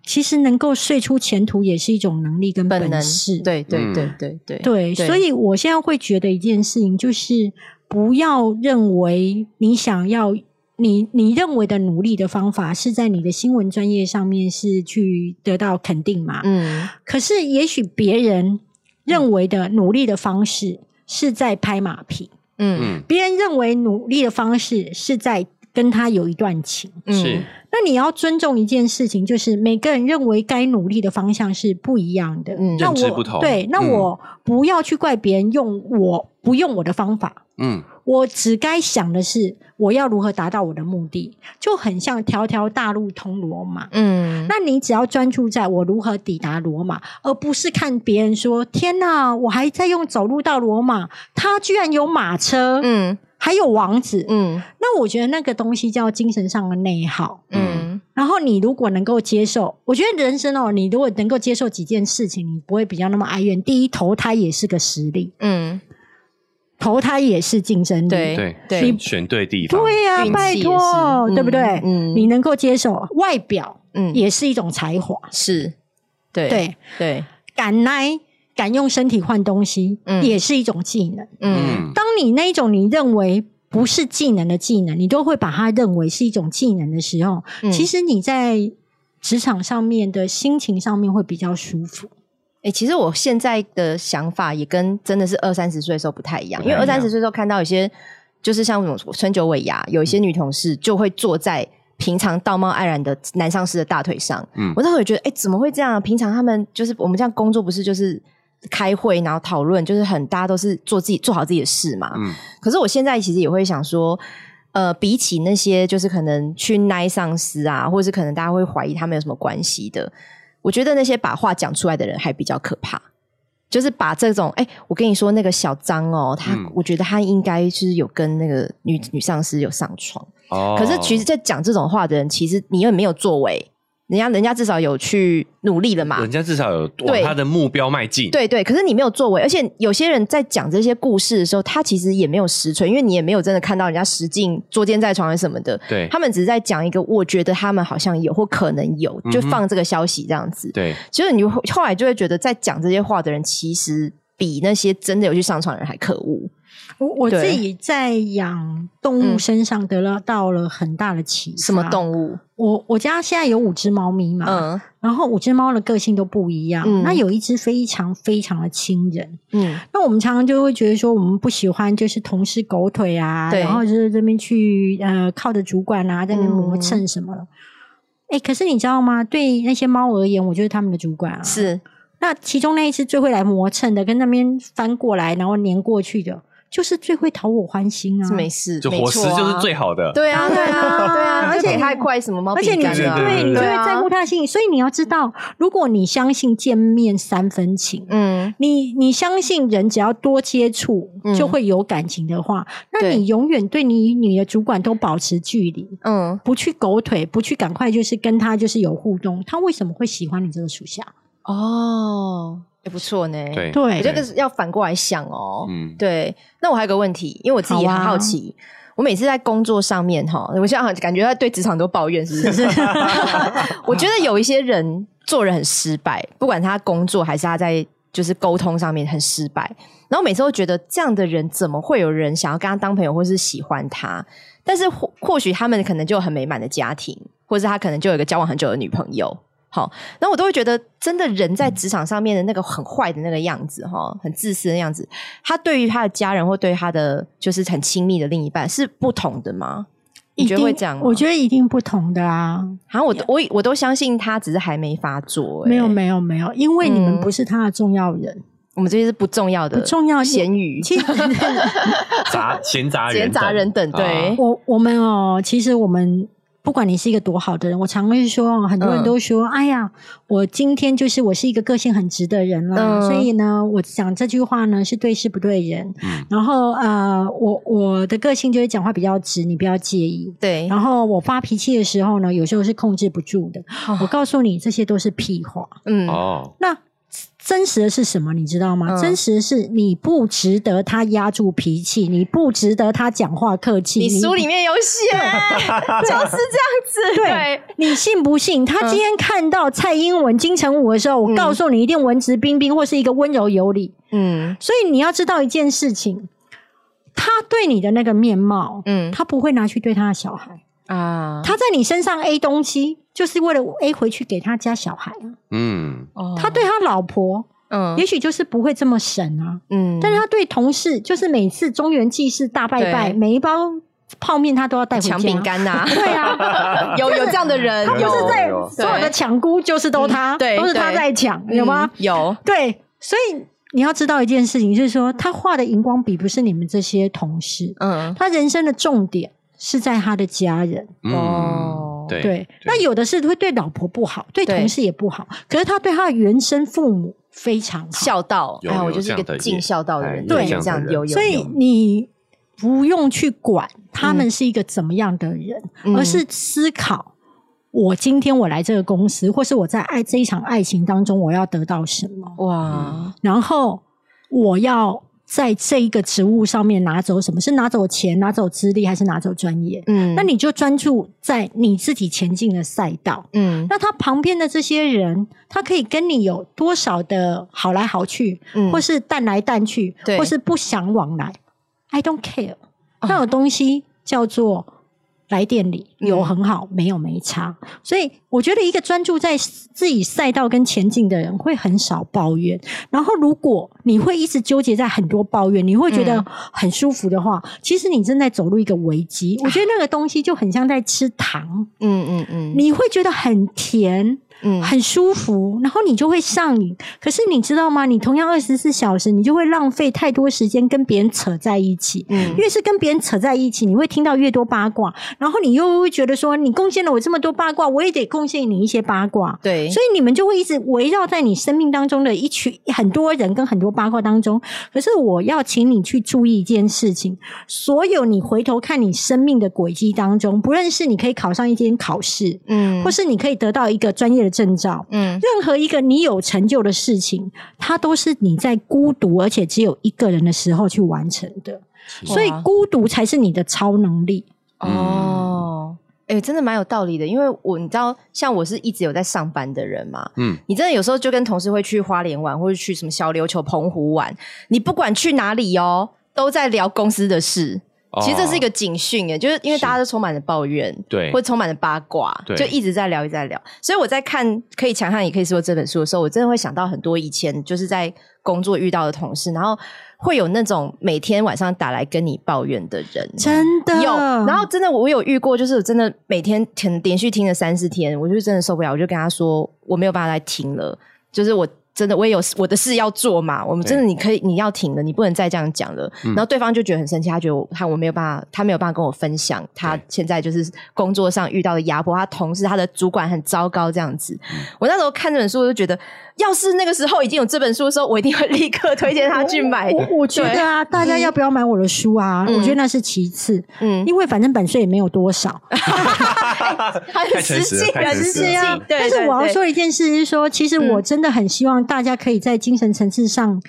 Speaker 3: 其实能够睡出前途也是一种能力跟
Speaker 1: 本能
Speaker 3: 事。
Speaker 1: 对对
Speaker 2: 嗯
Speaker 1: 对对对
Speaker 3: 对，所以我现在会觉得一件事情就是，不要认为你想要你你认为的努力的方法是在你的新闻专业上面是去得到肯定嘛？
Speaker 1: 嗯
Speaker 3: 可是也许别人认为的努力的方式是在拍马屁，
Speaker 1: 嗯
Speaker 2: 嗯，
Speaker 3: 别人认为努力的方式是在跟他有一段情。
Speaker 1: 嗯
Speaker 2: 是
Speaker 3: 那你要尊重一件事情，就是每个人认为该努力的方向是不一样的。
Speaker 1: 嗯
Speaker 3: 那
Speaker 2: 认知
Speaker 3: 我
Speaker 2: 不同
Speaker 3: 对，那
Speaker 2: 嗯
Speaker 3: 我不要去怪别人用我不用我的方法，
Speaker 2: 嗯，
Speaker 3: 我只该想的是我要如何达到我的目的，就很像条条大路通罗马。
Speaker 1: 嗯
Speaker 3: 那你只要专注在我如何抵达罗马，而不是看别人说：“天哪，我还在用走路到罗马，他居然有马车，
Speaker 1: 嗯
Speaker 3: 还有王子。
Speaker 1: 嗯
Speaker 3: 那我觉得那个东西叫精神上的内耗。
Speaker 1: 嗯
Speaker 3: 然后你如果能够接受，我觉得人生哦，你如果能够接受几件事情，你不会比较那么哀怨。第一，投胎也是个实力，
Speaker 1: 嗯，
Speaker 3: 投胎也是竞争力。
Speaker 1: 对
Speaker 2: 对
Speaker 1: 对
Speaker 2: 选选对地方，
Speaker 3: 对呀、
Speaker 1: 运气
Speaker 3: 拜
Speaker 1: 也
Speaker 3: 托，
Speaker 1: 是
Speaker 3: 对不对？
Speaker 1: 嗯嗯
Speaker 3: 你能够接受，外表
Speaker 1: 嗯
Speaker 3: 也是一种才华，
Speaker 1: 是，对
Speaker 3: 对，
Speaker 1: 对，
Speaker 3: 敢耐。敢用身体换东西，
Speaker 1: 嗯
Speaker 3: 也是一种技能。
Speaker 1: 嗯
Speaker 2: 嗯，
Speaker 3: 当你那一种你认为不是技能的技能，你都会把它认为是一种技能的时候，
Speaker 1: 嗯
Speaker 3: 其实你在职场上面的心情上面会比较舒服。
Speaker 1: 哎、其实我现在的想法也跟真的是二三十岁的时候不太一样，
Speaker 2: 不
Speaker 1: 因为
Speaker 2: 太
Speaker 1: 二
Speaker 2: 一样
Speaker 1: 三十岁的时候看到有些就是像那种春酒尾牙，有一
Speaker 2: 嗯
Speaker 1: 些女同事就会坐在平常道貌岸然的男上司的大腿上，
Speaker 2: 嗯
Speaker 1: 我那时候也觉得，哎、怎么会这样啊？平常他们就是我们这样工作，不是就是开会然后讨论，就是很大家都是做自己做好自己的事嘛，
Speaker 2: 嗯
Speaker 1: 可是我现在其实也会想说，呃，比起那些就是可能去奈上司啊，或者是可能大家会怀疑他们有什么关系的，我觉得那些把话讲出来的人还比较可怕。就是把这种，哎、我跟你说，那个小张哦，他、
Speaker 2: 嗯
Speaker 1: 我觉得他应该是有跟那个女女上司有上床，
Speaker 2: 哦
Speaker 1: 可是其实，在讲这种话的人，其实你又没有作为，人家人家至少有去努力了嘛，
Speaker 2: 人家至少有往
Speaker 1: 对
Speaker 2: 他的目标迈进，，
Speaker 1: 对对，可是你没有作为，而且有些人在讲这些故事的时候，他其实也没有实锤，因为你也没有真的看到人家实境捉奸在床什么的。
Speaker 2: 对
Speaker 1: 他们只是在讲一个，我觉得他们好像有或可能有，就
Speaker 2: 嗯哼
Speaker 1: 放这个消息这样子。
Speaker 2: 对，
Speaker 1: 其实你会后来就会觉得，在讲这些话的人，其实比那些真的有去上床的人还可恶。
Speaker 3: 我我
Speaker 1: 对嗯
Speaker 3: 自己在养动物身上得了到了很大的启发。
Speaker 1: 什么？动物？
Speaker 3: 我我家现在有五只猫咪嘛，
Speaker 1: 嗯
Speaker 3: 然后五只猫的个性都不一样。
Speaker 1: 嗯
Speaker 3: 那有一只非常非常的亲人，
Speaker 1: 嗯
Speaker 3: 那我们常常就会觉得说，我们不喜欢就是同事狗腿啊，
Speaker 1: 对
Speaker 3: 然后就是这边去呃靠着主管啊，在那边磨
Speaker 1: 嗯
Speaker 3: 蹭什么了。哎、可是你知道吗？对那些猫而言，我就是他们的主管啊。
Speaker 1: 是
Speaker 3: 那其中那一只最会来磨蹭的，跟那边翻过来然后粘过去的，就是最会讨我欢心啊
Speaker 1: 是。没事，
Speaker 2: 就
Speaker 1: 没
Speaker 2: 伙食
Speaker 1: 错啊
Speaker 2: 就是最好的，
Speaker 1: 对啊对啊对啊，
Speaker 3: 而
Speaker 1: 而
Speaker 3: 且
Speaker 1: 且
Speaker 3: 你
Speaker 1: 太快什么猫
Speaker 3: 而且
Speaker 1: 饼
Speaker 3: 你
Speaker 1: 干
Speaker 2: 对
Speaker 1: 啊，
Speaker 2: 对对
Speaker 3: 你就会
Speaker 1: 对啊
Speaker 3: 在乎他的心理，所以你要知道，如果你相信见面三分情，
Speaker 1: 嗯
Speaker 3: 你你相信人只要多接触
Speaker 1: 嗯
Speaker 3: 就会有感情的话，那
Speaker 1: 对
Speaker 3: 你永远对你与你的主管都保持距离，
Speaker 1: 嗯
Speaker 3: 不去狗腿，不去赶快就是跟他就是有互动，他为什么会喜欢你这个属下？
Speaker 1: 哦，也不错呢。
Speaker 2: 对
Speaker 3: 对
Speaker 1: 我这个是要反过来想哦。
Speaker 2: 嗯，
Speaker 1: 对，那我还有个问题，因为我自己也
Speaker 3: 好啊
Speaker 1: 很好奇，我每次在工作上面哈，我现在感觉在对职场都抱怨，是不 是？我觉得有一些人做人很失败，不管他工作还是他在就是沟通上面很失败，然后每次都觉得这样的人怎么会有人想要跟他当朋友，或是喜欢他？但是或或许他们可能就有很美满的家庭，或是他可能就有一个交往很久的女朋友。好，然后我都会觉得，真的人在职场上面的那个很坏的那个样子，哈，很自私的样子，他对于他的家人或对他的就是很亲密的另一半是不同的吗？你觉得会这样吗？
Speaker 3: 我觉得一定不同的啊。
Speaker 1: 好像我都我我都相信他只是还没发作、欸，
Speaker 3: 没有没有没有，因为你
Speaker 1: 嗯
Speaker 3: 们不是他的重要人，
Speaker 1: 我们这些是不重要的
Speaker 3: 不重要
Speaker 1: 呃咸鱼、
Speaker 3: 其实
Speaker 5: 杂 闲杂人
Speaker 1: 闲
Speaker 5: 等，
Speaker 1: 杂人等，对
Speaker 5: 啊，
Speaker 3: 我我们哦，其实我们不管你是一个多好的人，我常会说，哦很多人
Speaker 1: 嗯
Speaker 3: 都说，哎呀，我今天就是我是一个个性很直的人啦，
Speaker 1: 嗯
Speaker 3: 所以呢，我讲这句话呢是对事不对人。
Speaker 5: 嗯
Speaker 3: 然后呃，我我的个性就是讲话比较直，你不要介意。
Speaker 1: 对，
Speaker 3: 然后我发脾气的时候呢，有时候是控制不住的。
Speaker 1: 哦
Speaker 3: 我告诉你，这些都是屁话。
Speaker 1: 嗯，
Speaker 2: 哦，
Speaker 3: 那真实的是什么？你知道吗？
Speaker 1: 嗯
Speaker 3: 真实的是你不值得他压住脾气，你不值得他讲话客气。
Speaker 1: 你书里面有写，啊 就是这样子，对
Speaker 3: 对，你信不信？他今天看到蔡英文、金城武的时候，我
Speaker 1: 嗯
Speaker 3: 告诉你，一定文质彬彬或是一个温柔有礼。
Speaker 1: 嗯
Speaker 3: 所以你要知道一件事情，他对你的那个面貌，
Speaker 1: 嗯
Speaker 3: 他不会拿去对他的小孩。
Speaker 1: 啊，
Speaker 3: 他在你身上 A 东西，就是为了 A 回去给他家小孩啊。
Speaker 2: 嗯，
Speaker 1: 哦
Speaker 3: 他对他老婆，
Speaker 1: 嗯
Speaker 3: 也许就是不会这么神啊。
Speaker 1: 嗯，
Speaker 3: 但是他对同事，就是每次中原祭祀大拜拜，
Speaker 1: 对
Speaker 3: 每一包泡面他都要带回家。
Speaker 1: 抢饼，干 呐，
Speaker 3: 对啊，
Speaker 1: 有有这样的人，
Speaker 3: 他不
Speaker 1: 有
Speaker 3: 是在
Speaker 5: 有
Speaker 3: 所有的抢姑就是都他，
Speaker 1: 嗯对
Speaker 3: 都是他在抢，有吗
Speaker 1: 嗯？有，
Speaker 3: 对，所以你要知道一件事情，就是说他画的荧光笔不是你们这些同事，
Speaker 1: 嗯，
Speaker 3: 他人生的重点是在他的家人。
Speaker 1: 哦
Speaker 2: 嗯，对
Speaker 3: 对，那有的是会对老婆不好，对
Speaker 1: 对
Speaker 3: 同事也不好，可是他对他的原生父母非常好。
Speaker 1: 孝道，
Speaker 2: 有
Speaker 1: 哎，
Speaker 2: 有
Speaker 1: 我就是一
Speaker 2: 这样
Speaker 1: 个
Speaker 2: 的
Speaker 1: 尽
Speaker 2: 也
Speaker 1: 孝道的
Speaker 2: 哎
Speaker 1: 人，
Speaker 2: 有
Speaker 3: 对
Speaker 1: 这
Speaker 2: 这
Speaker 1: 样
Speaker 2: 样的
Speaker 1: 有有，
Speaker 2: 人
Speaker 1: 有
Speaker 3: 所以你不用去管他们是一个怎么样的人，
Speaker 1: 嗯
Speaker 3: 而是思考我今天我来这个公司，或是我在爱这一场爱情当中，我要得到什么，
Speaker 1: 哇，
Speaker 3: 然后我要在这一个职务上面拿走什么，是拿走钱、拿走资历，还是拿走专业？
Speaker 1: 嗯，
Speaker 3: 那你就专注在你自己前进的赛道。
Speaker 1: 嗯
Speaker 3: 那他旁边的这些人，他可以跟你有多少的好来好去，
Speaker 1: 嗯
Speaker 3: 或是淡来淡去，
Speaker 1: 对啊
Speaker 3: 或是不相往来，I don't care。那种东西叫做来店里
Speaker 1: 嗯
Speaker 3: 有很好，没有没差。所以我觉得一个专注在自己赛道跟前进的人，会很少抱怨。然后如果你会一直纠结在很多抱怨，你会觉得
Speaker 1: 嗯
Speaker 3: 很舒服的话，其实你正在走入一个危机。
Speaker 1: 啊
Speaker 3: 我觉得那个东西就很像在吃糖。
Speaker 1: 嗯嗯嗯，
Speaker 3: 你会觉得很甜，
Speaker 1: 嗯
Speaker 3: 很舒服，然后你就会上瘾。可是你知道吗？你同样二十四小时，你就会浪费太多时间跟别人扯在一起。
Speaker 1: 嗯
Speaker 3: 越是跟别人扯在一起，你会听到越多八卦，然后你又会觉得说，你贡献了我这么多八卦，我也得贡献你一些八卦。
Speaker 1: 对，
Speaker 3: 所以你们就会一直围绕在你生命当中的一群很多人跟很多八卦当中。可是我要请你去注意一件事情：所有你回头看你生命的轨迹当中，不论是你可以考上一间考试，
Speaker 1: 嗯
Speaker 3: 或是你可以得到一个专业的证照，
Speaker 1: 嗯
Speaker 3: 任何一个你有成就的事情，它都是你在孤独而且只有一个人的时候去完成的。所以
Speaker 1: 哇
Speaker 3: 孤独才是你的超能力。
Speaker 1: 哦。哎、真的蛮有道理的，因为我你知道，像我是一直有在上班的人嘛，
Speaker 2: 嗯，
Speaker 1: 你真的有时候就跟同事会去花莲玩，或者去什么小琉球、澎湖玩，你不管去哪里哦，都在聊公司的事。
Speaker 2: 哦
Speaker 1: 其实这是一个警讯，哎，就是因为
Speaker 2: 是
Speaker 1: 大家都充满了抱怨，
Speaker 2: 对
Speaker 1: 或充满了八卦，
Speaker 2: 对
Speaker 1: 就一直在聊，一直在聊。所以我在看《可以强悍也可以说》这本书的时候，我真的会想到很多以前就是在工作遇到的同事，然后会有那种每天晚上打来跟你抱怨的人，
Speaker 3: 真的
Speaker 1: 有，然后真的我有遇过，就是我真的每天可能连续听了三四天，我就真的受不了，我就跟他说我没有办法再听了，就是我真的我也有我的事要做嘛，我们真的你可以你要停了，你不能再这样讲了。
Speaker 2: 嗯
Speaker 1: 然后对方就觉得很生气，他觉得我他我没有办法，他没有办法跟我分享他
Speaker 2: 对
Speaker 1: 现在就是工作上遇到的压迫，他同事他的主管很糟糕这样子。
Speaker 2: 嗯
Speaker 1: 我那时候看这本书，我就觉得，要是那个时候已经有这本书的时候，我一定会立刻推荐他去买。
Speaker 2: 哦
Speaker 3: 我我觉得啊，大家要不要买我的书啊？
Speaker 1: 哎嗯
Speaker 3: 我觉得那是其次，
Speaker 1: 嗯，
Speaker 3: 因为反正版税也没有多少。
Speaker 1: 很
Speaker 2: 太
Speaker 1: 实
Speaker 2: 诚实了
Speaker 1: 际，
Speaker 2: 太
Speaker 1: 很
Speaker 2: 诚
Speaker 1: 实
Speaker 2: 实了嗯
Speaker 1: 际。啊对，
Speaker 3: 但是
Speaker 1: 对
Speaker 3: 我要
Speaker 1: 对
Speaker 3: 说一件事，是说其实我
Speaker 1: 嗯
Speaker 3: 真的很希望大家可以在精神层次上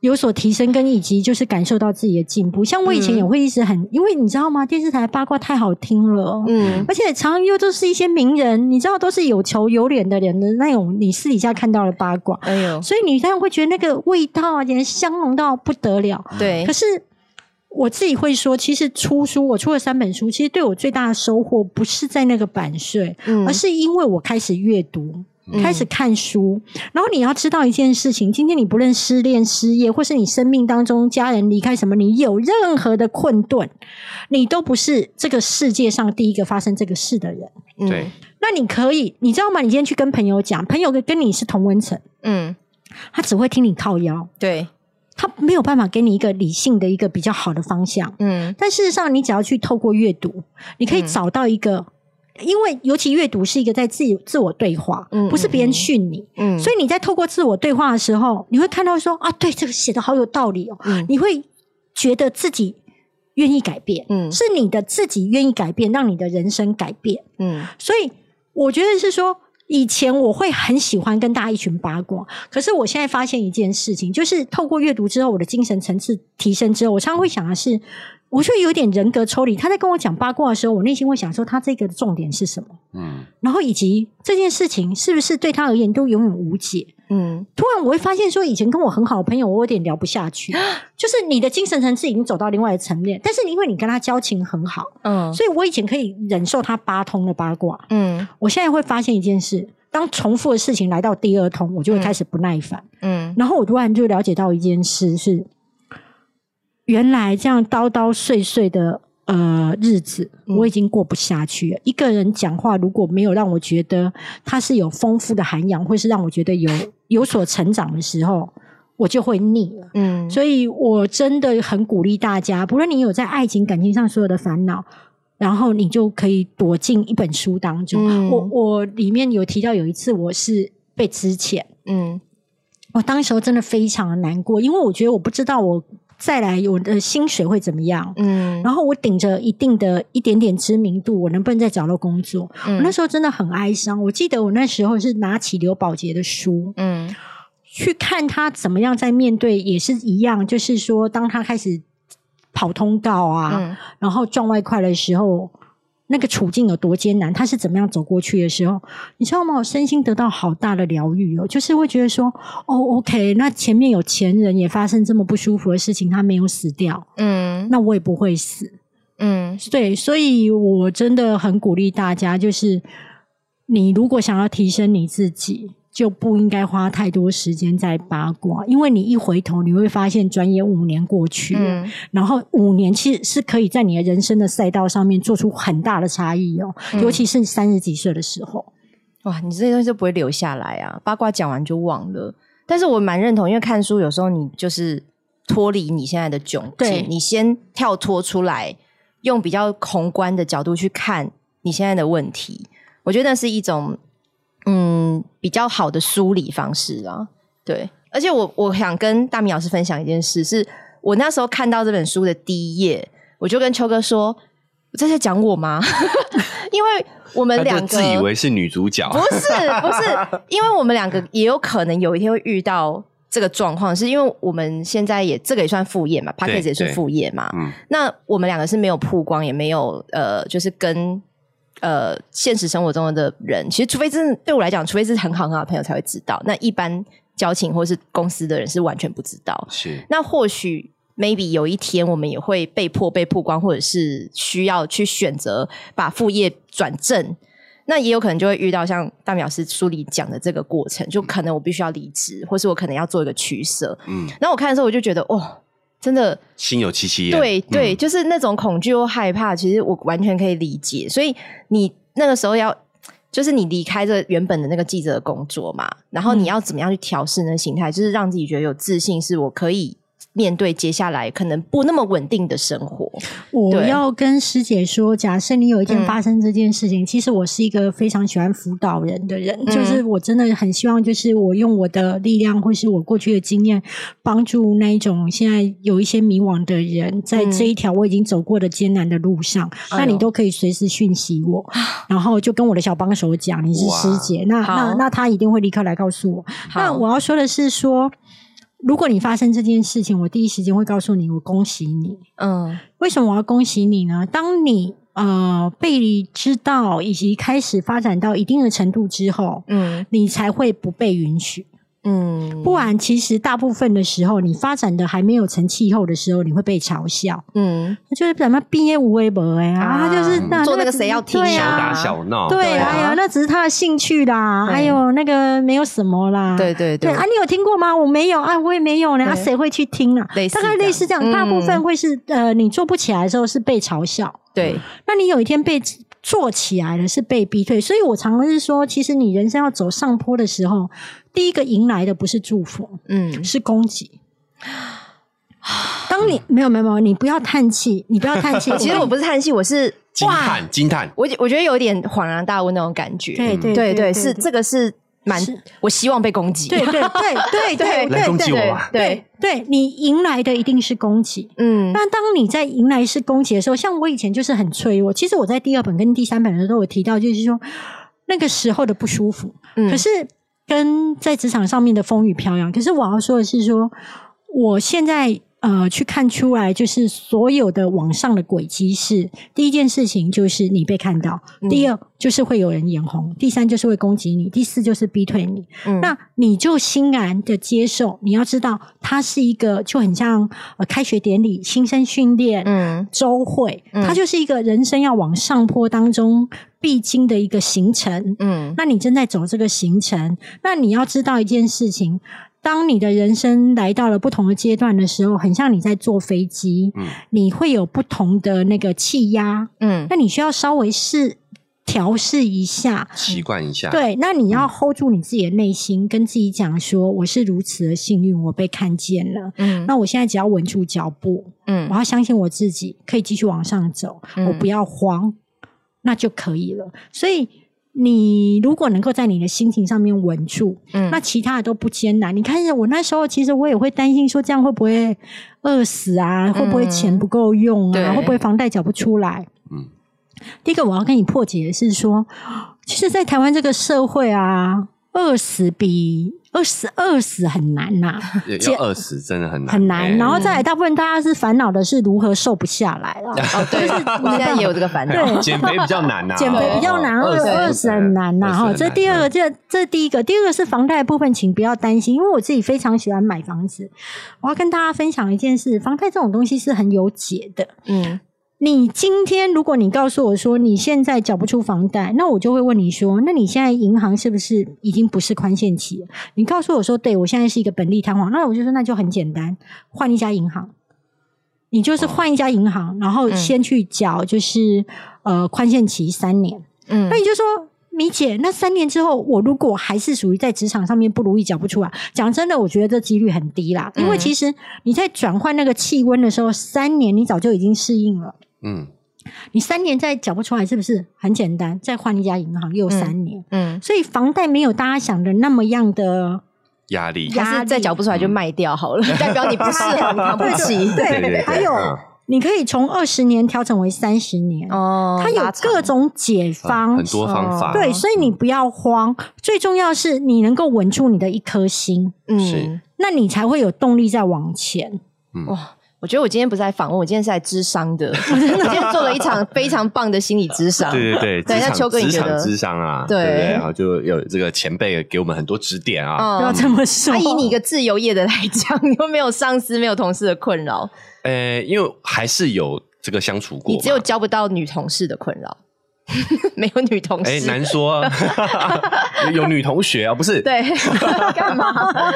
Speaker 3: 有所提升，跟以及就是感受到自己的进步。像我以
Speaker 1: 嗯
Speaker 3: 前也会一直很，因为你知道吗？电视台八卦太好听了，
Speaker 1: 嗯，
Speaker 3: 而且常又都是一些名人，你知道都是有头有脸的人的那种，你私底下看到的八卦，
Speaker 1: 哎呦，
Speaker 3: 所以你当然会觉得那个味道啊，简直香浓到不得了。
Speaker 1: 对
Speaker 3: 可，是我自己会说，其实出书，我出了三本书，其实对我最大的收获不是在那个版税，
Speaker 1: 嗯
Speaker 3: 而是因为我开始阅读。
Speaker 1: 嗯
Speaker 3: 开始看书，然后你要知道一件事情：今天你不论失恋、失业，或是你生命当中家人离开什么，你有任何的困顿，你都不是这个世界上第一个发生这个事的人。
Speaker 1: 嗯
Speaker 2: 对，
Speaker 3: 那你可以，你知道吗？你今天去跟朋友讲，朋友跟跟你是同温层，
Speaker 1: 嗯，
Speaker 3: 他只会听你靠腰，
Speaker 1: 对，
Speaker 3: 他没有办法给你一个理性的一个比较好的方向。
Speaker 1: 嗯
Speaker 3: 但事实上，你只要去透过阅读，你可以
Speaker 1: 嗯
Speaker 3: 找到一个，因为尤其阅读是一个在自己自我对话，
Speaker 1: 嗯
Speaker 3: 不是别人训你，
Speaker 1: 嗯，
Speaker 3: 所以你在透过自我对话的时候，你会看到说啊，对，这个写的好有道理哦，
Speaker 1: 嗯
Speaker 3: 你会觉得自己愿意改变，
Speaker 1: 嗯
Speaker 3: 是你的自己愿意改变，让你的人生改变。
Speaker 1: 嗯
Speaker 3: 所以我觉得是说，以前我会很喜欢跟大家一群八卦，可是我现在发现一件事情，就是透过阅读之后，我的精神层次提升之后，我常常会想的是，我就有点人格抽离。他在跟我讲八卦的时候，我内心会想说，他这个的重点是什么？
Speaker 2: 嗯，
Speaker 3: 然后以及这件事情是不是对他而言都永远无解？
Speaker 1: 嗯
Speaker 3: 突然我会发现，说以前跟我很好的朋友，我有点聊不下去，就是你的精神层次已经走到另外的层面，但是因为你跟他交情很好，
Speaker 1: 嗯
Speaker 3: 所以我以前可以忍受他八通的八卦，
Speaker 1: 嗯
Speaker 3: 我现在会发现一件事：当重复的事情来到第二通，我就会开始不耐烦。
Speaker 1: 嗯
Speaker 3: 然后我突然就了解到一件事是，原来这样叨叨碎碎的呃日子，
Speaker 1: 嗯
Speaker 3: 我已经过不下去了。一个人讲话如果没有让我觉得他是有丰富的涵养，或是让我觉得有有所成长的时候，我就会腻了。
Speaker 1: 嗯，
Speaker 3: 所以我真的很鼓励大家，不论你有在爱情、感情上所有的烦恼，然后你就可以躲进一本书当中。
Speaker 1: 嗯
Speaker 3: 我我里面有提到有一次我是被之前，
Speaker 1: 嗯
Speaker 3: 我当时候真的非常的难过，因为我觉得我不知道我再来我的薪水会怎么样。
Speaker 1: 嗯，
Speaker 3: 然后我顶着一定的一点点知名度，我能不能再找到工作？我
Speaker 1: 嗯
Speaker 3: 那时候真的很哀伤。我记得我那时候是拿起刘宝杰的书，
Speaker 1: 嗯
Speaker 3: 去看他怎么样在面对，也是一样，就是说，当他开始跑通告啊，
Speaker 1: 嗯
Speaker 3: 然后赚外快的时候，那个处境有多艰难，他是怎么样走过去的时候，你知道吗？我身心得到好大的疗愈哦，就是会觉得说，哦，OK，那前面有前人也发生这么不舒服的事情，他没有死掉，
Speaker 1: 嗯
Speaker 3: 那我也不会死。
Speaker 1: 嗯
Speaker 3: 对，所以我真的很鼓励大家，就是你如果想要提升你自己，就不应该花太多时间在八卦，因为你一回头，你会发现转眼五年过去了，
Speaker 1: 嗯
Speaker 3: 然后五年其实是可以在你的人生的赛道上面做出很大的差异哦，
Speaker 1: 嗯
Speaker 3: 尤其是三十几岁的时候。
Speaker 1: 哇，你这些东西都不会留下来啊！八卦讲完就忘了。但是我蛮认同，因为看书有时候你就是脱离你现在的窘
Speaker 3: 对
Speaker 1: 境，你先跳脱出来，用比较宏观的角度去看你现在的问题，我觉得那是一种嗯比较好的梳理方式啊。对，而且我我想跟大明老师分享一件事，是我那时候看到这本书的第一页，我就跟秋哥说：“这在讲我吗？” 因为我们
Speaker 2: 他
Speaker 1: 两
Speaker 2: 就
Speaker 1: 个
Speaker 2: 自以为是女主角，
Speaker 1: 不是不是， 因为我们两个也有可能有一天会遇到这个状况，是因为我们现在也这个也算副业嘛 p a c k a g e 也是
Speaker 2: 对
Speaker 1: 副业嘛。
Speaker 2: 嗯
Speaker 1: 那我们两个是没有曝光，也没有呃，就是跟呃现实生活中的人，其实除非真的对我来讲，除非是很好很好的朋友才会知道。那一般交情或是公司的人是完全不知道。
Speaker 2: 是，
Speaker 1: 那或许 maybe 有一天我们也会被迫被曝光，或者是需要去选择把副业转正。那也有可能就会遇到像大淼师书里讲的这个过程，就可能我必须要离职，或是我可能要做一个取舍。
Speaker 2: 嗯，
Speaker 1: 然后我看的时候，我就觉得，哦，真的，
Speaker 2: 心有戚戚焉，
Speaker 1: 对
Speaker 2: 嗯
Speaker 1: 对，，就是那种恐惧或害怕，其实我完全可以理解。所以你那个时候要，就是你离开这原本的那个记者的工作嘛，然后你要怎么样去调试那个心态，就是让自己觉得有自信，是我可以面对接下来可能不那么稳定的生活。
Speaker 3: 我
Speaker 1: 对
Speaker 3: 要跟师姐说，假设你有一天
Speaker 1: 嗯
Speaker 3: 发生这件事情，其实我是一个非常喜欢辅导人的人，
Speaker 1: 嗯
Speaker 3: 就是我真的很希望，就是我用我的力量或是我过去的经验，帮助那一种现在有一些迷惘的人，在
Speaker 1: 嗯
Speaker 3: 这一条我已经走过的艰难的路上，
Speaker 1: 哎
Speaker 3: 那
Speaker 1: 呦啊
Speaker 3: 你都可以随时讯息我，然后就跟我的小帮手讲你是师姐，那那
Speaker 1: 好
Speaker 3: 那他一定会立刻来告诉我。那
Speaker 1: 好
Speaker 3: 我要说的是说。如果你发生这件事情，我第一时间会告诉你，我恭喜你。
Speaker 1: 嗯
Speaker 3: 为什么我要恭喜你呢？当你呃被知道以及开始发展到一定的程度之后，
Speaker 1: 嗯
Speaker 3: 你才会不被允许。
Speaker 1: 嗯，
Speaker 3: 不然，其实大部分的时候，你发展的还没有成气候的时候，你会被嘲笑。
Speaker 1: 嗯，
Speaker 3: 他就是怎么毕业无微博哎啊，
Speaker 1: 啊
Speaker 3: 他就是那
Speaker 1: 做那个谁要听
Speaker 3: 对
Speaker 2: 小
Speaker 1: 啊
Speaker 2: 打小闹，
Speaker 3: 对，
Speaker 1: 对啊
Speaker 3: 哎呀，那只是他的兴趣啦，
Speaker 1: 对
Speaker 3: 哎呦，那个没有什么啦，
Speaker 1: 对对
Speaker 3: 对啊，你有听过吗？我没有啊，我也没有呢，
Speaker 1: 对
Speaker 3: 啊，谁会去听啊？
Speaker 1: 类似
Speaker 3: 大概类似这样，
Speaker 1: 这样
Speaker 3: 大部分
Speaker 1: 嗯
Speaker 3: 会是呃，你做不起来的时候是被嘲笑，
Speaker 1: 对，
Speaker 3: 那你有一天被做起来了是被逼退，所以我常常是说，其实你人生要走上坡的时候，第一个迎来的不是祝福，
Speaker 1: 嗯。
Speaker 3: 是攻击。当你没有没有没有，你不要叹气，你不要叹气
Speaker 1: 其实我不是叹气，我是
Speaker 2: 惊叹惊叹，
Speaker 1: 我我觉得有点恍然大悟那种感觉。
Speaker 3: 对对
Speaker 1: 对对，是这个是蛮
Speaker 3: 是，
Speaker 1: 我希望被攻击。
Speaker 3: 对对对对对
Speaker 2: 来攻击我
Speaker 3: 对
Speaker 1: 对
Speaker 2: 吧
Speaker 1: 对，
Speaker 3: 对，你迎来的一定是攻击。
Speaker 1: 嗯
Speaker 3: 那当你在迎来是攻击的时候，像我以前就是很脆弱。其实我在第二本跟第三本的时候，我提到就是说那个时候的不舒服，
Speaker 1: 嗯
Speaker 3: 可是跟在职场上面的风雨飘扬。可是我要说的是说，我现在呃去看出来，就是所有的网上的轨迹是：第一件事情就是你被看到，
Speaker 1: 嗯
Speaker 3: 第二就是会有人眼红，第三就是会攻击你，第四就是逼退你。
Speaker 1: 嗯
Speaker 3: 那你就欣然的接受。你要知道，它是一个就很像呃开学典礼、新生训练、
Speaker 1: 嗯
Speaker 3: 周会，
Speaker 1: 嗯
Speaker 3: 它就是一个人生要往上坡当中必经的一个行程。
Speaker 1: 嗯
Speaker 3: 那你正在走这个行程，那你要知道一件事情：当你的人生来到了不同的阶段的时候，很像你在坐飞机，
Speaker 2: 嗯
Speaker 3: 你会有不同的那个气压，
Speaker 1: 嗯
Speaker 3: 那你需要稍微试调试一下，
Speaker 2: 习惯一下，，
Speaker 3: 对，那你要 hold 住你自己的内心，跟自己讲说，我是如此的幸运，我被看见了。
Speaker 1: 嗯
Speaker 3: 那我现在只要稳住脚步，我
Speaker 1: 嗯
Speaker 3: 要相信我自己可以继续往上走，我
Speaker 1: 嗯
Speaker 3: 不要慌，那就可以了。所以你如果能够在你的心情上面稳住，
Speaker 1: 嗯
Speaker 3: 那其他的都不艰难。你看，我那时候其实我也会担心说，这样会不会饿死啊？会不会钱不够用
Speaker 1: 嗯
Speaker 3: 啊？
Speaker 1: 对
Speaker 3: 会不会房贷缴不出来？
Speaker 2: 嗯
Speaker 3: 第一个我要跟你破解的是说，其实，在台湾这个社会啊，饿死比饿死饿死很难呐、
Speaker 2: 要二十真的很难，
Speaker 3: 很难。
Speaker 2: 哎
Speaker 3: 然后再来，大部分大家是烦恼的是如何瘦不下来啊啦。
Speaker 1: 哦，对，我现在也有这个烦恼。
Speaker 3: 对
Speaker 5: 减肥比较难
Speaker 2: 啊
Speaker 5: 呐，
Speaker 3: 减肥比较难，
Speaker 5: 哦
Speaker 3: 二
Speaker 5: 饿死
Speaker 3: 二十很难呐、
Speaker 2: 饿死
Speaker 3: 哈，
Speaker 2: 很
Speaker 3: 这
Speaker 2: 难
Speaker 3: 第二嗯个，这这第一个，第二个是房贷的部分，请不要担心，因为我自己非常喜欢买房子。我要跟大家分享一件事，房贷这种东西是很有解的。
Speaker 1: 嗯
Speaker 3: 你今天如果你告诉我说你现在缴不出房贷，那我就会问你说，那你现在银行是不是已经不是宽限期了？你告诉我说，对我现在是一个本利摊黄，那我就说那就很简单，换一家银行，你就是换一家银行，然后
Speaker 1: 嗯
Speaker 3: 先去缴就是、呃宽限期三年，
Speaker 1: 嗯
Speaker 3: 那你就说。米姐，那三年之后，我如果还是属于在职场上面不如意，缴不出来，讲真的，我觉得这几率很低啦。因为
Speaker 1: 嗯
Speaker 3: 其实你在转换那个气温的时候，三年你早就已经适应了。
Speaker 2: 嗯，
Speaker 3: 你三年再缴不出来，是不是很简单？再换一家银行又三年，
Speaker 1: 嗯，
Speaker 3: 所以房贷没有大家想的那么样的。
Speaker 2: 压力，
Speaker 1: 还
Speaker 3: 压
Speaker 1: 是
Speaker 3: 力嗯
Speaker 1: 再缴不出来就卖掉好了，代表你不适合，你扛不起。
Speaker 2: 对对对，
Speaker 3: 还有
Speaker 2: 嗯
Speaker 3: 你可以从二十年调整为三十年，
Speaker 1: 哦，
Speaker 3: 它有
Speaker 1: 拉长
Speaker 3: 各种解方。哦
Speaker 2: 很多方法，
Speaker 3: 对，所以你不要慌，最重要是你能够稳住你的一颗心，
Speaker 1: 嗯
Speaker 2: 是。
Speaker 3: 那你才会有动力再往前。
Speaker 1: 哇，我觉得我今天不是在访问，我今天是在智商的。我今天做了一 场非常棒的心理智商。
Speaker 2: 对对
Speaker 1: 对
Speaker 2: 对，职
Speaker 1: 那秋
Speaker 2: 场
Speaker 1: 哥你
Speaker 2: 职
Speaker 1: 觉得
Speaker 2: 场智商啊，
Speaker 1: 对
Speaker 2: 对不对？然后就有这个前辈给我们很多指点啊。
Speaker 3: 不要
Speaker 1: 嗯，
Speaker 3: 这么说，
Speaker 1: 那以 你一个自由业的来讲，你又没有上司，没有同事的困扰，
Speaker 2: 呃，因为还是有这个相处过
Speaker 1: 你
Speaker 2: 嘛，
Speaker 1: 只有交不到女同事的困扰， 没有女同
Speaker 2: 哎
Speaker 1: 事。
Speaker 2: 难说， 有有女同学啊，不是，
Speaker 1: 对， 干嘛？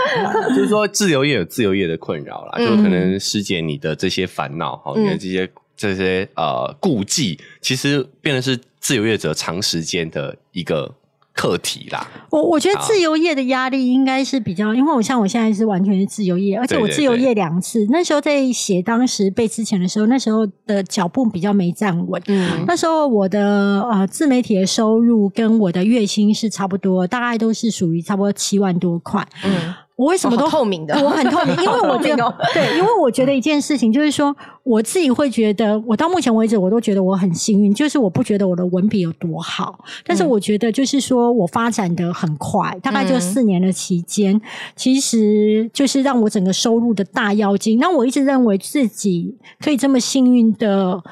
Speaker 2: 就是说自由业有自由业的困扰啦，就
Speaker 1: 嗯
Speaker 2: 可能师姐你的这些烦恼哈，
Speaker 1: 嗯
Speaker 2: 你的这些这些呃顾忌，其实变成是自由业者长时间的一个课题啦。
Speaker 3: 我我觉得自由业的压力应该是比较，因为我像我现在是完全是自由业，而且我
Speaker 2: 对对
Speaker 3: 自由业两次，那时候在写当时被之前的时候，那时候的脚步比较没站稳。
Speaker 1: 嗯
Speaker 3: 那时候我的呃自媒体的收入跟我的月薪是差不多，大概都是属于差不多七万多块。
Speaker 1: 嗯
Speaker 3: 我为什么
Speaker 1: 哦
Speaker 3: 都
Speaker 1: 好透明的
Speaker 3: 我很透明，因为
Speaker 1: 好
Speaker 3: 我觉
Speaker 1: 透明哦
Speaker 3: 得对，因为我觉得一件事情就是说，我自己会觉得，我到目前为止我都觉得我很幸运，就是我不觉得我的文笔有多好，但是
Speaker 1: 嗯
Speaker 3: 我觉得就是说我发展的很快，大概就
Speaker 1: 嗯
Speaker 3: 四年的期间，其实就是让我整个收入的大妖精。那我一直认为自己可以这么幸运的。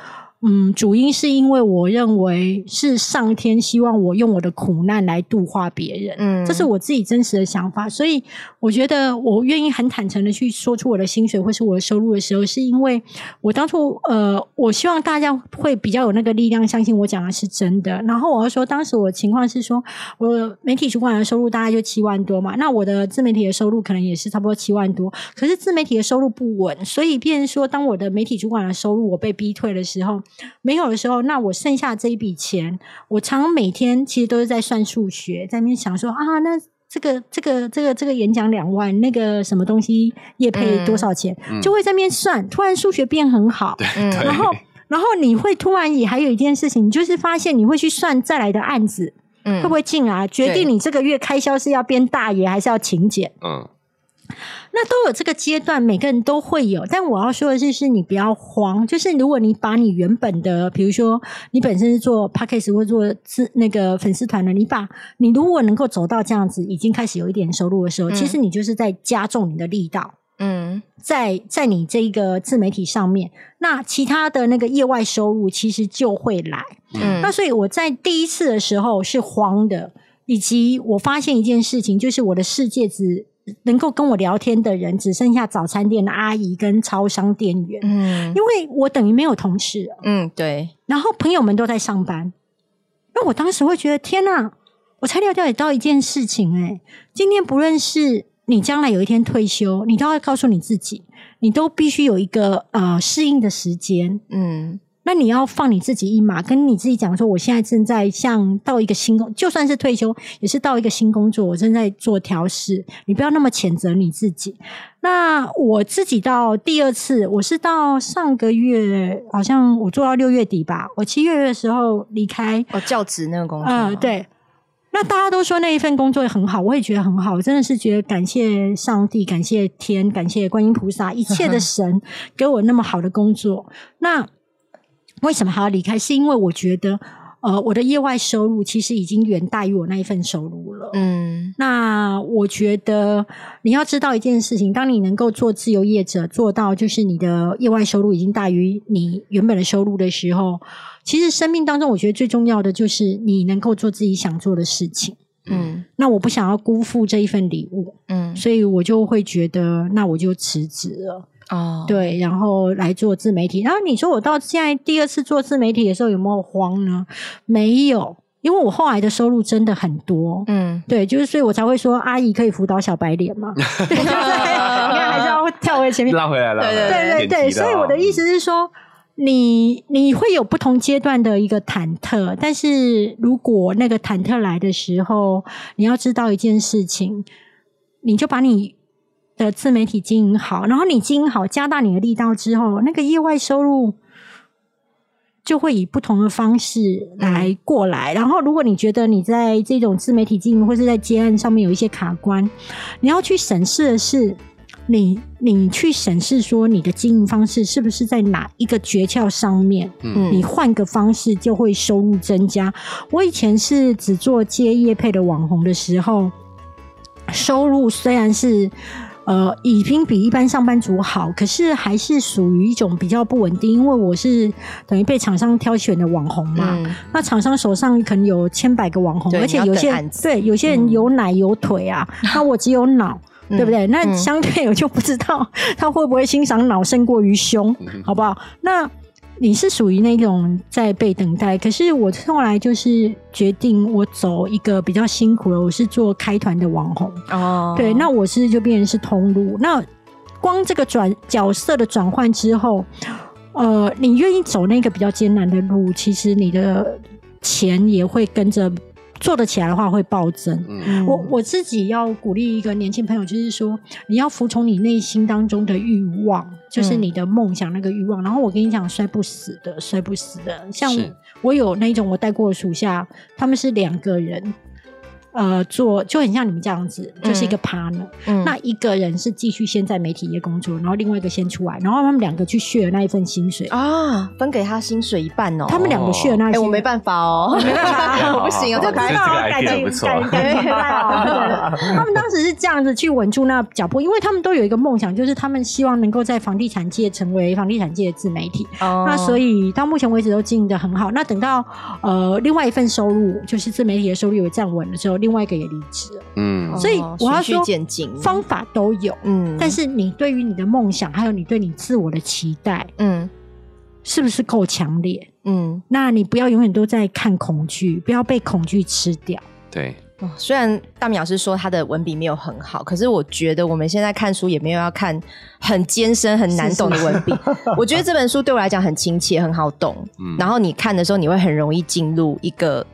Speaker 3: 嗯，主因是因为我认为是上天希望我用我的苦难来度化别人，
Speaker 1: 嗯
Speaker 3: 这是我自己真实的想法，所以我觉得我愿意很坦诚的去说出我的薪水或是我的收入的时候，是因为我当初呃，我希望大家会比较有那个力量，相信我讲的是真的。然后我要说，当时我的情况是说，我媒体主管的收入大概就七万多嘛，那我的自媒体的收入可能也是差不多七万多，可是自媒体的收入不稳，所以变成说，当我的媒体主管的收入我被逼退的时候，没有的时候，那我剩下这一笔钱，我常每天其实都是在算数学，在那边想说啊，那这个这个这个这个演讲两万，那个什么东西业配多少钱，
Speaker 2: 嗯嗯
Speaker 3: 就会在那边算。突然数学变很好，
Speaker 1: 嗯
Speaker 2: 对
Speaker 3: 然后然后你会突然也还有一件事情，你就是发现你会去算再来的案子、
Speaker 1: 嗯
Speaker 3: 会不会进来，决定你这个月开销是要变大爷还是要勤俭。
Speaker 2: 嗯，
Speaker 3: 那都有这个阶段，每个人都会有。但我要说的是，是你不要慌，就是如果你把你原本的，比如说你本身是做 p a c k a g e 或做自那个粉丝团的，你把你如果能够走到这样子，已经开始有一点收入的时候，
Speaker 1: 嗯
Speaker 3: 其实你就是在加重你的力道。
Speaker 1: 嗯
Speaker 3: 在在你这一个自媒体上面，那其他的那个业外收入其实就会来。
Speaker 1: 嗯
Speaker 3: 那所以我在第一次的时候是慌的，以及我发现一件事情，就是我的世界只能够跟我聊天的人只剩下早餐店的阿姨跟超商店员，
Speaker 1: 嗯
Speaker 3: 因为我等于没有同事了，
Speaker 1: 嗯对，
Speaker 3: 然后朋友们都在上班。那我当时会觉得，天呐，我才了解到一件事情、欸，今天不论是你将来有一天退休，你都要告诉你自己，你都必须有一个呃适应的时间，
Speaker 1: 嗯
Speaker 3: 那你要放你自己一马，跟你自己讲说，我现在正在像到一个新工，就算是退休，也是到一个新工作，我正在做调试。你不要那么谴责你自己。那我自己到第二次，我是到上个月，好像我做到六月底吧，我七月的时候离开，
Speaker 1: 哦，教职那个工作，
Speaker 3: 嗯、对。那大家都说那一份工作很好，我也觉得很好，我真的是觉得感谢上帝，感谢天，感谢观音菩萨，一切
Speaker 1: 嗯
Speaker 3: 的神给我那么好的工作。那为什么还要离开？是因为我觉得，呃，我的业外收入其实已经远大于我那一份收入了。
Speaker 1: 嗯
Speaker 3: 那我觉得你要知道一件事情，当你能够做自由业者，做到就是你的业外收入已经大于你原本的收入的时候，其实生命当中我觉得最重要的就是你能够做自己想做的事情。
Speaker 1: 嗯
Speaker 3: 那我不想要辜负这一份礼物，
Speaker 1: 嗯
Speaker 3: 所以我就会觉得，那我就辞职了。
Speaker 1: 哦，
Speaker 3: 对，然后来做自媒体。然后你说我到现在第二次做自媒体的时候有没有慌呢？没有，因为我后来的收入真的很多。
Speaker 1: 嗯
Speaker 3: 对，就是所以我才会说阿姨可以辅导小白脸嘛，对，就是你看还是要跳回
Speaker 2: 嗯
Speaker 3: 前面，
Speaker 5: 拉回来了，
Speaker 1: 对对
Speaker 3: 对对对，所以我的意思是说，你你会有不同阶段的一个忐忑，但是如果那个忐忑来的时候，你要知道一件事情，你就把你的自媒体经营好，然后你经营好，加大你的力道之后，那个业外收入。就会以不同的方式来过来。然后，如果你觉得你在这种自媒体经营或是在接案上面有一些卡关，你要去审视的是你，你去审视说你的经营方式是不是在哪一个诀窍上面，
Speaker 2: 嗯
Speaker 3: 你换个方式就会收入增加。我以前是只做接业配的网红的时候，收入虽然是。呃，已经比一般上班族好，可是还是属于一种比较不稳定，因为我是等于被厂商挑选的网红嘛。
Speaker 1: 嗯
Speaker 3: 那厂商手上可能有千百个网红，
Speaker 1: 对
Speaker 3: 而且
Speaker 1: 你要
Speaker 3: 有些
Speaker 1: 等案子
Speaker 3: 对有些人有奶有 腿啊，那我只有脑，
Speaker 1: 嗯
Speaker 3: 对不对？那
Speaker 1: 嗯
Speaker 3: 相对我就不知道他会不会欣赏脑胜过于胸，
Speaker 1: 嗯
Speaker 3: 好不好？那你是属于那种在被等待，可是我后来就是决定我走一个比较辛苦的，我是做开团的网红，
Speaker 1: 哦，
Speaker 3: 对，那我是就变成是通路。那光这个转角色的转换之后，呃，你愿意走那个比较艰难的路，其实你的钱也会跟着做得起来的话会暴增。
Speaker 2: 嗯
Speaker 1: 嗯
Speaker 3: 我我自己要鼓励一个年轻朋友，就是说你要服从你内心当中的欲望，就是
Speaker 1: 嗯
Speaker 3: 你的梦想那个欲望。然后我跟你讲，摔不死的，摔不死的。像
Speaker 2: 是
Speaker 3: 我有那种我带过的属下，他们是两个人，呃做，就很像你们这样子，就是一个 partner。
Speaker 1: 嗯
Speaker 3: 那一个人是继续先在媒体业工作，然后另外一个先出来，然后他们两个去 share 那一份薪水。
Speaker 1: 啊，分给他薪水一半哦。
Speaker 3: 他们两个 share 那一
Speaker 1: 哎、
Speaker 3: 份，
Speaker 1: 我没办法哦，没办法，我不行哦，
Speaker 5: 好
Speaker 1: 这
Speaker 5: 好
Speaker 1: 开
Speaker 5: 这
Speaker 1: 到
Speaker 5: 个
Speaker 3: 感
Speaker 5: idea
Speaker 3: 情
Speaker 5: 不错
Speaker 3: 感感情很大哦对对对他们当时是这样子去稳住那脚步，因为他们都有一个梦想，就是他们希望能够在房地产界成为房地产界的自媒体。那所
Speaker 1: 以
Speaker 3: 以到目前为止都经营的很好。那等到呃另外一份收入，就是自媒体的收入有站稳了之后，另外一个也离职了。
Speaker 2: 嗯
Speaker 1: 哦
Speaker 3: 所以我要
Speaker 1: 循序
Speaker 3: 说
Speaker 1: 渐进，
Speaker 3: 方法都有，
Speaker 1: 嗯
Speaker 3: 但是你对于你的梦想，还有你对你自我的期待，
Speaker 1: 嗯
Speaker 3: 是不是够强烈？
Speaker 1: 嗯、
Speaker 3: 那你不要永远都在看恐惧，不要被恐惧吃掉。
Speaker 2: 对，
Speaker 1: 哦虽然大米老师说他的文笔没有很好，可是我觉得我们现在看书也没有要看很艰深、很难懂的文笔。我觉得这本书对我来讲很亲切、很好懂，
Speaker 2: 嗯
Speaker 1: 然后你看的时候，你会很容易进入一个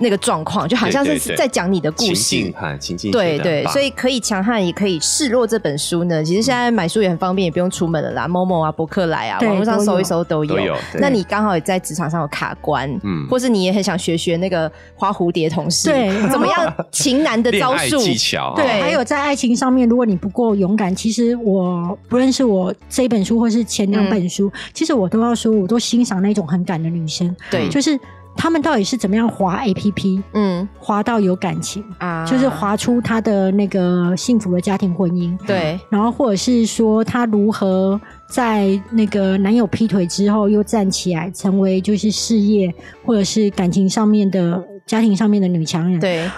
Speaker 1: 那个状况，就好像
Speaker 2: 对对
Speaker 1: 是
Speaker 2: 对
Speaker 1: 在讲你的故
Speaker 2: 情
Speaker 1: 事。
Speaker 2: 境哈，情境
Speaker 1: 对
Speaker 2: 写得
Speaker 1: 对
Speaker 2: 很，棒嗯
Speaker 1: 所以可以强悍，也可以示弱。这本书呢，其实现在买书也很方便，也不用出门了啦。某某啊，博客来啊，
Speaker 3: 对
Speaker 1: 网络上
Speaker 3: 都有
Speaker 1: 搜一搜都有。
Speaker 2: 都有。对
Speaker 1: 那你刚好也在职场上有卡关，
Speaker 2: 嗯
Speaker 1: 或是你也很想学学那个花蝴蝶同事，
Speaker 3: 对
Speaker 1: 怎么样 情难的
Speaker 2: 恋
Speaker 1: 招
Speaker 2: 爱
Speaker 1: 数？
Speaker 2: 技巧，
Speaker 1: 对
Speaker 3: 还有在爱情上面，如果你不够勇敢，其实我不论是我这一本书或是前两本书，
Speaker 1: 嗯
Speaker 3: 其实我都要说，我都欣赏那种很敢的女生，
Speaker 1: 对，
Speaker 3: 就是她们到底是怎么样滑 A P P，
Speaker 1: 嗯
Speaker 3: 滑到有感情，
Speaker 1: 啊
Speaker 3: 就是滑出她的那个幸福的家庭婚姻，
Speaker 1: 对，
Speaker 3: 然后或者是说她如何在那个男友劈腿之后又站起来，成为就是事业或者是感情上面的家庭上面的女强
Speaker 2: 嗯
Speaker 3: 人，
Speaker 1: 对，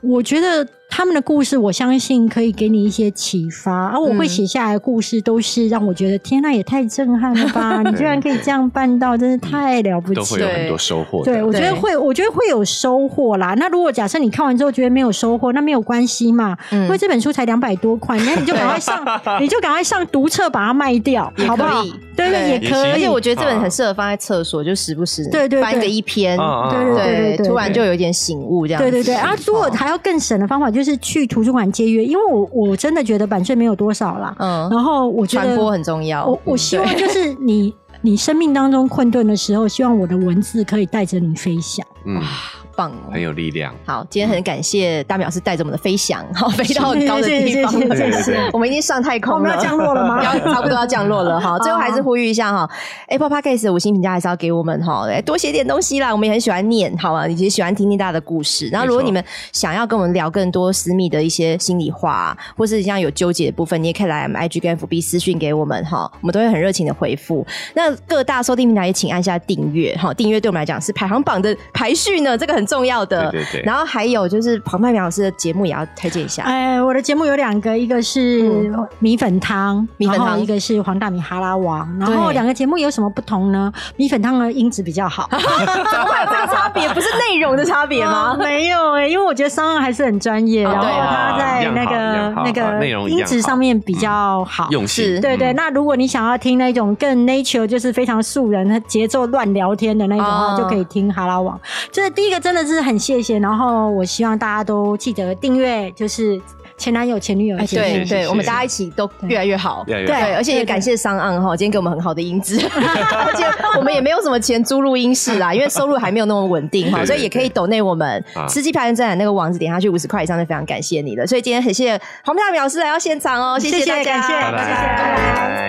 Speaker 3: 我觉得他们的故事，我相信可以给你一些启
Speaker 1: 嗯
Speaker 3: 发。而、我会写下来的故事，都是让我觉得天呐，也太震撼 了吧！你居然可以这样办到，真是太了不
Speaker 2: 都
Speaker 3: 起
Speaker 2: 会有
Speaker 3: 了。
Speaker 2: 很多收获的。
Speaker 3: 对，我觉得
Speaker 1: 对
Speaker 3: 会，我觉得会有收获啦。那如果假设你看完之后觉得没有收获，那没有关系嘛，因为
Speaker 1: 嗯，
Speaker 3: 这本书才两百多块，那你就赶 快上，你就赶快上读册把它卖掉，好不好
Speaker 1: 也可以？啊
Speaker 3: 对
Speaker 1: 对
Speaker 3: 对，也可
Speaker 2: 也
Speaker 3: 以。
Speaker 1: 而且我觉得这本
Speaker 2: 啊
Speaker 1: 很适合放在厕所，就时不时
Speaker 3: 对对
Speaker 1: 翻个
Speaker 3: 对
Speaker 1: 一篇，
Speaker 2: 啊啊
Speaker 3: 对
Speaker 2: 啊
Speaker 3: 对对对
Speaker 1: 突然就有一点醒悟这样子。
Speaker 3: 对对对，啊，如果还要更省的方法，就是去图书馆借阅，因为我我真的觉得版税没有多少啦。
Speaker 1: 嗯，
Speaker 3: 然后我觉得
Speaker 1: 传播很重要。
Speaker 3: 哦我我
Speaker 1: 嗯
Speaker 3: 希望就是你你生命当中困顿的时候，希望我的文字可以带着你飞翔。
Speaker 2: 嗯，
Speaker 1: 棒哦
Speaker 2: 很有力量。
Speaker 1: 好，今天很感谢大淼是带着我们的飞翔，好飞到很高的地方
Speaker 3: 谢谢谢谢
Speaker 2: 谢谢
Speaker 1: 我们已经上太空了，
Speaker 3: 我们要降落了 吗
Speaker 1: 要差不多要降落了哈。最后还是呼吁一下哈，Apple 哎 Podcast 的五星评价还是要给我们哈，来多写点东西啦。我们也很喜欢念，好啊，以及喜欢听听大家的故事。然后如果
Speaker 2: 没错
Speaker 1: 你们想要跟我们聊更多私密的一些心里话、啊，或是像有纠结的部分，你也可以来我们 IG 跟 FB 私讯给我们哈，我们都会很热情的回复。那各大收听平台也请按下订阅哈，订阅对我们来讲是排行榜的排序呢，这个很重要的。
Speaker 2: 对对对
Speaker 1: 然后还有就是庞麦苗老师的节目也要推荐一 下。
Speaker 3: 哎，我的节目有两个，一个是
Speaker 1: 嗯
Speaker 3: 米粉汤，
Speaker 1: 米粉汤
Speaker 3: 然后一个是黄大米哈拉王。然后
Speaker 1: 对
Speaker 3: 两个节目有什么不同呢？米粉汤的音质比较好，
Speaker 1: 有这个差别，不是内容的差别
Speaker 3: 哦？ 没有哎，因为我觉得商人还是很专业，
Speaker 1: 哦
Speaker 3: 然后
Speaker 1: 对
Speaker 3: 他
Speaker 1: 啊
Speaker 3: 在那
Speaker 2: 一样好
Speaker 3: 个
Speaker 2: 一
Speaker 3: 那
Speaker 2: 样好内容
Speaker 3: 个
Speaker 2: 一样
Speaker 3: 音质上面比较好。
Speaker 2: 用
Speaker 1: 是
Speaker 2: 心，
Speaker 3: 对对，
Speaker 2: 嗯
Speaker 3: 那如果你想要听那种更 nature，就是非常素人、节奏乱聊天的那种话，
Speaker 1: 哦
Speaker 3: 就可以听哈拉网。这第一个真的是很谢谢，然后我希望大家都记得订阅，就是前男友、前女友
Speaker 1: 哎，
Speaker 3: 前女友
Speaker 1: 对
Speaker 2: 是
Speaker 1: 对，
Speaker 2: 是
Speaker 1: 我们大家一起都越来越好。
Speaker 2: 越来越
Speaker 3: 对
Speaker 2: 好
Speaker 1: 对，而且也感谢商岸哈，今天给我们很好的音 质，而且我们也没有什么钱租录音室啦，因为收入还没有那么稳定哈，
Speaker 2: 对对
Speaker 1: 所以也可以抖内我们
Speaker 2: 啊
Speaker 1: 吃鸡排人展览那个网址点下去五十块以上，就非常感谢你了。所以今天很谢谢黄大淼老师来到现场哦，谢
Speaker 3: 谢谢
Speaker 1: 大家，
Speaker 3: 感谢
Speaker 2: 拜拜
Speaker 3: 谢谢拜拜